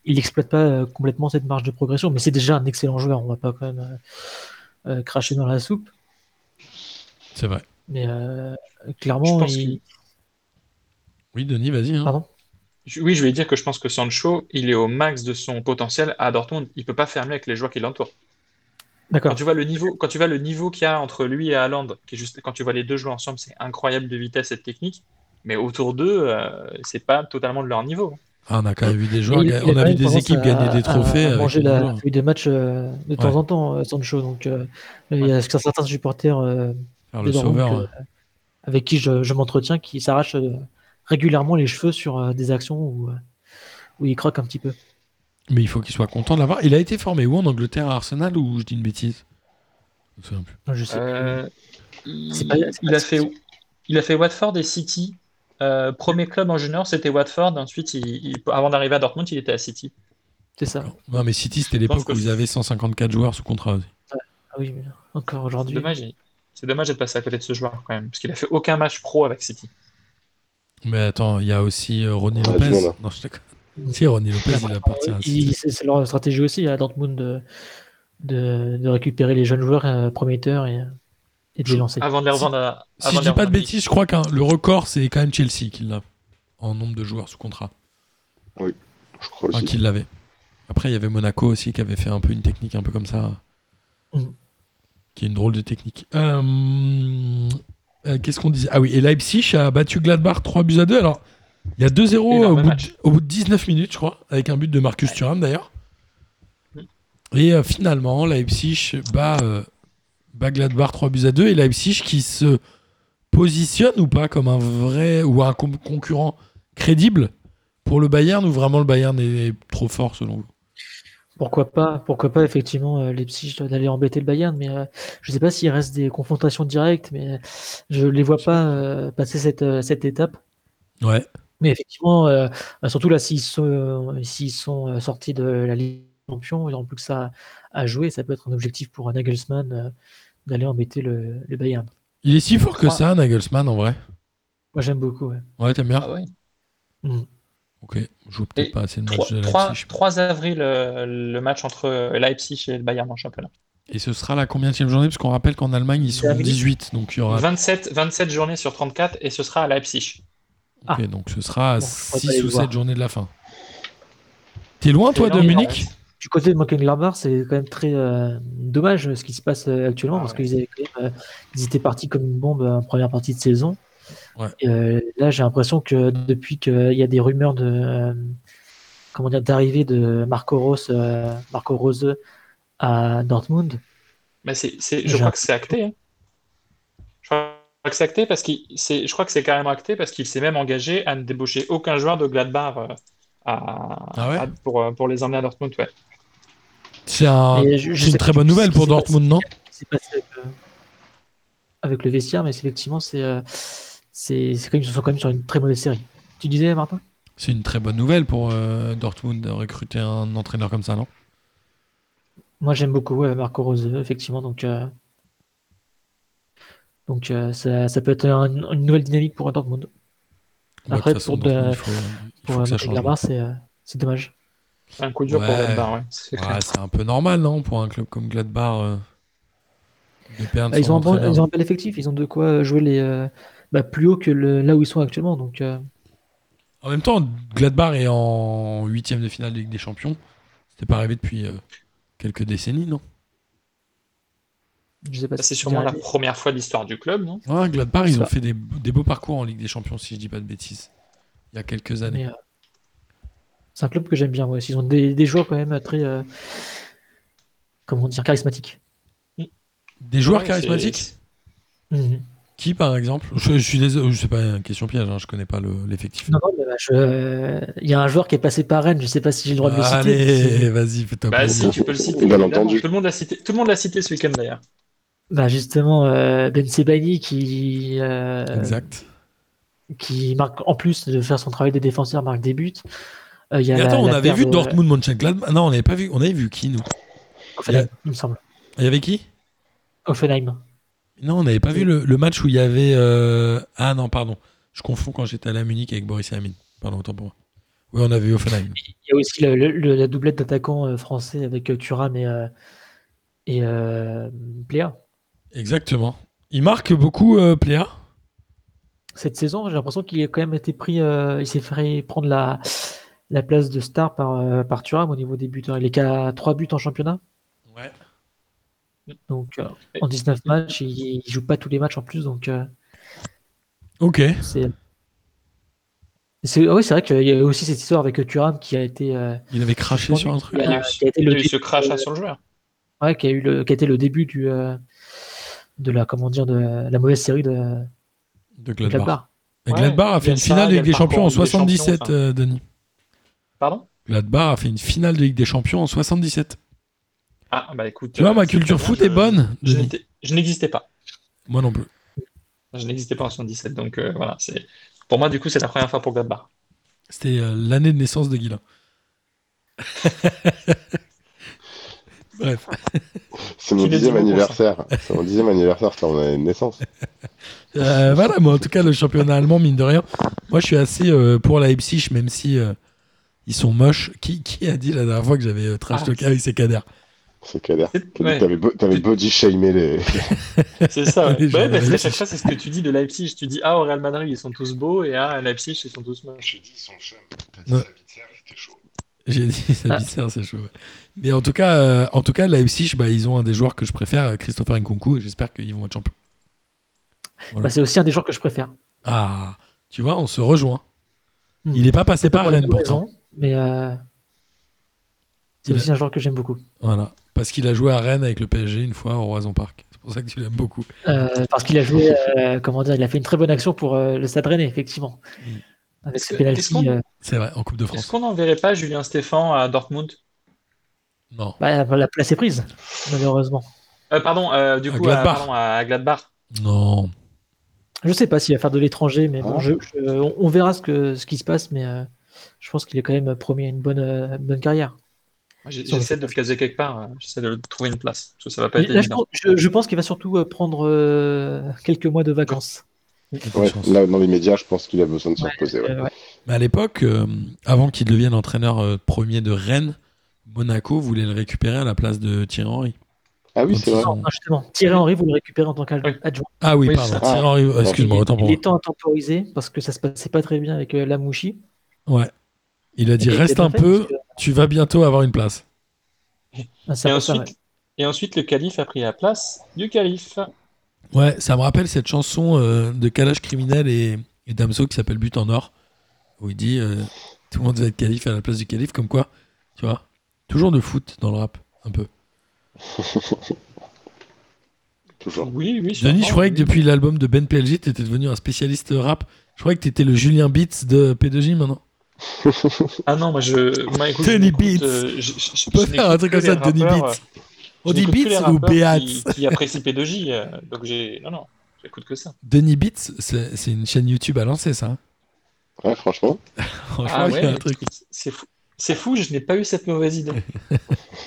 Speaker 2: il n'exploite pas euh, complètement cette marge de progression, mais c'est déjà un excellent joueur, on va pas quand même euh, euh, cracher dans la soupe.
Speaker 4: C'est vrai.
Speaker 2: Mais euh,
Speaker 5: Je
Speaker 2: clairement,
Speaker 5: pense
Speaker 2: il-
Speaker 4: Oui, Denis, vas-y. hein.
Speaker 2: Pardon
Speaker 5: Je- Oui, je vais dire que je pense que Sancho, il est au max de son potentiel à Dortmund. Il peut pas fermer avec les joueurs qui l'entourent. Quand
Speaker 4: Ah,
Speaker 2: d'accord.
Speaker 5: tu vois le niveau, quand tu vois le niveau qu'il y a entre lui et Haaland, qui est juste, quand tu vois les deux jouer ensemble, c'est incroyable de vitesse et de technique. Mais autour d'eux, euh, c'est pas totalement de leur niveau.
Speaker 4: Ah, on a quand même vu des joueurs,
Speaker 2: Il-
Speaker 4: ga-
Speaker 2: il a
Speaker 4: on
Speaker 2: quand
Speaker 4: a vu
Speaker 2: même
Speaker 4: des
Speaker 2: tendance
Speaker 4: équipes
Speaker 2: à-
Speaker 4: gagner
Speaker 2: à-
Speaker 4: des trophées
Speaker 2: à
Speaker 4: avec
Speaker 2: manger
Speaker 4: les
Speaker 2: la
Speaker 4: joueurs.
Speaker 2: feuille de match euh, de temps
Speaker 4: Ouais.
Speaker 2: en temps, euh, Sancho. Donc, euh, il y a certains supporters euh,
Speaker 4: Faire
Speaker 2: de
Speaker 4: le
Speaker 2: Dortmund
Speaker 4: sauveur.
Speaker 2: que-
Speaker 4: ouais.
Speaker 2: avec qui je, je m'entretiens qui s'arrachent euh, régulièrement les cheveux sur euh, des actions où, euh, où ils croquent un petit peu.
Speaker 4: Mais il faut qu'il soit content de l'avoir. Il a été formé où en Angleterre à Arsenal ou je dis une bêtise me souviens plus.
Speaker 2: Je sais
Speaker 5: Euh, il,
Speaker 2: C'est pas- c'est
Speaker 5: il
Speaker 2: pas
Speaker 5: a fait, il a fait Watford et City. Euh, premier club en junior, c'était Watford. Ensuite, il, il- avant d'arriver à Dortmund, il était à City.
Speaker 2: plus. C'est ça.
Speaker 4: Non, mais City, c'était l'époque
Speaker 5: que
Speaker 4: où
Speaker 5: je-
Speaker 4: ils avaient 154 joueurs sous contrat. aussi.
Speaker 2: Ah oui, mais encore
Speaker 5: C'est
Speaker 2: aujourd'hui.
Speaker 5: dommage, il- c'est dommage de passer à côté de ce joueur quand même, parce qu'il a fait aucun match pro avec City.
Speaker 4: Mais attends, il y a aussi euh, Ronny
Speaker 3: Ah,
Speaker 4: Lopez.
Speaker 3: tout le monde,
Speaker 4: Non, je déconne. Si, Ronny Lopez, il appartient à City.
Speaker 2: Il- C'est c'est leur stratégie aussi à Dortmund de, de, de récupérer les jeunes joueurs euh, prometteurs et, et de les lancer.
Speaker 5: Avant de les
Speaker 4: Si-
Speaker 5: revendre à.
Speaker 4: Si
Speaker 5: avant
Speaker 4: je
Speaker 5: les
Speaker 4: dis pas
Speaker 5: revendre
Speaker 4: de
Speaker 5: à City.
Speaker 4: bêtises, je crois que le record, c'est quand même Chelsea qui l'a en nombre de joueurs sous contrat.
Speaker 3: Je crois
Speaker 4: Enfin,
Speaker 3: aussi.
Speaker 4: qui l'avait. Après, il y avait Monaco aussi qui avait fait un peu une technique un peu comme ça.
Speaker 2: Mm.
Speaker 4: Qui est une drôle de technique. Euh, euh, Qu'est-ce qu'on disait Ah oui, et Leipzig a battu Gladbach 3 buts à 2. Alors, il y a 2-0 au,
Speaker 5: Énorme
Speaker 4: bout de-
Speaker 5: match.
Speaker 4: au bout de 19 minutes, je crois, avec un but de Marcus Thuram d'ailleurs.
Speaker 5: Mm.
Speaker 4: Et euh, finalement, Leipzig bat, euh, bat Gladbach 3 buts à 2. Et Leipzig qui se positionne ou pas comme un vrai ou un com- concurrent crédible pour le Bayern ou vraiment le Bayern est trop fort selon vous
Speaker 2: Pourquoi pas, pourquoi pas effectivement euh, Leipzig d'aller embêter le Bayern, mais euh, je sais pas s'il reste des confrontations directes, mais euh, je les vois pas euh, passer cette, euh, cette étape.
Speaker 4: Ouais.
Speaker 2: Mais effectivement, euh, bah, surtout là, s'ils sont, euh, s'ils sont euh, sortis de la Ligue des Champions, ils n'auront plus que ça à jouer. Ça peut être un objectif pour un Nagelsmann euh, d'aller embêter le, le Bayern.
Speaker 4: Il est si fort que ça, Nagelsmann, en vrai.
Speaker 2: Moi, j'aime beaucoup. ouais.
Speaker 4: Ouais, t'aimes bien
Speaker 5: Ah ouais.
Speaker 4: Ok, je joue peut-être
Speaker 5: Et
Speaker 4: pas assez de
Speaker 5: Trois-
Speaker 4: matchs de
Speaker 5: trois-
Speaker 4: Leipzig.
Speaker 5: 3 avril, euh, le match entre Leipzig et le Bayern en championnat.
Speaker 4: Et ce sera la combien de journée Parce qu'on rappelle qu'en Allemagne, ils sont
Speaker 2: Dernier.
Speaker 4: 18, donc il y aura.
Speaker 5: 27, 27 journées sur 34 et ce sera à Leipzig.
Speaker 4: Ok,
Speaker 2: Ah.
Speaker 4: donc ce sera
Speaker 2: Bon, je pourrais
Speaker 4: 6
Speaker 2: pas les
Speaker 4: ou
Speaker 2: voir.
Speaker 4: 7 journées de la fin. T'es loin, toi,
Speaker 5: Et là,
Speaker 4: de
Speaker 5: on est
Speaker 4: Munich
Speaker 2: Du côté de Mönchengladbach, c'est quand même très euh, dommage euh, ce qui se passe euh, actuellement
Speaker 5: Ah
Speaker 2: parce
Speaker 5: ouais.
Speaker 2: qu'ils avaient quand même, euh, ils étaient partis comme une bombe euh, en première partie de saison.
Speaker 4: Ouais.
Speaker 2: Et, euh, là, j'ai l'impression que depuis qu'il y a des rumeurs de euh, comment dire d'arrivée de Marco Rose, euh, Marco Rose à Dortmund,
Speaker 5: Mais c'est, c'est- je
Speaker 2: Déjà.
Speaker 5: crois que c'est acté. hein. Je crois que c'est acté parce qu'il, c'est, je crois que c'est carrément acté parce qu'il s'est même engagé à ne débaucher aucun joueur de Gladbach euh, à,
Speaker 4: Ah ouais
Speaker 5: à- pour, euh, pour les emmener à Dortmund. ouais.
Speaker 4: C'est un-
Speaker 2: Et je- je
Speaker 4: Ah, c'est
Speaker 2: sais
Speaker 4: une très
Speaker 2: pas
Speaker 4: bonne
Speaker 2: ce
Speaker 4: nouvelle
Speaker 2: qui
Speaker 4: pour
Speaker 2: s'est passé.
Speaker 4: Dortmund, non
Speaker 2: c'est passé avec, euh, avec le vestiaire, mais c'est- effectivement, c'est euh, c'est c'est quand même- ils sont quand même sur une très mauvaise série. Tu disais, Martin
Speaker 4: C'est une très bonne nouvelle pour euh, Dortmund de recruter un entraîneur comme ça, non
Speaker 2: Moi, j'aime beaucoup ouais, Marco Rose, effectivement. Donc, euh, donc euh, ça, ça peut être un- une nouvelle dynamique pour Dortmund.
Speaker 4: Ouais, de
Speaker 2: Après,
Speaker 4: toute façon,
Speaker 2: pour de-
Speaker 4: Dortmund, il faut, il
Speaker 2: Pour
Speaker 4: faut
Speaker 2: euh,
Speaker 4: que ça change.
Speaker 2: Mönchengladbach, c'est euh, c'est dommage.
Speaker 5: C'est un coup dur pour
Speaker 4: Ouais.
Speaker 5: Gladbach. ouais. C'est clair.
Speaker 4: Ouais, c'est un peu normal, non, pour un club comme Gladbach euh, de perdre
Speaker 2: Bah, ils,
Speaker 4: son
Speaker 2: ont un bon-
Speaker 4: entraîneur.
Speaker 2: ils ont un bel effectif, ils ont de quoi jouer les, euh, bah, plus haut que le- là où ils sont actuellement. Donc, euh,
Speaker 4: En même temps, Gladbach est en huitième de finale de Ligue des Champions. C'était pas arrivé depuis euh, quelques décennies, non
Speaker 2: je sais pas
Speaker 5: Ça, Bah,
Speaker 2: si
Speaker 5: c'est
Speaker 2: tu
Speaker 5: sûrement la
Speaker 2: dirais-
Speaker 5: première fois de l'histoire du club, non?
Speaker 4: ouais, Gladbach, ils
Speaker 2: C'est
Speaker 4: ont
Speaker 2: ça.
Speaker 4: fait des, des beaux parcours en Ligue des Champions, si je dis pas de bêtises, il y a quelques années.
Speaker 2: mais, euh, c'est un club que j'aime bien. Ouais. Ils ont des, des joueurs quand même très euh, comment dire, charismatiques.
Speaker 4: Des joueurs
Speaker 5: Ouais,
Speaker 4: charismatiques
Speaker 5: c'est-
Speaker 4: Hum.
Speaker 2: Mhm.
Speaker 4: Qui, par exemple je, je suis désolé, je sais pas, une question piège, hein, je connais pas le- l'effectif.
Speaker 2: Non, non, mais, bah, je- euh, Il y a un joueur qui est passé par Rennes, je sais pas si j'ai le droit de le citer.
Speaker 4: Ah, Allez, vas-y, fais-toi
Speaker 5: Bah
Speaker 4: plaisir.
Speaker 5: si, tu peux le citer.
Speaker 3: Bien
Speaker 5: évidemment.
Speaker 3: entendu.
Speaker 5: Tout le monde l'a cité, tout le monde l'a cité ce week-end d'ailleurs.
Speaker 2: Bah justement, euh, Ben Sebaini qui, euh,
Speaker 4: Exact.
Speaker 2: qui marque en plus de faire son travail de défenseur, marque des buts. Euh, il y a
Speaker 4: Mais
Speaker 2: la-
Speaker 4: attends, on
Speaker 2: la
Speaker 4: avait
Speaker 2: paire
Speaker 4: vu
Speaker 2: de-
Speaker 4: Dortmund Mönchengladbach. Ah Non, on n'avait pas vu. On avait vu qui nous
Speaker 2: Offenheim, il me semble.
Speaker 4: Il y avait qui
Speaker 2: Offenheim.
Speaker 4: Non, on n'avait pas vu le, le match où il y avait. euh, Ah non, pardon. Je confonds quand j'étais à la Munich avec Boris et Amine. Pardon, autant pour moi. Oui, on avait vu Offenheim.
Speaker 2: Il y a aussi le- le- le- la doublette d'attaquants euh, français avec euh, Thuram et, euh, et euh, Plea.
Speaker 4: Exactement. Il marque beaucoup euh, Pléa.
Speaker 2: Cette saison, j'ai l'impression qu'il a quand même été pris, euh, il s'est fait prendre la, la place de star par, euh, par Thuram au niveau des buts. hein. Il est qu'à 3 buts en championnat.
Speaker 4: Ouais.
Speaker 2: Donc euh, en 19 matchs, il, il joue pas tous les matchs en plus. Donc euh,
Speaker 4: Ok.
Speaker 2: C'est. c'est- ah oui, c'est vrai qu'il y a aussi cette histoire avec Thuram qui a été, euh,
Speaker 4: Il avait craché sur un truc.
Speaker 5: Il y Ah, a eu,
Speaker 2: qui a été
Speaker 5: il y
Speaker 2: le,
Speaker 5: a eu
Speaker 2: dé-
Speaker 5: ce crachat sur le joueur.
Speaker 2: ouais, qui a eu le- qui a été le début du, euh, de la, comment dire, de la mauvaise série de Bah,
Speaker 4: De
Speaker 2: de
Speaker 4: Gladbach.
Speaker 2: Gladbach.
Speaker 4: Et
Speaker 5: Ouais,
Speaker 4: Gladbach a
Speaker 5: il y
Speaker 4: fait
Speaker 5: a
Speaker 4: une
Speaker 5: ça,
Speaker 4: finale
Speaker 5: il
Speaker 4: de
Speaker 5: y a
Speaker 4: Ligue
Speaker 5: le
Speaker 4: des Champions en
Speaker 5: parcours en Ligue des
Speaker 4: 77,
Speaker 5: Champions,
Speaker 4: euh, Denis.
Speaker 5: Pardon?
Speaker 4: Gladbach a fait une finale de Ligue des Champions en 77.
Speaker 5: Ah, bah écoute.
Speaker 4: Tu vois,
Speaker 5: euh,
Speaker 4: ma
Speaker 5: c'est
Speaker 4: culture
Speaker 5: très bien,
Speaker 4: foot
Speaker 5: je-
Speaker 4: est bonne.
Speaker 5: Je
Speaker 4: Denis.
Speaker 5: n'étais- je n'existais pas.
Speaker 4: Moi non plus.
Speaker 5: Je n'existais pas en 77. Donc euh, voilà, c'est. Pour moi, du coup, c'est la première fois pour Gladbach.
Speaker 4: C'était euh, l'année de naissance de Guilin. Bref,
Speaker 3: C'est mon
Speaker 5: Tu l'as dit
Speaker 3: dixième
Speaker 5: beaucoup,
Speaker 3: anniversaire. C'est mon dixième anniversaire, c'est mon année de naissance.
Speaker 4: Euh, voilà, moi en tout cas, le championnat allemand, mine de rien, moi je suis assez euh, pour la Leipzig, même si euh, ils sont moches. Qui, qui a dit la dernière fois que j'avais euh, trash
Speaker 5: Ah,
Speaker 4: talké avec ses cadères
Speaker 3: C'est Kader.
Speaker 5: C'est-
Speaker 3: T'avais
Speaker 5: ouais,
Speaker 3: t'avais bo- t'avais body shamé les.
Speaker 5: c'est ça. ouais.
Speaker 4: Les gens
Speaker 5: Ouais, parce
Speaker 4: de
Speaker 5: qu'à chaque fois, c'est ce que tu dis de Leipzig. Tu dis, ah, au Real Madrid, ils sont tous beaux, et ah, à Leipzig, ils sont tous moches.
Speaker 3: J'ai dit son chum. T'as
Speaker 4: dit Ouais.
Speaker 3: c'était chaud.
Speaker 4: J'ai dit, c'est
Speaker 5: Ah.
Speaker 4: bizarre, c'est chaud. ouais. Mais en tout cas, euh, en tout cas, la Leipzig, bah, ils ont un des joueurs que je préfère, euh, Christopher Nkunku, et j'espère qu'ils vont être champions.
Speaker 2: Bah, c'est aussi un des joueurs que je préfère.
Speaker 4: Ah, tu vois, on se rejoint.
Speaker 2: Hmm.
Speaker 4: Il n'est pas passé par
Speaker 2: Pour les
Speaker 4: Rennes
Speaker 2: deux
Speaker 4: pourtant.
Speaker 2: raisons, Mais euh, c'est
Speaker 4: Il
Speaker 2: aussi un joueur que j'aime beaucoup.
Speaker 4: Voilà, parce qu'il a joué à Rennes avec le PSG une fois au Roison Park. C'est pour ça que tu l'aimes beaucoup.
Speaker 2: Euh, parce qu'il a joué, euh, comment dire, il a fait une très bonne action pour euh, le Stade Rennais, effectivement.
Speaker 4: Mm.
Speaker 2: Avec ce
Speaker 5: Est-ce- est-ce
Speaker 2: penalty.
Speaker 5: qu'on-
Speaker 2: euh,
Speaker 4: C'est vrai, en Coupe de France.
Speaker 5: Est-ce qu'on n'enverrait pas Julien Stéphan à Dortmund
Speaker 4: Non.
Speaker 2: bah, la place est prise, malheureusement.
Speaker 5: Euh, Pardon, euh, du
Speaker 4: À
Speaker 5: coup, à-
Speaker 4: Gladbach.
Speaker 5: pardon, à Gladbach.
Speaker 4: Non.
Speaker 2: Je sais pas s'il va faire de l'étranger, mais bon,
Speaker 3: Ah.
Speaker 2: je- je- on, on verra ce, que, ce qui se passe, mais euh, je pense qu'il est quand même promis à une bonne, euh, bonne carrière.
Speaker 5: Moi, j'ai-
Speaker 2: Sur le
Speaker 5: J'essaie de le caser quelque part, euh, j'essaie de le trouver une place, parce que ça va pas
Speaker 2: Mais
Speaker 5: être
Speaker 2: Là, je,
Speaker 5: évident.
Speaker 2: je- je pense qu'il va surtout euh, prendre euh, quelques mois de vacances.
Speaker 4: Aucune
Speaker 3: Ouais,
Speaker 4: chance.
Speaker 3: là, dans les médias, je pense qu'il a besoin de se
Speaker 2: Ouais,
Speaker 3: reposer. ouais.
Speaker 2: Euh, ouais.
Speaker 4: Mais à l'époque, euh, avant qu'il devienne entraîneur euh, premier de Rennes, Monaco voulait le récupérer à la place de Thierry Henry.
Speaker 3: Ah oui,
Speaker 4: Donc,
Speaker 3: c'est
Speaker 4: ils
Speaker 3: vrai.
Speaker 2: Non,
Speaker 4: ont-
Speaker 2: non, justement. Thierry Henry, vous le récupérez en tant
Speaker 5: Oui.
Speaker 2: qu'adjoint.
Speaker 4: Ah oui,
Speaker 5: Oui,
Speaker 4: pardon.
Speaker 3: ça.
Speaker 5: c'est
Speaker 4: Thierry Henry, euh, excuse-moi, autant pour
Speaker 2: Ah, Il
Speaker 4: moi.
Speaker 2: est temps à temporiser parce que ça se passait pas très bien avec euh, Lamouchi.
Speaker 4: Ouais. Il a dit
Speaker 2: Et
Speaker 4: reste
Speaker 2: bien
Speaker 4: un
Speaker 2: fait,
Speaker 4: peu,
Speaker 2: parce que-
Speaker 4: tu vas bientôt avoir une place.
Speaker 2: Ah, ça
Speaker 5: et,
Speaker 2: va, ça va.
Speaker 5: ensuite, et ensuite, le calife a pris la place du calife.
Speaker 4: Ouais, ça me rappelle cette chanson euh, de Kalash Criminel et, et Damso qui s'appelle But en or, où il dit euh, tout le monde va être calife à la place du calife, comme quoi, tu vois, toujours de foot dans le rap, un peu.
Speaker 3: Toujours.
Speaker 5: Oui, oui,
Speaker 4: Denis,
Speaker 5: sûrement,
Speaker 4: je croyais
Speaker 5: oui.
Speaker 4: que depuis l'album de Ben PLG, t'étais devenu un spécialiste rap. Je croyais que t'étais le Julien Beats de P2J maintenant.
Speaker 5: Ah non, moi, je... moi, écoute, je
Speaker 4: Denis
Speaker 5: n'écoute,
Speaker 4: Beats.
Speaker 5: euh, je- je- je-
Speaker 4: On peut
Speaker 5: je
Speaker 4: faire un
Speaker 5: n'écoute
Speaker 4: truc
Speaker 5: que
Speaker 4: comme ça,
Speaker 5: les
Speaker 4: Denis
Speaker 5: rappeurs,
Speaker 4: Beats.
Speaker 5: euh,
Speaker 4: On
Speaker 5: je
Speaker 4: dit
Speaker 5: n'écoute que les
Speaker 4: Beats ou
Speaker 5: rappeurs
Speaker 4: Beats
Speaker 5: Qui, qui apprécient P2J, euh, donc j'ai... Non, non, j'écoute que ça.
Speaker 4: Denis Beats, c'est c'est une chaîne YouTube à lancer, ça. hein.
Speaker 3: Ouais, franchement.
Speaker 4: Franchement,
Speaker 5: Ah
Speaker 4: il y a
Speaker 5: ouais,
Speaker 4: un truc.
Speaker 5: écoute, c'est fou. C'est fou, je n'ai pas eu cette mauvaise idée.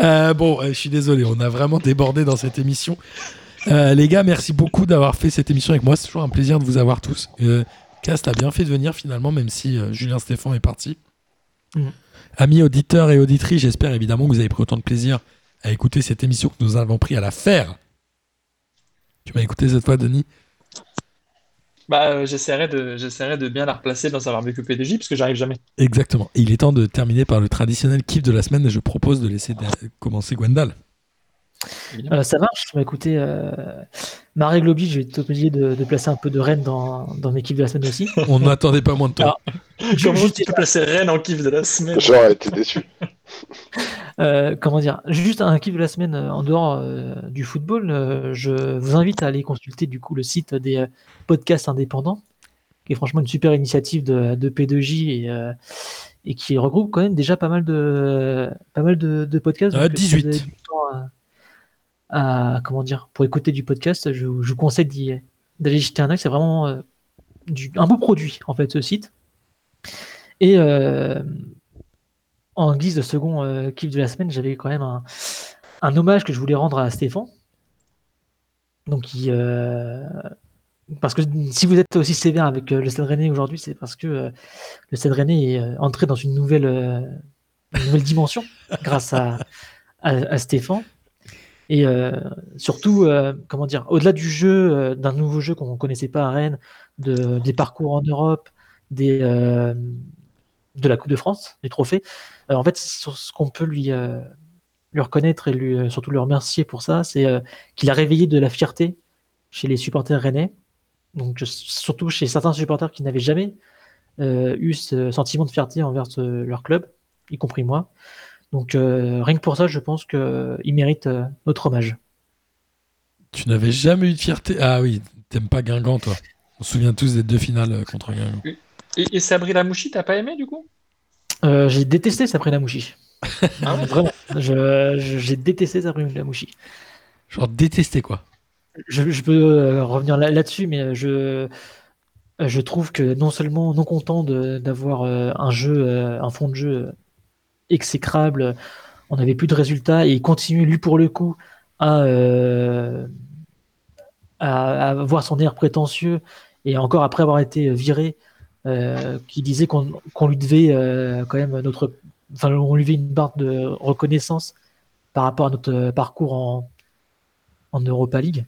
Speaker 4: Euh, bon, euh, je suis désolé, on a vraiment débordé dans cette émission. Euh, les gars, merci beaucoup d'avoir fait cette émission avec moi. C'est toujours un plaisir de vous avoir tous. Euh, Cast a bien fait de venir finalement, même si euh, Julien Stéphan est parti.
Speaker 2: Mhm.
Speaker 4: Amis auditeurs et auditrices, j'espère évidemment que vous avez pris autant de plaisir à écouter cette émission que nous avons pris à la faire. Tu m'as écouté cette fois, Denis
Speaker 5: Bah, euh, j'essaierai de, j'essaierai de bien la replacer dans un barbecue P2J, parce que j'arrive jamais.
Speaker 4: Exactement. Et il est temps de terminer par le traditionnel kiff de la semaine et je propose de laisser de- commencer Gwendal.
Speaker 5: évidemment.
Speaker 2: Euh, ça marche. Bah, écoutez, euh, ma règle oblige, je vais être obligé de, de placer un peu de Rennes dans, dans l'équipe de la semaine aussi.
Speaker 4: On n'attendait pas moins de toi.
Speaker 5: Comment
Speaker 2: Juste-
Speaker 5: tu te plaçais Rennes en kiff de la semaine
Speaker 3: J'aurais été déçu.
Speaker 2: Euh, comment dire Juste un kiff de la semaine euh, en dehors euh, du football. euh, je vous invite à aller consulter du coup le site des euh, podcasts indépendants, qui est franchement une super initiative de, de P2J et, euh, et qui regroupe quand même déjà pas mal de pas mal de, de podcasts.
Speaker 4: Ah,
Speaker 2: Donc, si vous
Speaker 4: 18.
Speaker 2: avez du temps euh, à, à- comment dire pour écouter du podcast, je, vous- je vous conseille d'y- d'aller jeter un œil. C'est vraiment euh, du- un beau produit en fait ce site. Et euh, en guise de second euh, kiff de la semaine, j'avais quand même un, un hommage que je voulais rendre à Stéphane. Donc, il, euh, parce que si vous êtes aussi sévère avec euh, le Stade Rennais aujourd'hui, c'est parce que euh, le Stade Rennais est euh, entré dans une nouvelle, euh, une nouvelle dimension grâce à, à, à Stéphane. Et euh, surtout, euh, comment dire, au-delà du jeu, euh, d'un nouveau jeu qu'on connaissait pas à Rennes, de, des parcours en Europe, des, euh, de la Coupe de France, des trophées. Euh, en fait, sur ce qu'on peut lui, euh, lui reconnaître et lui, euh, surtout le remercier pour ça, c'est euh, qu'il a réveillé de la fierté chez les supporters rennais. Donc, euh, surtout chez certains supporters qui n'avaient jamais euh, eu ce sentiment de fierté envers euh, leur club, y compris moi. Donc, euh, rien que pour ça, je pense qu'il mérite euh, notre hommage.
Speaker 4: Tu n'avais jamais eu de fierté. Ah oui, t'aimes pas Guingamp, toi. On se souvient tous des deux finales euh, contre Guingamp.
Speaker 5: Et, et Sabri Lamouchi, t'as pas aimé du coup
Speaker 2: Euh, J'ai détesté Sabrina Mouchi.
Speaker 5: Ah ouais
Speaker 2: Vraiment, je- je- j'ai détesté sa ruine de la mouchi.
Speaker 4: Genre détesté quoi.
Speaker 2: Je, je peux euh, revenir là- là-dessus, mais euh, je, je trouve que non seulement non content de- d'avoir euh, un jeu, euh, un fond de jeu exécrable, on n'avait plus de résultats et il continue lui pour le coup à, euh, à, à avoir son air prétentieux et encore après avoir été viré, euh, qui disait qu'on qu'on lui devait euh, quand même notre, enfin on lui devait une barre de reconnaissance par rapport à notre euh, parcours en, en Europa League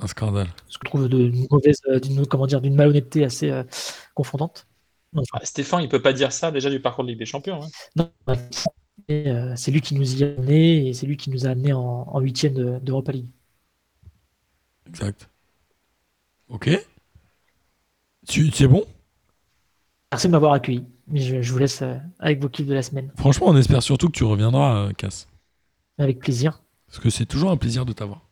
Speaker 4: Un scandale.
Speaker 2: ce que je trouve de- d'une mauvaise, euh, d'une comment dire, d'une malhonnêteté assez euh, confondante. Enfin,
Speaker 5: Ah, Stéphane, il peut pas dire ça déjà du parcours de Ligue des Champions. hein.
Speaker 2: non, et, euh, c'est lui qui nous y a amenés et c'est lui qui nous a amenés en en huitième de- d'Europa League.
Speaker 4: Exact. Ok. Tu- C'est bon
Speaker 2: Merci de m'avoir accueilli. Mais Je, je vous laisse euh, avec vos clips de la semaine.
Speaker 4: Franchement, on espère surtout que tu reviendras, euh, Cass.
Speaker 2: Avec plaisir.
Speaker 4: Parce que c'est toujours un plaisir de t'avoir.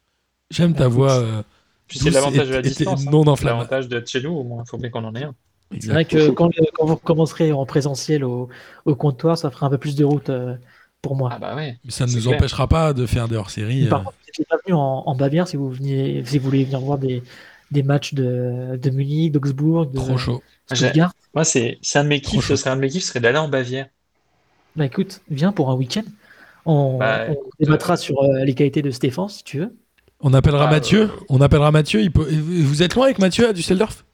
Speaker 4: J'aime ta
Speaker 2: Écoute.
Speaker 4: voix. euh,
Speaker 5: Puis Bah, c'est
Speaker 4: douce
Speaker 5: l'avantage de la
Speaker 4: et- et- et
Speaker 5: distance. hein.
Speaker 4: Non
Speaker 5: C'est
Speaker 4: enflammable.
Speaker 5: L'avantage d'être chez nous, au moins, il faut bien qu'on en ait un.
Speaker 2: C'est vrai que quand, le- quand vous recommencerez en présentiel au, au comptoir, ça fera un peu plus de route euh, pour moi.
Speaker 5: Ah bah ouais.
Speaker 4: Mais ça ne
Speaker 5: C'est
Speaker 4: nous
Speaker 5: clair.
Speaker 4: empêchera pas de faire des hors-séries.
Speaker 2: Par
Speaker 4: euh,
Speaker 2: contre, vous n'êtes pas venu en, en Bavière si vous, veniez, si vous voulez venir voir des, des matchs de, de Munich, d'Augsbourg, de
Speaker 4: trop chaud.
Speaker 5: J'ai-
Speaker 2: Stuttgart.
Speaker 5: Moi, c'est c'est un de mes
Speaker 4: Trop
Speaker 5: kiffs.
Speaker 4: chaud.
Speaker 5: Ce serait un de mes kiffs, ce serait d'aller en Bavière.
Speaker 2: Bah écoute, viens pour un week-end. On,
Speaker 5: Bah,
Speaker 2: on débattra sur euh, les qualités de Stéphane si tu veux.
Speaker 4: On appellera
Speaker 5: Ah,
Speaker 4: Mathieu.
Speaker 5: euh,
Speaker 4: On appellera Mathieu. Il peut... Vous êtes loin avec Mathieu à Düsseldorf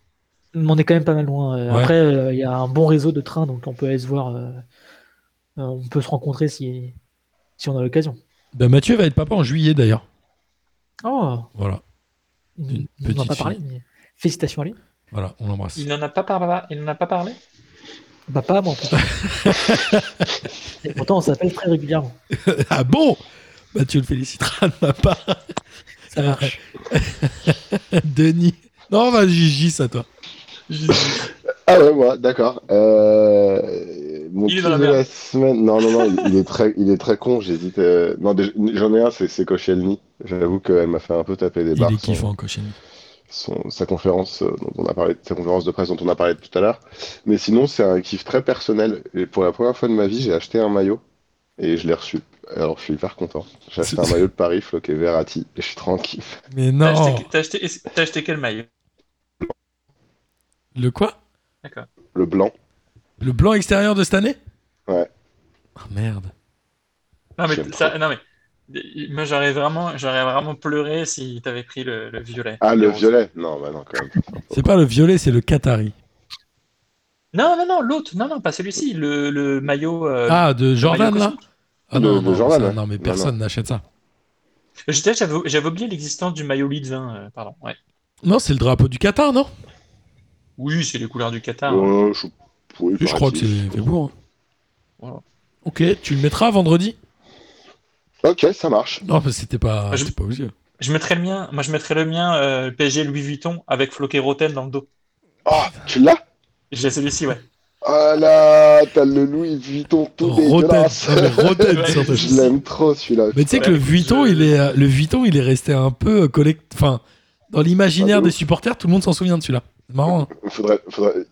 Speaker 2: Mais on est quand même pas mal loin. euh,
Speaker 4: Ouais.
Speaker 2: Après, euh, il y a un bon réseau de trains, donc on peut aller se voir. euh, euh, on peut se rencontrer si, si on a l'occasion.
Speaker 4: Ben, Mathieu va être papa en juillet d'ailleurs.
Speaker 2: Oh,
Speaker 4: Voilà. Une
Speaker 2: il nous en a
Speaker 4: petite
Speaker 2: pas parlé. mais Félicitations à lui.
Speaker 4: Voilà, on l'embrasse.
Speaker 5: Il n'en a pas par- il n'en a pas parlé.
Speaker 2: Bah pas à moi. en tout cas. Et pourtant, on s'appelle très régulièrement.
Speaker 4: ah bon Mathieu le félicitera de ma part.
Speaker 2: Ça marche.
Speaker 4: Denis. Non, vas-y, Gigi, ça toi.
Speaker 3: Ah ouais, moi, d'accord. Euh, Mon
Speaker 5: Il est
Speaker 3: kiff
Speaker 5: dans la
Speaker 3: de
Speaker 5: merde.
Speaker 3: la semaine. Non, non, non, il- il est très, il est très con. J'hésite. euh, Non, déjà, j'en ai un, c'est c'est Koscielny. J'avoue qu'elle m'a fait un peu taper des
Speaker 4: Il
Speaker 3: barres.
Speaker 4: est
Speaker 3: son-
Speaker 4: kiffant, Cochini.
Speaker 3: son- sa conférence euh, dont on a parlé, sa conférence de presse dont on a parlé tout à l'heure. Mais sinon, c'est un kiff très personnel. Et pour la première fois de ma vie, j'ai acheté un maillot et je l'ai reçu. Alors, je suis hyper content. J'ai acheté un maillot de Paris floqué Verratti et je suis tranquille.
Speaker 4: Mais
Speaker 5: T'as
Speaker 4: non
Speaker 5: acheté- T'as acheté, t'as acheté quel maillot
Speaker 4: Le quoi
Speaker 5: D'accord.
Speaker 3: Le blanc.
Speaker 4: Le blanc extérieur de cette année
Speaker 3: Ouais.
Speaker 4: Ah merde.
Speaker 5: Non mais
Speaker 3: J'aime
Speaker 5: ça, non mais moi j'aurais vraiment, j'aurais vraiment pleuré si t'avais pris le, le violet.
Speaker 3: Ah, le
Speaker 5: rose.
Speaker 3: violet. Non, bah non, quand même.
Speaker 4: C'est pas le violet, c'est le Qatari.
Speaker 5: Non non non l'autre, non non pas celui-ci, le, le maillot. euh,
Speaker 4: Ah, de Jordan
Speaker 5: maillot
Speaker 4: là
Speaker 5: cosmique.
Speaker 4: Ah
Speaker 3: De-
Speaker 4: non,
Speaker 3: de
Speaker 4: non,
Speaker 3: Jordan,
Speaker 4: ça-
Speaker 3: ouais.
Speaker 4: non, mais
Speaker 3: Non,
Speaker 4: personne n'achète ça.
Speaker 5: J'étais- J'avais j'avais oublié l'existence du maillot Leeds. hein, euh, pardon. Ouais.
Speaker 4: Non, c'est le drapeau du Qatar, non
Speaker 5: Oui c'est les couleurs du Qatar. hein.
Speaker 3: Ouais, Euh, je... oui,
Speaker 4: Oui, Je crois que
Speaker 3: Verratti,
Speaker 4: c'est c'est bon. hein.
Speaker 5: Voilà.
Speaker 4: Ok, tu le mettras vendredi
Speaker 3: Ok, ça marche.
Speaker 4: Non, parce que c'était pas,
Speaker 5: Ah, je-
Speaker 4: c'était pas obligé.
Speaker 5: Je mettrais le mien, moi je mettrais le mien euh, PSG Louis Vuitton avec floqué Roten dans le dos.
Speaker 3: Oh, tu l'as
Speaker 5: J'ai celui-ci ouais.
Speaker 3: Ah là, t'as le Louis Vuitton tout
Speaker 4: Roten,
Speaker 3: dégueulasse.
Speaker 4: Non, mais Roten,
Speaker 5: Ouais,
Speaker 4: surtout.
Speaker 3: Je l'aime trop celui-là.
Speaker 4: Mais tu sais que le
Speaker 5: Ouais,
Speaker 4: Vuitton,
Speaker 5: je-
Speaker 4: il est, euh, le Vuitton, il est resté un peu euh, collect, enfin, dans l'imaginaire
Speaker 3: Ah, de
Speaker 4: des
Speaker 3: ouf.
Speaker 4: supporters, tout le monde s'en souvient de celui-là. C'est marrant. hein.
Speaker 3: Faudrait, faudrait...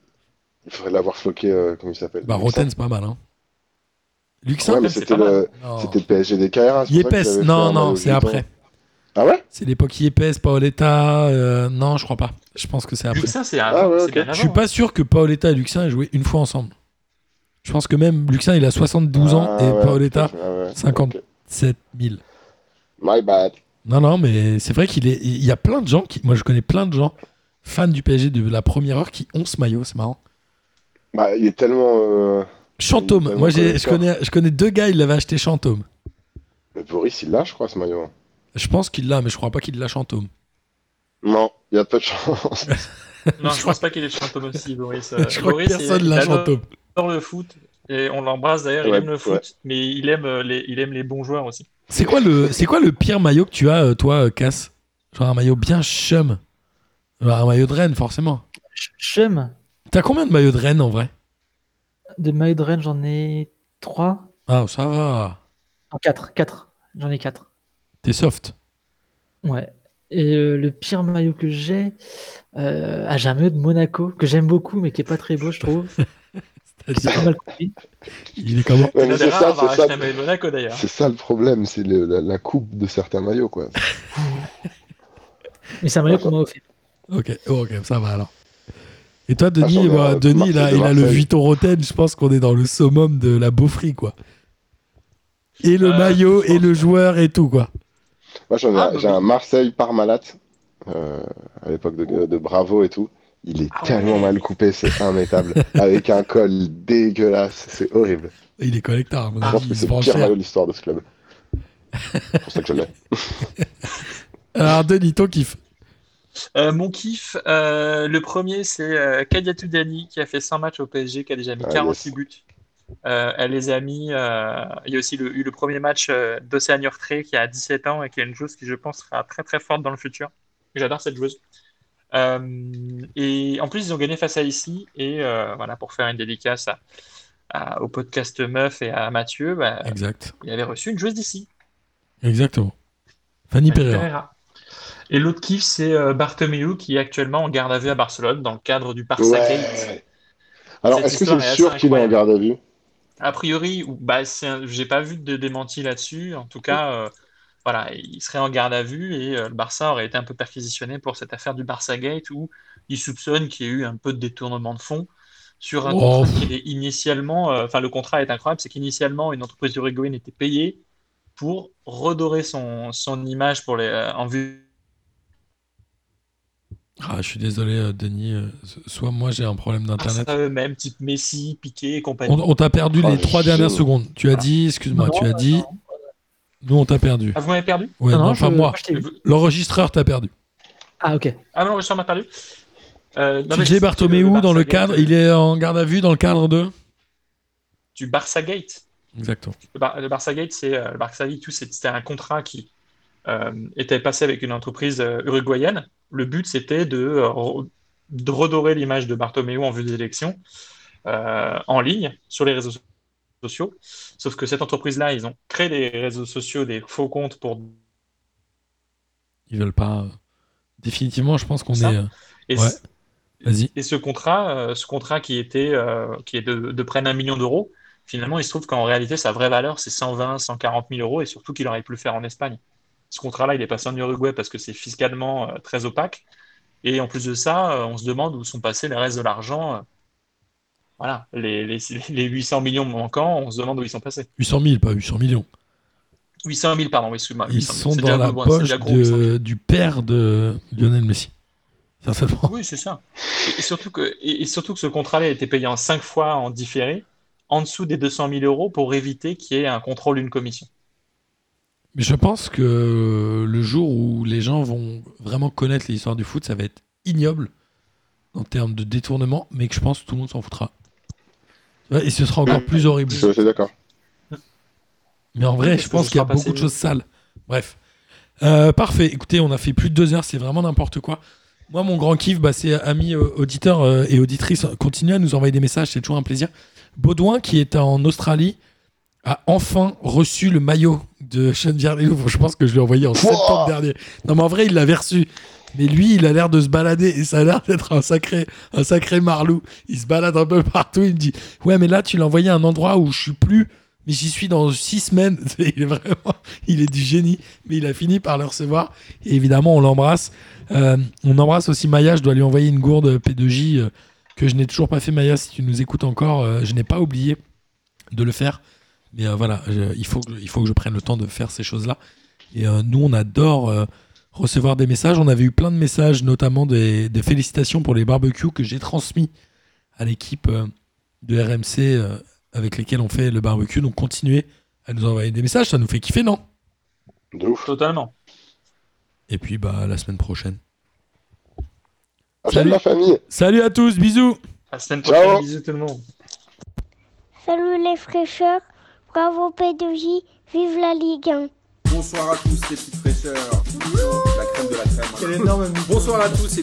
Speaker 3: Il faudrait l'avoir floqué, euh, comment il s'appelle
Speaker 4: Bah Roten, c'est pas mal. Hein. Luxin.
Speaker 3: Ouais, mais
Speaker 5: Ah, c'est
Speaker 3: c'était
Speaker 5: pas mal.
Speaker 3: le...
Speaker 4: Non.
Speaker 3: C'était le PSG des Carreras. c'est pour ça
Speaker 4: Yepes,
Speaker 3: qu'il avait fait
Speaker 4: non,
Speaker 3: un
Speaker 4: non,
Speaker 3: maillot
Speaker 4: c'est
Speaker 3: Vuitton.
Speaker 4: après.
Speaker 3: Ah ouais
Speaker 4: C'est l'époque Yepes, Paoletta. euh, non, je crois pas. Je pense que c'est après.
Speaker 5: Ça c'est un,
Speaker 3: Ah ouais,
Speaker 5: c'est
Speaker 3: ok.
Speaker 5: bien
Speaker 4: bah. Je
Speaker 5: avant,
Speaker 4: suis
Speaker 5: hein.
Speaker 4: pas sûr que Paoletta et Luxin aient joué une fois ensemble. Je pense que même Luxin, il a 72 ans
Speaker 3: Ah
Speaker 4: et
Speaker 3: ouais,
Speaker 4: Paoletta,
Speaker 3: ah ouais,
Speaker 4: 57
Speaker 3: ok.
Speaker 4: 000.
Speaker 3: My bad.
Speaker 4: Non, non, mais c'est vrai qu'il est. Il y a plein de gens qui. Moi, je connais plein de gens fans du PSG de la première heure qui ont ce maillot. C'est marrant.
Speaker 3: Bah, il est tellement. euh,
Speaker 4: Chantôme.
Speaker 3: Tellement
Speaker 4: Moi, j'ai- je
Speaker 3: collector.
Speaker 4: connais, je connais deux gars. Il l'avait acheté Chantôme.
Speaker 3: Le Boris, il l'a, je crois, ce maillot.
Speaker 4: Je pense qu'il l'a, mais je crois pas qu'il l'a Chantôme.
Speaker 3: Non, il y a peu de chance.
Speaker 5: Non je pense pas qu'il est chantôme aussi Boris. euh,
Speaker 4: je crois
Speaker 5: Boris,
Speaker 4: que personne
Speaker 5: il-
Speaker 4: l'a
Speaker 5: il adore-
Speaker 4: Chantôme.
Speaker 5: adore le foot et on l'embrasse d'ailleurs, il
Speaker 3: Ouais,
Speaker 5: aime le foot,
Speaker 3: ouais.
Speaker 5: mais il aime euh, les, il aime les bons joueurs aussi.
Speaker 4: C'est quoi le, c'est quoi le pire maillot que tu as, euh, toi, euh, Cass Genre un maillot bien chum. Genre un maillot de Rennes, forcément.
Speaker 2: Euh, Ch- Chum
Speaker 4: T'as combien de maillots de Rennes en vrai
Speaker 2: de maillot de Rennes, j'en ai 3.
Speaker 4: Ah, ça va.
Speaker 2: Non, 4. 4. J'en ai 4.
Speaker 4: T'es soft.
Speaker 2: Ouais. Et euh, le pire maillot que j'ai, euh, ah, j'ai un maillot de Monaco que j'aime beaucoup mais qui est pas très beau, je trouve. qui s'est pas mal compris.
Speaker 4: Il est comment
Speaker 3: Ouais, mais
Speaker 5: L'un des
Speaker 3: c'est
Speaker 5: rares à
Speaker 3: ça,
Speaker 5: avoir
Speaker 3: c'est ça.
Speaker 5: acheté un maillot de Monaco d'ailleurs.
Speaker 3: C'est ça le problème, c'est le- la, la coupe de certains maillots, quoi.
Speaker 2: Mais c'est un maillot qu'on m'a offert.
Speaker 4: Ok, oh, ok, ça va alors. Et toi, Denis,
Speaker 3: Attends,
Speaker 4: eh ben,
Speaker 3: euh,
Speaker 4: Denis il, a,
Speaker 3: Marseille de
Speaker 4: il a le
Speaker 3: Marseille.
Speaker 4: Vuitton Roten, je pense qu'on est dans le summum de la beaufrie, quoi. Et le
Speaker 5: Euh,
Speaker 4: maillot,
Speaker 5: je pense
Speaker 4: et le
Speaker 5: que-
Speaker 4: joueur, et tout, quoi.
Speaker 3: Moi, j'en ai,
Speaker 5: Ah, bah
Speaker 3: j'ai
Speaker 5: oui.
Speaker 3: un Marseille par euh, à l'époque de, de Bravo et tout. Il est
Speaker 5: Oh. Ah ouais.
Speaker 3: tellement mal coupé, c'est immétable. Avec un col dégueulasse, c'est horrible.
Speaker 4: Il est collecteur, à mon
Speaker 5: Ah
Speaker 3: Je
Speaker 4: avis,
Speaker 3: pense
Speaker 4: il
Speaker 3: que
Speaker 4: se
Speaker 3: c'est le
Speaker 4: vend
Speaker 3: pire
Speaker 4: cher.
Speaker 3: maillot de l'histoire de ce club. C'est pour ça que je l'ai.
Speaker 4: Alors, Denis, ton kiff.
Speaker 5: Euh, mon kiff, euh, le premier, c'est euh, Kadia Toudani qui a fait 100 matchs au PSG, qui a déjà mis
Speaker 3: Ah,
Speaker 5: 46
Speaker 3: yes.
Speaker 5: buts. Euh, elle les a mis. euh, il y a aussi le- eu le premier match euh, d'Océane Urtré qui a 17 ans et qui est une joueuse qui, je pense, sera très très forte dans le futur. J'adore cette joueuse. Euh, et en plus, ils ont gagné face à ici. Et euh, voilà, pour faire une dédicace à- à- au podcast Meuf et à Mathieu, bah,
Speaker 4: Exact.
Speaker 5: il avait reçu une joueuse d'ici.
Speaker 4: Exactement. Fanny
Speaker 5: Fanny
Speaker 4: Pereira.
Speaker 5: Pereira. Et l'autre kiff, c'est euh, Bartomeu qui est actuellement en garde à vue à Barcelone dans le cadre du Barça Gate.
Speaker 3: Ouais. Alors,
Speaker 5: Cette
Speaker 3: est-ce que
Speaker 5: histoire
Speaker 3: c'est
Speaker 5: est assez
Speaker 3: sûr qu'il est en
Speaker 5: incroyable.
Speaker 3: garde à vue
Speaker 5: A priori, ou- bah, c'est un- j'ai pas vu de démenti là-dessus. En tout cas, euh, voilà, il serait en garde à vue et euh, le Barça aurait été un peu perquisitionné pour cette affaire du Barça Gate où il soupçonne qu'il y a eu un peu de détournement de fonds sur un
Speaker 4: Oh.
Speaker 5: contrat qui est initialement, euh, enfin le contrat est incroyable, c'est qu'initialement une entreprise uruguayenne était payée pour redorer son, son image pour les, euh, en vue
Speaker 4: Ah, je suis désolé, euh, Denis. euh, so- Soit moi, j'ai un problème
Speaker 5: grâce
Speaker 4: d'internet.
Speaker 5: à Ah, eux-mêmes, type Messi, Piqué et compagnie.
Speaker 4: On, on t'a perdu
Speaker 3: Ah,
Speaker 4: les trois
Speaker 3: je-
Speaker 4: dernières secondes. Tu as dit, excuse-moi, tu as dit, nous, on t'a perdu.
Speaker 5: Ah, vous m'avez perdu
Speaker 4: Ouais,
Speaker 2: Non,
Speaker 4: non,
Speaker 2: non,
Speaker 4: enfin,
Speaker 2: je-
Speaker 4: moi.
Speaker 2: je t'ai eu.
Speaker 4: L'enregistreur t'a perdu.
Speaker 2: Ah, ok.
Speaker 5: Ah non, Richard m'a perdu. Euh, non,
Speaker 4: Tu
Speaker 5: mais
Speaker 4: disais
Speaker 5: c'est-
Speaker 4: Bartomeu
Speaker 5: c'est
Speaker 4: dans le
Speaker 5: Barça Gate,
Speaker 4: cadre, il est en garde à vue dans le cadre de
Speaker 5: Du Barça Gate.
Speaker 4: Exactement.
Speaker 5: Le, Bar- le Barça Gate, c'est euh, le Barça Gate, tout, c'est- c'était un contrat qui euh, était passé avec une entreprise euh, uruguayenne. Le but, c'était de, euh, re- de redorer l'image de Bartomeu en vue des élections euh, en ligne sur les réseaux so- sociaux. Sauf que cette entreprise-là, ils ont créé des réseaux sociaux, des faux comptes pour
Speaker 4: Ils veulent pas. euh, Définitivement, je pense qu'on est.
Speaker 5: Ça
Speaker 4: euh,
Speaker 5: Et,
Speaker 4: Ouais.
Speaker 5: c-
Speaker 4: Vas-y.
Speaker 5: et ce contrat, euh, ce contrat qui était, euh, qui est de, de près d'un million d'euros, finalement, il se trouve qu'en réalité, sa vraie valeur, c'est 120, 140 000 euros, et surtout qu'il aurait pu le faire en Espagne. Ce contrat-là, il est passé en Uruguay parce que c'est fiscalement euh, très opaque. Et en plus de ça, euh, on se demande où sont passés les restes de l'argent. euh, voilà, les, les, les 800 millions manquants, on se demande où ils sont passés.
Speaker 4: 800 000, pas 800 millions.
Speaker 5: 800 000, pardon, excuse-moi.
Speaker 4: Ils
Speaker 5: 800 000,
Speaker 4: sont
Speaker 5: c'est
Speaker 4: dans
Speaker 5: déjà
Speaker 4: la
Speaker 5: gros, hein, c'est
Speaker 4: poche
Speaker 5: déjà gros, 800 000.
Speaker 4: de- du père de Lionel Messi. Certainement.
Speaker 5: Oui, c'est ça. Et surtout que, et et surtout que ce contrat-là a été payé en cinq fois en différé, en dessous des 200 000 euros pour éviter qu'il y ait un contrôle d'une commission.
Speaker 4: Mais je pense que le jour où les gens vont vraiment connaître l'histoire du foot, ça va être ignoble en termes de détournement, mais que je pense que tout le monde s'en foutra. Tu vois, Et ce sera encore
Speaker 3: Mm.
Speaker 4: plus horrible.
Speaker 3: Je suis assez d'accord.
Speaker 4: Mais en vrai,
Speaker 5: Parce
Speaker 4: je
Speaker 5: que
Speaker 4: pense
Speaker 5: ce
Speaker 4: qu'il y a
Speaker 5: sera passé
Speaker 4: beaucoup de
Speaker 5: vite.
Speaker 4: choses sales. Bref. Euh, parfait. Écoutez, on a fait plus de deux heures. C'est vraiment n'importe quoi. Moi, mon grand kiff, bah, c'est amis euh, auditeurs euh, et auditrices, continuez à nous envoyer des messages. C'est toujours un plaisir. Baudouin, qui est en Australie, a enfin reçu le maillot de Geneviève Léouvre. Je pense que je l'ai envoyé en septembre dernier. Non, mais en vrai, il l'avait reçu. Mais lui, il a l'air de se balader et ça a l'air d'être un sacré, un sacré marlou. Il se balade un peu partout. Il me dit Ouais, mais là, tu l'as envoyé à un endroit où je suis plus mais j'y suis dans six semaines. Il est vraiment, il est du génie, mais il a fini par le recevoir. Et évidemment, on l'embrasse. Euh, on embrasse aussi Maya. Je dois lui envoyer une gourde P2J euh, que je n'ai toujours pas fait. Maya, si tu nous écoutes encore, euh, je n'ai pas oublié de le faire. Mais euh, voilà, je- il, faut que, il faut que je prenne le temps de faire ces choses-là. Et euh, nous, on adore euh, recevoir des messages. On avait eu plein de messages, notamment des, des félicitations pour les barbecues que j'ai transmis à l'équipe euh, de RMC euh, avec lesquels on fait le barbecue. Donc continuez à nous envoyer des messages, ça nous fait kiffer, non
Speaker 3: De ouf.
Speaker 5: Totalement.
Speaker 4: Et puis bah à la semaine prochaine.
Speaker 3: À
Speaker 4: Salut.
Speaker 3: la famille.
Speaker 4: Salut à tous, bisous
Speaker 5: À la semaine
Speaker 3: Ciao.
Speaker 5: prochaine, bisous tout le monde.
Speaker 6: Salut les fraîcheurs, bravo P2J, vive la Ligue 1.
Speaker 1: Bonsoir à tous les petites fraîcheurs. La crème de la crème. Bonsoir à tous les